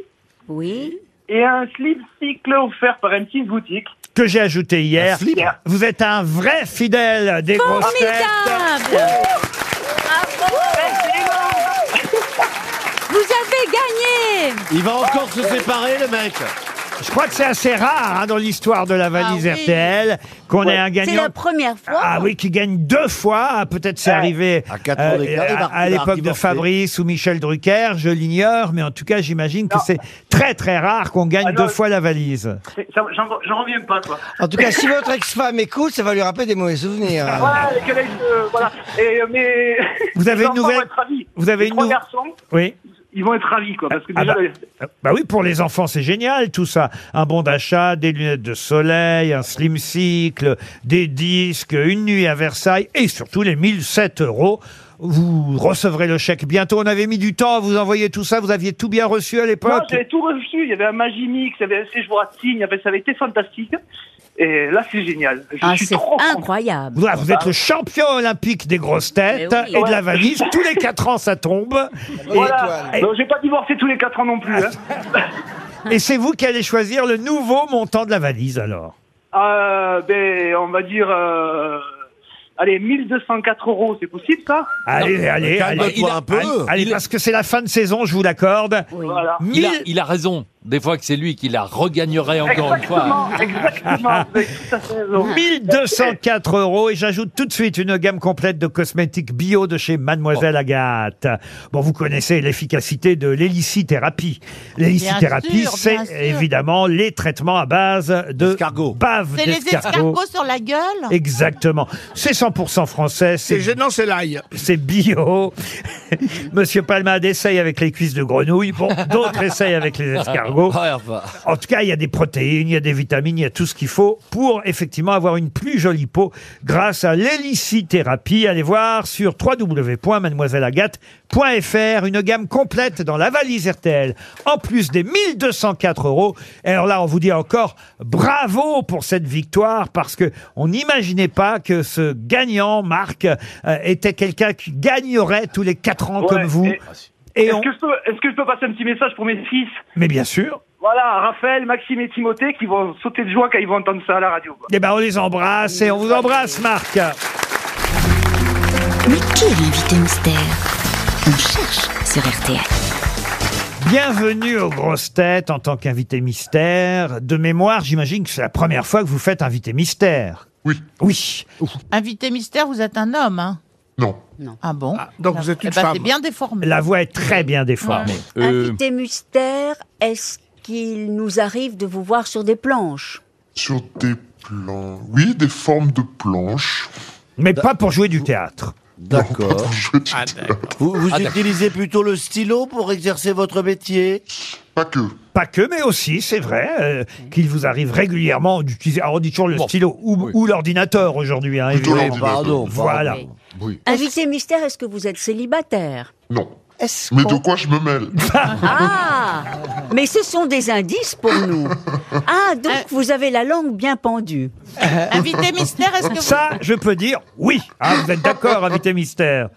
Oui.
Et un slip cycle offert par une petite boutique.
que j'ai ajouté hier. Vous êtes un vrai fidèle des grosses têtes.
Vous avez gagné
Il va encore se séparer, le mec. Je crois que c'est assez rare hein, dans l'histoire de la valise
Ah oui.
RTL qu'on ait un
C'est
gagnant.
la première fois.
Ah oui, qui gagne deux fois. Ah, Peut-être c'est arrivé euh,
À quatre ans d'écart, il va-
à- à
il va
l'époque de
divorcer.
Fabrice ou Michel Drucker, je l'ignore, mais en tout cas, j'imagine que c'est très très rare qu'on gagne deux fois la valise.
C'est- ça- J'en j'en reviens pas, quoi.
En tout cas, si votre ex-femme écoute, ça va lui rappeler des mauvais souvenirs.
Ah, Voilà, les collèges, euh, voilà. Et, euh, mais...
Vous avez
les
une
enfants
nouvelle-
vont être ravis.
Vous avez
Les
une
trois
nouvelle-
garçons,
Oui.
ils vont être ravis, quoi. Parce que
Ah
déjà,
bah,
le-
bah oui, pour les enfants, c'est génial tout ça. Un bon d'achat, des lunettes de soleil, un slim cycle, des disques, une nuit à Versailles et surtout les 1007 euros. Vous recevrez le chèque bientôt. On avait mis du temps à vous envoyer tout ça. Vous aviez tout bien reçu à
Non,
l'époque.
j'avais tout reçu. Il y avait un Magimix, il y avait un séjour à Tignes, il y avait- ça avait été fantastique. Et là, c'est génial. Je
Ah,
suis
c'est
trop content.
incroyable.
Vous, ah, vous êtes le champion olympique des grosses têtes
Mais oui.
et de la
Ouais.
valise. Tous les quatre ans, ça tombe.
Voilà.
Et-
Donc, j'ai pas divorcé tous les 4 ans non plus. hein.
et c'est vous qui allez choisir le nouveau montant de la valise alors.
Euh, ben, on va dire. euh, Allez, 1204 euros, c'est possible ça
Allez, allez, allez.
calme-toi un peu.
Allez, Allez, parce que c'est la fin de saison, je vous l'accorde.
Voilà.
Il a, il a raison. Des fois que c'est lui qui la regagnerait encore
Exactement,
une fois.
exactement. Vous avez tout à fait raison.
1204 euros et j'ajoute tout de suite une gamme complète de cosmétiques bio de chez Mademoiselle Agathe. Bon, vous connaissez l'efficacité de l'hélicithérapie.
Bien
L'hélicithérapie,
sûr,
c'est
bien sûr.
évidemment les traitements à base de bave
C'est les
d'escargot.
escargots sur la gueule
Exactement. C'est 100% français. C'est gênant, c'est l'ail. C'est bio. Monsieur Palmade essaye avec les cuisses de grenouille. Bon, d'autres essayent avec les escargots.
Ouais, enfin.
En tout cas, il y a des protéines, il y a des vitamines, il y a tout ce qu'il faut pour effectivement avoir une plus jolie peau grâce à l'hélicithérapie. Allez voir sur www.mademoiselleagathe.fr une gamme complète dans la valise RTL. En plus des 1204 euros. Et alors là, on vous dit encore bravo pour cette victoire parce que on n'imaginait pas que ce gagnant, Marc, euh, était quelqu'un qui gagnerait tous les quatre ans
Ouais,
comme vous.
et-
Et
Est-ce
on-
que, je peux- est-ce que je peux passer un petit message pour mes fils
Mais bien sûr.
Voilà, Raphaël, Maxime et Timothée qui vont sauter de joie quand ils vont entendre ça à la radio.
Eh ben, on les embrasse et on vous embrasse, Marc.
Mais qui est l'invité mystère On cherche sur RTL.
Bienvenue aux grosses têtes en tant qu'invité mystère. De mémoire, j'imagine que c'est la première fois que vous faites invité mystère. Oui. Oui.
Invité mystère, vous êtes un homme. Hein
Non.
Ah bon
donc vous êtes
Eh
une
ben,
femme. Euh,
C'est bien déformé.
La voix est très bien déformée.
Invité mystère, est-ce qu'il nous arrive de vous voir sur des planches
Sur des plans. Oui, des formes de planches.
Mais pas pour jouer du théâtre.
D'accord.
Ah,
Vous, vous utilisez plutôt le stylo pour exercer votre métier
Pas que.
Pas que, mais aussi, c'est vrai, euh, qu'il vous arrive régulièrement d'utiliser, alors on dit toujours le stylo ou, ou l'ordinateur aujourd'hui. Hein,
Plutôt
évidemment.
l'ordinateur. Pardon,
Voilà.
pardon. Oui.
Invité mystère, est-ce que vous êtes célibataire
Non. Mais de quoi je me mêle
Ah Mais ce sont des indices pour nous. Ah, donc vous avez la langue bien pendue.
Euh, Invité mystère, est-ce que vous...
Ça, je peux dire oui. Ah, vous êtes d'accord, invité mystère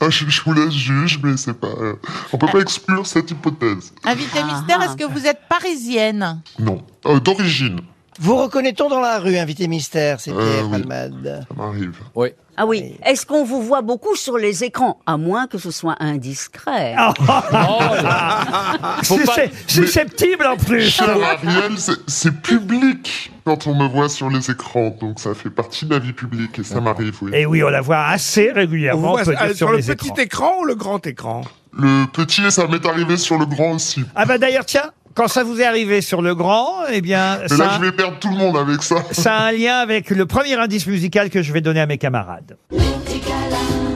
Ah, je, je vous laisse juge, mais c'est pas. euh, on peut pas exclure cette hypothèse.
Invité
Ah.
mystère, est-ce que vous êtes parisienne
Non. Euh, D'origine.
Vous reconnaît-on dans la rue, invité mystère C'était
Euh, oui.
Palmade.
Ça m'arrive.
Oui.
Ah oui, est-ce qu'on vous voit beaucoup sur les écrans À moins que ce soit indiscret.
Ah,
Oh
Faut pas-
Suscep- Susceptible en plus
Cher Ariel, c'est- c'est public quand on me voit sur les écrans, donc ça fait partie de la vie publique et ça m'arrive, oui.
Et oui, on la voit assez
On vous
régulièrement, on peut
voit, euh,
dire,
sur
sur
le
les
petit
écrans.
Écran ou le grand écran
Le petit, ça m'est arrivé sur le grand aussi.
Ah bah d'ailleurs, tiens, quand ça vous est arrivé sur le grand, eh bien,
Mais là,
ça,
je vais perdre tout le monde avec ça.
ça a un lien avec le premier indice musical que je vais donner à mes camarades.
Petit câlin,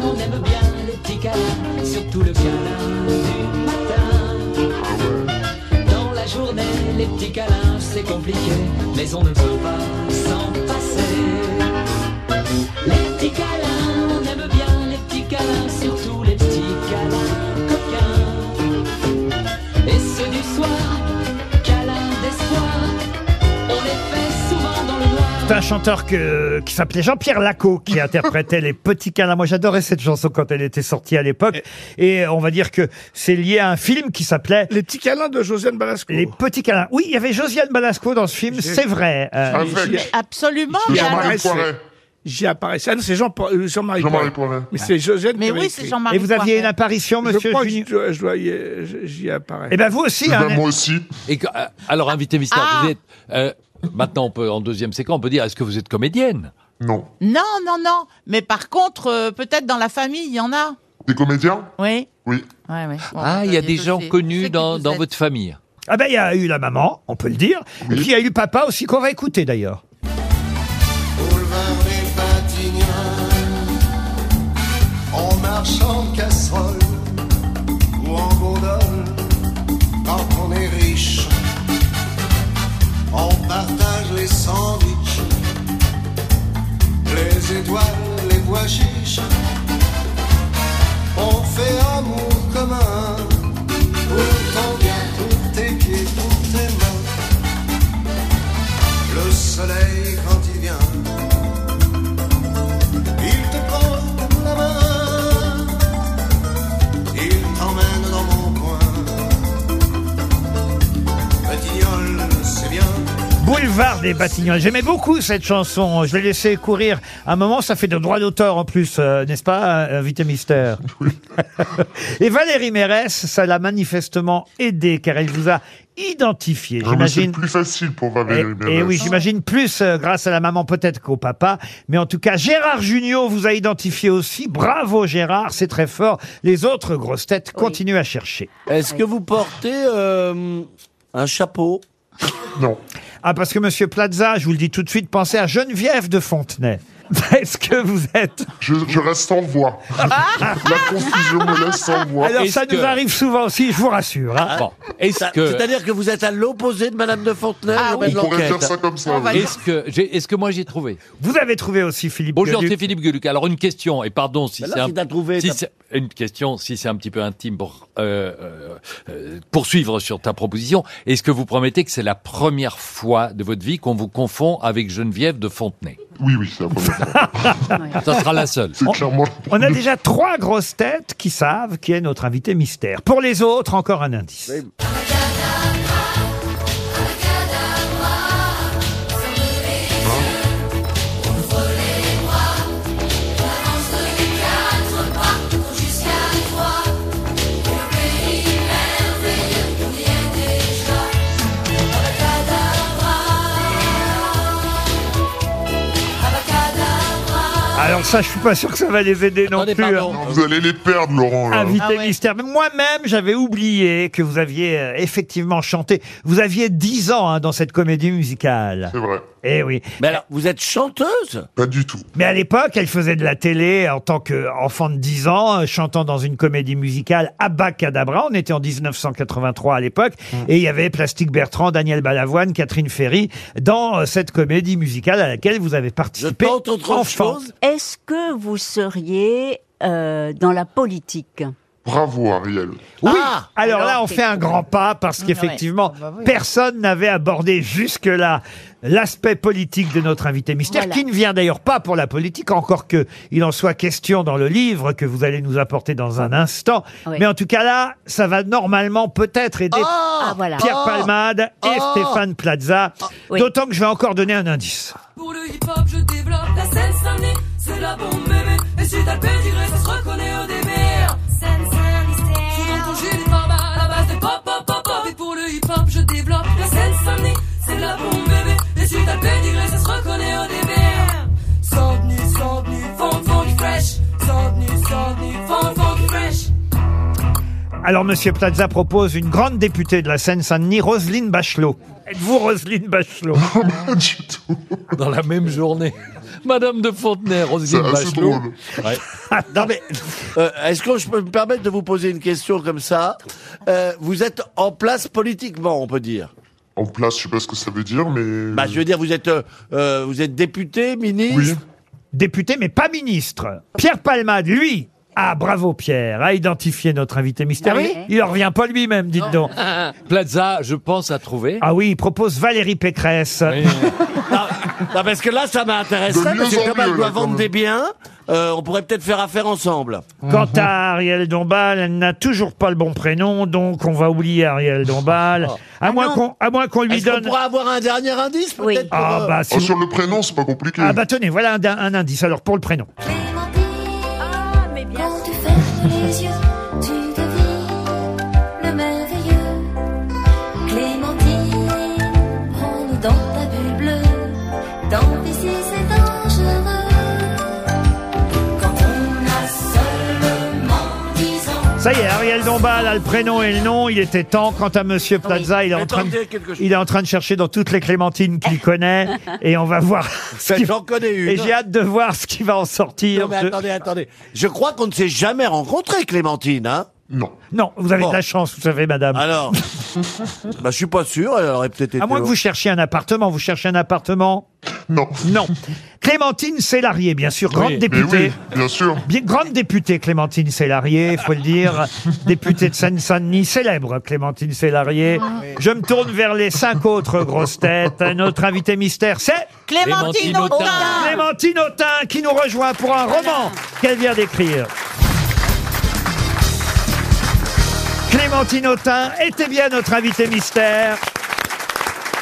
on aime bien le petit câlin, surtout le câlin du matin. Dans la journée, les petits câlins, c'est compliqué, mais on ne peut pas s'en passer. Les petits câlins, on aime bien les petits câlins, surtout les petits câlins coquins. Et ceux du soir, câlins d'espoir, on les fait souvent dans le noir.
C'est un chanteur que- qui s'appelait Jean-Pierre Lacot qui interprétait les petits câlins. Moi, j'adorais cette chanson quand elle était sortie à l'époque. Et on va dire que c'est lié à un film qui s'appelait Les petits câlins de Josiane Balasco. Les petits câlins. Oui, il y avait Josiane Balasco dans ce film, c'est vrai. Euh,
Ah,
Mais Absolument.
J'y
mais alors-
apparaissais. J'y apparaissais. Ah non, c'est Jean- Jean-Marie
Jean-Marie
Poiret.
Poiret.
Mais c'est Josiane
Mais
qui avait
oui, c'est
écrit.
Jean-Marie Et vous aviez Poiret. une apparition,
Je
monsieur
crois que je dois- je dois y- euh, j'y apparais.
Eh ben, vous aussi, Eh hein, ben, moi
aussi. euh, alors, invité mystère,
Ah.
vous êtes. euh, maintenant, on peut, en deuxième séquence, on peut dire est-ce que vous êtes comédienne
Non.
Non, non, non. Mais par contre, euh, peut-être dans la famille, il y en a.
Des comédiens
Oui.
Oui.
Ouais, ouais. Bon, bah,
Ah, il y a des gens connus dans, dans votre famille.
Ah ben, il y a eu la maman, on peut le dire. Et puis, il y a eu le papa aussi qu'on va écouter d'ailleurs.
Boulevard des Batignolles, on marche en casserole ou en gondole quand on est riche. On partage les sandwichs, les étoiles, les bois chiches. On fait amour commun pour ton bien, pour tes pieds, pour tes mains. Le soleil quand il vient, il te prend la main, il t'emmène dans mon coin. Petignol, c'est bien.
Boulevard des Batignolles. J'aimais beaucoup cette chanson. Je l'ai laissée courir. un moment, ça fait de droit d'auteur en plus, euh, n'est-ce pas, euh, invité mystère Et Valérie Mérès, ça l'a manifestement aidé car elle vous a identifié.
Ah, mais C'est
J'imagine.
plus facile pour
Et,
Valérie
et
Mérès.
Eh, oui, j'imagine plus euh, grâce à la maman peut-être qu'au papa. Mais en tout cas, Gérard Junior vous a identifié aussi. Bravo Gérard, c'est très fort. Les autres grosses têtes continuent à chercher.
Est-ce que vous portez euh, un chapeau
Non.
Ah, parce que Monsieur Plaza, je vous le dis tout de suite, pensez à Geneviève de Fontenay. Est-ce que vous êtes
je, je reste en voix. La confusion me laisse sans voix.
Alors ça nous arrive souvent aussi, je vous rassure. hein.
Ah. Ça- C'est-à-dire que vous êtes à l'opposé de Madame de Fontenay, le Ah, maître d'enquête.
Est-ce que, j'ai- est-ce que moi j'ai trouvé
Vous avez trouvé aussi Philippe
Bonjour,
Gueluc.
c'est Philippe Gueluc. Alors une question, et pardon si
Ben là,
c'est un,
si t'as trouvé,
si
t'as-
c'est- une question, si c'est un petit peu intime pour euh, euh, euh, poursuivre sur ta proposition. Est-ce que vous promettez que c'est la première fois de votre vie qu'on vous confond avec Geneviève de Fontenay
Oui, oui, c'est la première fois.
Ça sera la seule.
C'est clairement.
On a déjà trois grosses têtes qui savent qui est notre invité mystère. Pour les autres, encore un indice. Alors ça, je suis pas sûr que ça va les aider non plus. hein.
Vous allez les perdre, Laurent. Là.
Ah
Invité mystère. Mais Moi-même, j'avais oublié que vous aviez euh, effectivement chanté. Vous aviez 10 ans hein, dans cette comédie musicale.
C'est vrai.
Eh oui.
Mais alors, vous êtes chanteuse
Pas du tout.
Mais à l'époque, elle faisait de la télé en tant qu'enfant de 10 ans, euh, chantant dans une comédie musicale Abacadabra. On était en 1983 à l'époque. Et il y avait Plastique Bertrand, Daniel Balavoine, Catherine Ferry dans euh, cette comédie musicale à laquelle vous avez participé. enfant.
Est-ce que vous seriez euh, dans la politique
Bravo, Ariel.
Oui.
Ah,
alors, là, on fait un grand pas parce qu'effectivement,
Bah,
personne n'avait abordé jusque-là l'aspect politique de notre invité mystère, qui ne vient d'ailleurs pas pour la politique, encore que il en soit question dans le livre que vous allez nous apporter dans un instant. Mais en tout cas là, ça va normalement peut-être aider
Ah, voilà.
Pierre
Oh
Palmade et
Oh
Stéphane Plaza. D'autant que je vais encore donner un indice.
Pour le hip-hop, je développe la scène Saint-Denis, c'est la bombe bébé. Et si t'as le pédigré, ça se reconnaît au DMR. Scène Saint-Denis. Sous ton gilet de barbe à la base de pop, pop, pop, pop. Et pour le hip-hop, je développe la scène Saint-Denis, c'est la bombe bébé. Et si t'as le pédigré, ça se reconnaît au DMR. Saint-Denis, Saint-Denis, fond, fond, fresh. Saint-Denis, Saint-Denis, fond, fond, fresh.
Alors, Monsieur Plaza propose une grande députée de la Seine-Saint-Denis, Roselyne Bachelot. Êtes-vous Roselyne Bachelot
Oh,
Dans la même journée. Madame de Fontenay, Roselyne
C'est assez
Bachelot.
drôle.
Ouais.
Ah, non mais, euh, est-ce que je peux me permettre de vous poser une question comme ça Euh, Vous êtes en place politiquement, on peut dire.
En place, je sais pas ce que ça veut dire, mais.
Bah, je veux dire, vous êtes, euh, euh, vous êtes député, ministre.
député, mais pas ministre. Pierre Palmade, lui, ah bravo Pierre, a identifié notre invité mystérieux.
Ah oui
Il en revient pas lui-même, dites donc.
Plaza, je pense à trouver.
Ah oui, il propose Valérie Pécresse.
Non, parce que là, ça m'intéresse.
De
Parce
mieux en
que comme
mieux,
elle doit
là, quand
vendre
même.
des biens, euh, on pourrait peut-être faire affaire ensemble.
Quant à Ariel Dombal, elle n'a toujours pas le bon prénom, donc on va oublier Ariel Dombal.
Ah.
À moins qu'on, à moins qu'on lui
Ah Est-ce qu'on
donne.
pourrait avoir un dernier indice, peut-être pour,
Ah,
euh,
bah, si
Oh,
vous-
sur le prénom, c'est pas compliqué.
Ah bah tenez, voilà un, un indice. Alors pour le prénom.
Quand tu fermes les yeux, tu devines le merveilleux. Clémentine, prends-nous dans ta bulle bleue. Dans ici c'est dangereux. Quand on a seulement 10 ans.
Ça y est, Ariel Dombal a le prénom et le nom. Il était temps. Quant à Monsieur Plaza, il, est en train de,
tentez quelque chose.
il est en train de chercher dans toutes les clémentines qu'il connaît. et on va voir. ce qui-
J'en connais une.
Et j'ai hâte de voir ce qui va en sortir.
Non, mais
Je-
attendez, attendez. Je crois qu'on ne s'est jamais rencontré, Clémentine, hein
Non.
Non, vous avez
Bon.
de la chance, vous savez, madame.
Alors, bah, je suis pas sûr, elle aurait peut-être été.
À moins que
au-
vous cherchiez un appartement. Vous cherchez un appartement
Non.
Non. Clémentine Sélarié, bien sûr, grande
Mais
députée.
oui, bien sûr.
Bien, grande députée Clémentine Sélarié, faut le dire, députée de Seine-Saint-Denis, célèbre Clémentine Sélarié. Je me tourne vers les cinq autres grosses têtes. Notre invité mystère, c'est
Clémentine Clémentine Autain. Autain.
Clémentine Autain qui nous rejoint pour un roman qu'elle vient d'écrire. Clémentine Autain était bien notre invité mystère.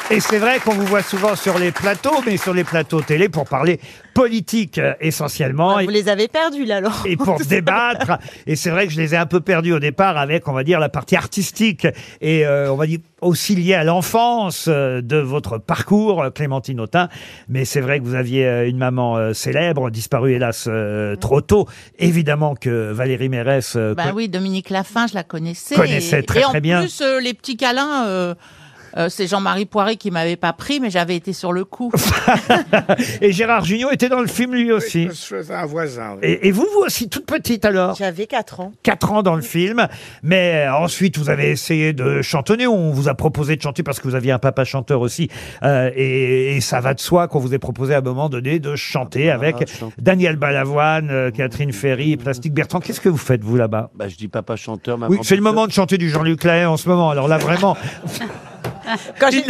Et c'est vrai qu'on vous voit souvent sur les plateaux, mais sur les plateaux télé pour parler politique euh, essentiellement.
Vous les avez perdus là, alors.
et pour débattre. Et c'est vrai que je les ai un peu perdus au départ avec, on va dire, la partie artistique et euh, on va dire aussi liée à l'enfance euh, de votre parcours, euh, Clémentine Autain. Mais c'est vrai que vous aviez euh, une maman euh, célèbre, disparue hélas euh, trop tôt. Évidemment que Valérie Mérès euh,
Bah
Ben
co-
oui, Dominique Laffin, je la connaissais.
Connaissais très,
et en
très bien.
plus, euh, les petits câlins, euh, euh, c'est Jean-Marie Poiré qui m'avait pas pris, mais j'avais été sur le coup.
et Gérard Junior était dans le film lui aussi.
C'est un voisin. oui.
Et, et vous, vous aussi, toute petite alors
J'avais 4 ans.
4 ans dans le film, mais euh, ensuite vous avez essayé de chantonner, on vous a proposé de chanter parce que vous aviez un papa chanteur aussi, euh, et, et ça va de soi qu'on vous ait proposé à un moment donné de chanter avec Daniel Balavoine, euh, Catherine Ferry, Plastique Bertrand. Qu'est-ce que vous faites vous là-bas
Bah, je dis papa chanteur, maman.
Oui, c'est le moment de chanter du Jean-Luc Lahaye en ce moment, alors là vraiment... Une-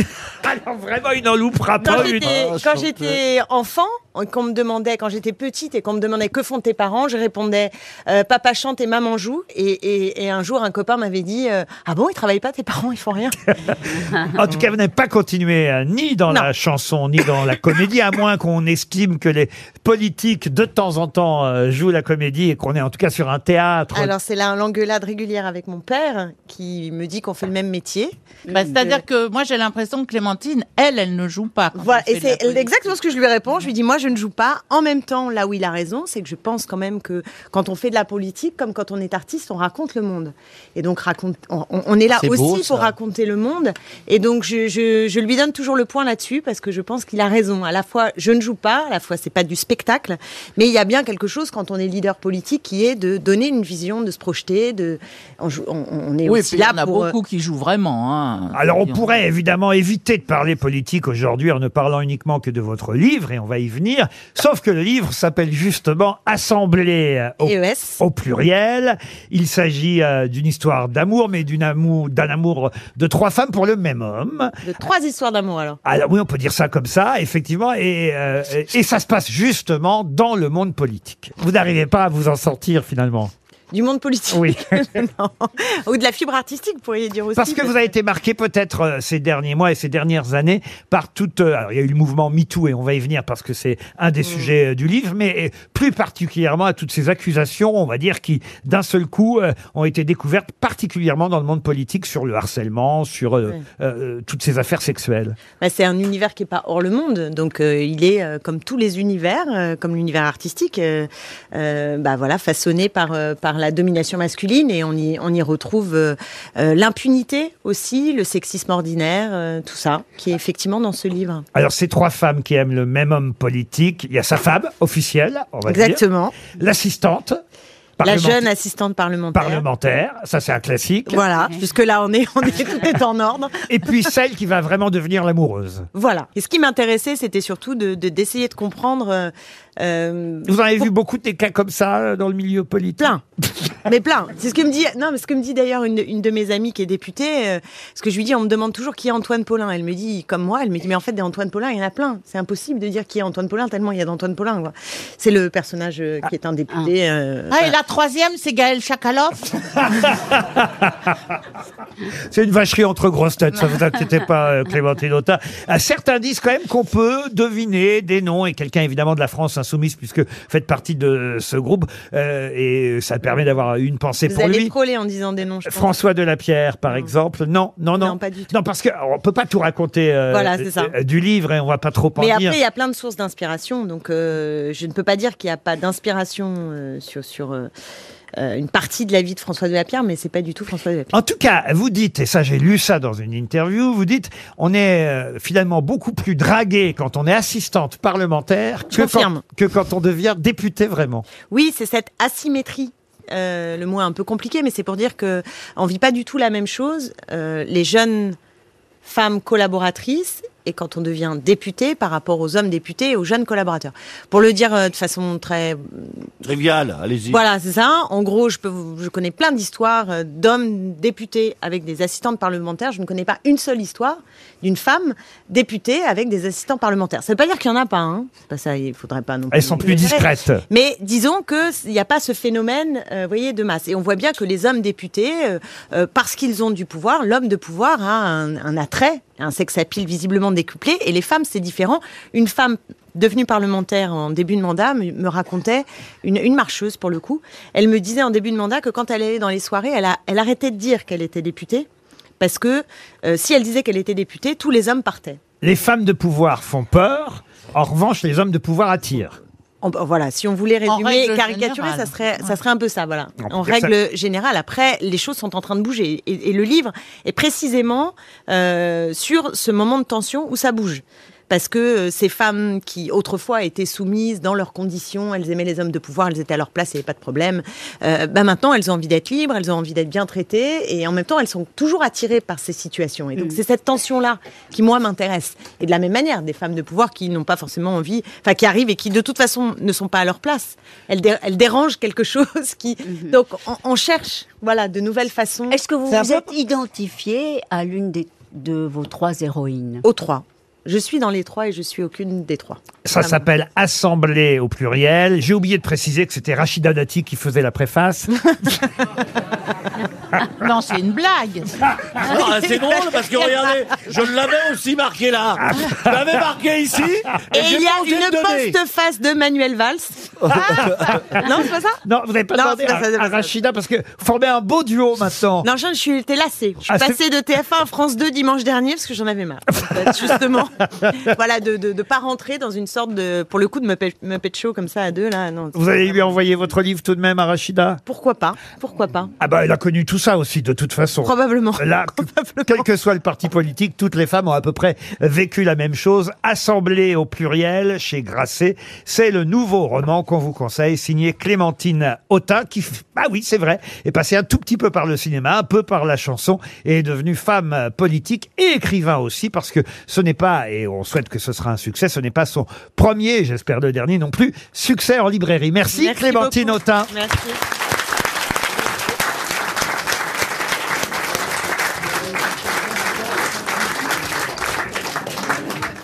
Alors vraiment, il n'en loupera
Quand
pas une.
j'étais- quand j'étais enfant, qu'on me demandait, quand j'étais petite et qu'on me demandait que font tes parents, je répondais euh, papa chante et maman joue. Et, et- et un jour, un copain m'avait dit euh, ah bon, ils travaillent pas, tes parents, ils font rien.
En tout cas, vous n'avez pas continué euh, ni dans la chanson, ni dans la comédie, à moins qu'on estime que les politiques, de temps en temps, euh, jouent la comédie et qu'on est en tout cas sur un théâtre.
Alors c'est là l'engueulade régulière avec mon père qui me dit qu'on fait le même métier. Euh,
Bah, C'est-à-dire que moi, j'ai l'impression que Clémentine, elle, elle ne joue pas. quand
Voilà,
elle
et
fait de la
c'est exactement ce que je lui réponds. Je lui dis, moi, je ne joue pas. En même temps, là où il a raison, c'est que je pense quand même que quand on fait de la politique, comme quand on est artiste, on raconte le monde. Et donc, raconte, on, on- on est là
C'est
aussi
beau, ça.
pour raconter le monde. Et donc, je, je- je lui donne toujours le point là-dessus parce que je pense qu'il a raison. À la fois, je ne joue pas, à la fois, c'est pas du spectacle, mais il y a bien quelque chose quand on est leader politique qui est de donner une vision, de se projeter, de, on, joue- on- on est
Oui,
aussi
puis il y
là
en a
pour, euh,
beaucoup qui jouent vraiment. hein. euh,
Alors, on pourrait évidemment éviter de parler politique aujourd'hui en ne parlant uniquement que de votre livre, et on va y venir. Sauf que le livre s'appelle justement Assemblée euh, au,
E
au pluriel. Il s'agit euh, d'une histoire d'amour, mais d'une amour- d'un amour de trois femmes pour le même homme.
euh, de trois histoires d'amour, alors.
Alors Ah, oui, on peut dire ça comme ça, effectivement, et, euh, et ça se passe justement dans le monde politique. Vous n'arrivez pas à vous en sortir finalement.
Du monde politique.
Oui.
Ou de la fibre artistique, vous pourriez dire aussi.
Parce que vous avez été marqué peut-être euh, ces derniers mois et ces dernières années par toute... euh, alors il y a eu le mouvement MeToo et on va y venir parce que c'est un
Mm.
des sujets euh, du livre, mais euh, plus particulièrement à toutes ces accusations, on va dire, qui d'un seul coup euh, ont été découvertes particulièrement dans le monde politique sur le harcèlement, sur euh,
Oui.
euh, toutes ces affaires sexuelles.
Bah, c'est un univers qui est pas hors le monde, donc euh, il est euh, comme tous les univers, euh, comme l'univers artistique, euh, euh, bah voilà, façonné par euh, par la domination masculine et on y on y retrouve euh, euh, l'impunité aussi, le sexisme ordinaire, euh, tout ça, qui est effectivement dans ce livre.
Alors, ces trois femmes qui aiment le même homme politique, il y a sa femme officielle, on va dire.
Exactement.
L'assistante.
La
Parlementaire.
jeune assistante parlementaire.
Parlementaire, ça c'est un classique.
Voilà, jusque-là, on est, on est, tout est en ordre.
Et puis celle qui va vraiment devenir l'amoureuse.
Voilà. Et ce qui m'intéressait, c'était surtout de de- d'essayer de, comprendre. euh, euh,
Vous en avez vu beaucoup des cas comme ça euh, dans le milieu politique Plein.
mais plein. C'est ce que me dit. Non, mais ce que me dit d'ailleurs une, une de mes amies qui est députée. euh, ce que je lui dis, on me demande toujours qui est Antoine Paulin. Elle me dit, comme moi, elle me dit, mais en fait, des Antoine Paulin, il y en a plein. C'est impossible de dire qui est Antoine Paulin tellement il y a d'Antoine Paulin. quoi. C'est le personnage euh, qui est un député. euh,
Ah, et la troisième, c'est Gaël Chakalov.
C'est une vacherie entre grosses têtes, ça vous inquiétez pas, euh, Clémentine Autain. À certains disent quand même qu'on peut deviner des noms, et quelqu'un évidemment de la France Insoumise, puisque vous faites partie de ce groupe, euh, et ça permet d'avoir une pensée
Vous
pour
allez
lui.
troller en disant des noms. je pense.
François Delapierre, par exemple. Non, non, non. Non,
pas du tout.
Non, parce qu'on peut pas tout raconter euh,
Voilà, c'est ça.
euh, du livre, et on va pas trop en
Mais
dire.
après, il y a plein de sources d'inspiration, donc euh, je ne peux pas dire qu'il n'y a pas d'inspiration euh, sur, sur euh, euh, une partie de la vie de François de la Pierre, mais c'est pas du tout François de la Pierre.
En tout cas, vous dites, et ça j'ai lu ça dans une interview, vous dites, on est euh, finalement beaucoup plus dragué quand on est assistante parlementaire que quand,
confirme.
que quand on devient député vraiment.
Oui, c'est cette asymétrie. Euh, le mot est un peu compliqué, mais c'est pour dire que on vit pas du tout la même chose. Euh, les jeunes femmes collaboratrices et quand on devient député par rapport aux hommes députés et aux jeunes collaborateurs. Pour le dire euh, de façon très
Trivial, allez-y.
Voilà, c'est ça. En gros, je, peux, vous- je connais plein d'histoires euh, d'hommes députés avec des assistantes parlementaires. Je ne connais pas une seule histoire d'une femme députée avec des assistants parlementaires. Ça ne veut pas dire qu'il n'y en a pas. Hein. C'est Pas ça, il faudrait pas non plus.
Elles sont plus discrètes.
Mais disons que s- il n'y a pas ce phénomène, euh, vous voyez, de masse. Et on voit bien que les hommes députés, euh, euh, parce qu'ils ont du pouvoir, l'homme de pouvoir a un, un attrait, un sex appeal visiblement décuplé. Et les femmes, c'est différent. Une femme devenue parlementaire en début de mandat me, me racontait une, une marcheuse pour le coup. Elle me disait en début de mandat que quand elle allait dans les soirées, elle, a- elle arrêtait de dire qu'elle était députée parce que euh, si elle disait qu'elle était députée, tous les hommes partaient.
Les femmes de pouvoir font peur, en revanche les hommes de pouvoir attirent.
En- voilà, si on voulait
En
résumer,
règle
caricaturer,
générale.
ça serait, ça serait un peu ça, voilà.
On peut
En
dire ça.
règle générale, après, les choses sont en train de bouger. Et, et le livre est précisément euh, sur ce moment de tension où ça bouge. Parce que euh, ces femmes qui autrefois étaient soumises dans leurs conditions, elles aimaient les hommes de pouvoir, elles étaient à leur place, il n'y avait pas de problème. Euh, bah maintenant, elles ont envie d'être libres, elles ont envie d'être bien traitées, et en même temps, elles sont toujours attirées par ces situations. Et
Mm.
donc, c'est cette tension-là qui, moi, m'intéresse. Et de la même manière, des femmes de pouvoir qui n'ont pas forcément envie, enfin, qui arrivent et qui, de toute façon, ne sont pas à leur place. Elles, dé- elles dérangent quelque chose qui. Donc, on, on cherche, voilà, de nouvelles façons.
Mm-hmm. Est-ce que vous vous êtes identifié à l'une des- de vos trois héroïnes
Aux trois. Je suis dans les trois et je suis aucune des trois.
Ça
Vraiment.
s'appelle Assemblée au pluriel. J'ai oublié de préciser que c'était Rachida Dati qui faisait la préface.
Non, c'est une blague.
Ah, c'est drôle parce que regardez, je l'avais aussi marqué là. Je l'avais marqué ici.
Et,
Et,
il y a une post-face de Manuel Valls. Ah non, c'est pas ça
Non, vous n'avez pas
Non,
demandé
c'est pas ça, c'est
à, à Rachida parce que vous formez un beau duo maintenant.
Non, je je suis j'étais lassée. Je suis
Ah, c'est-
passée de TF1 à France 2 dimanche dernier parce que j'en avais marre. Bah, Justement, voilà, de ne pas rentrer dans une sorte de, pour le coup, de Muppet, Muppet Show comme ça à deux là. Non.
Vous allez lui envoyer votre livre tout de même à Rachida
Pourquoi pas Pourquoi pas
Ah bah elle a connu tout ça aussi de toute façon.
Probablement.
Là, quel que soit le parti politique, toutes les femmes ont à peu près vécu la même chose. Assemblée au pluriel chez Grasset, c'est le nouveau roman qu'on vous conseille, signé Clémentine Autain, qui, f- ah oui, c'est vrai, est passée un tout petit peu par le cinéma, un peu par la chanson, et est devenue femme politique et écrivain aussi, parce que ce n'est pas, et on souhaite que ce sera un succès, ce n'est pas son premier, j'espère le dernier non plus, succès en librairie. Merci,
Merci
Clémentine
beaucoup.
Autain.
Merci.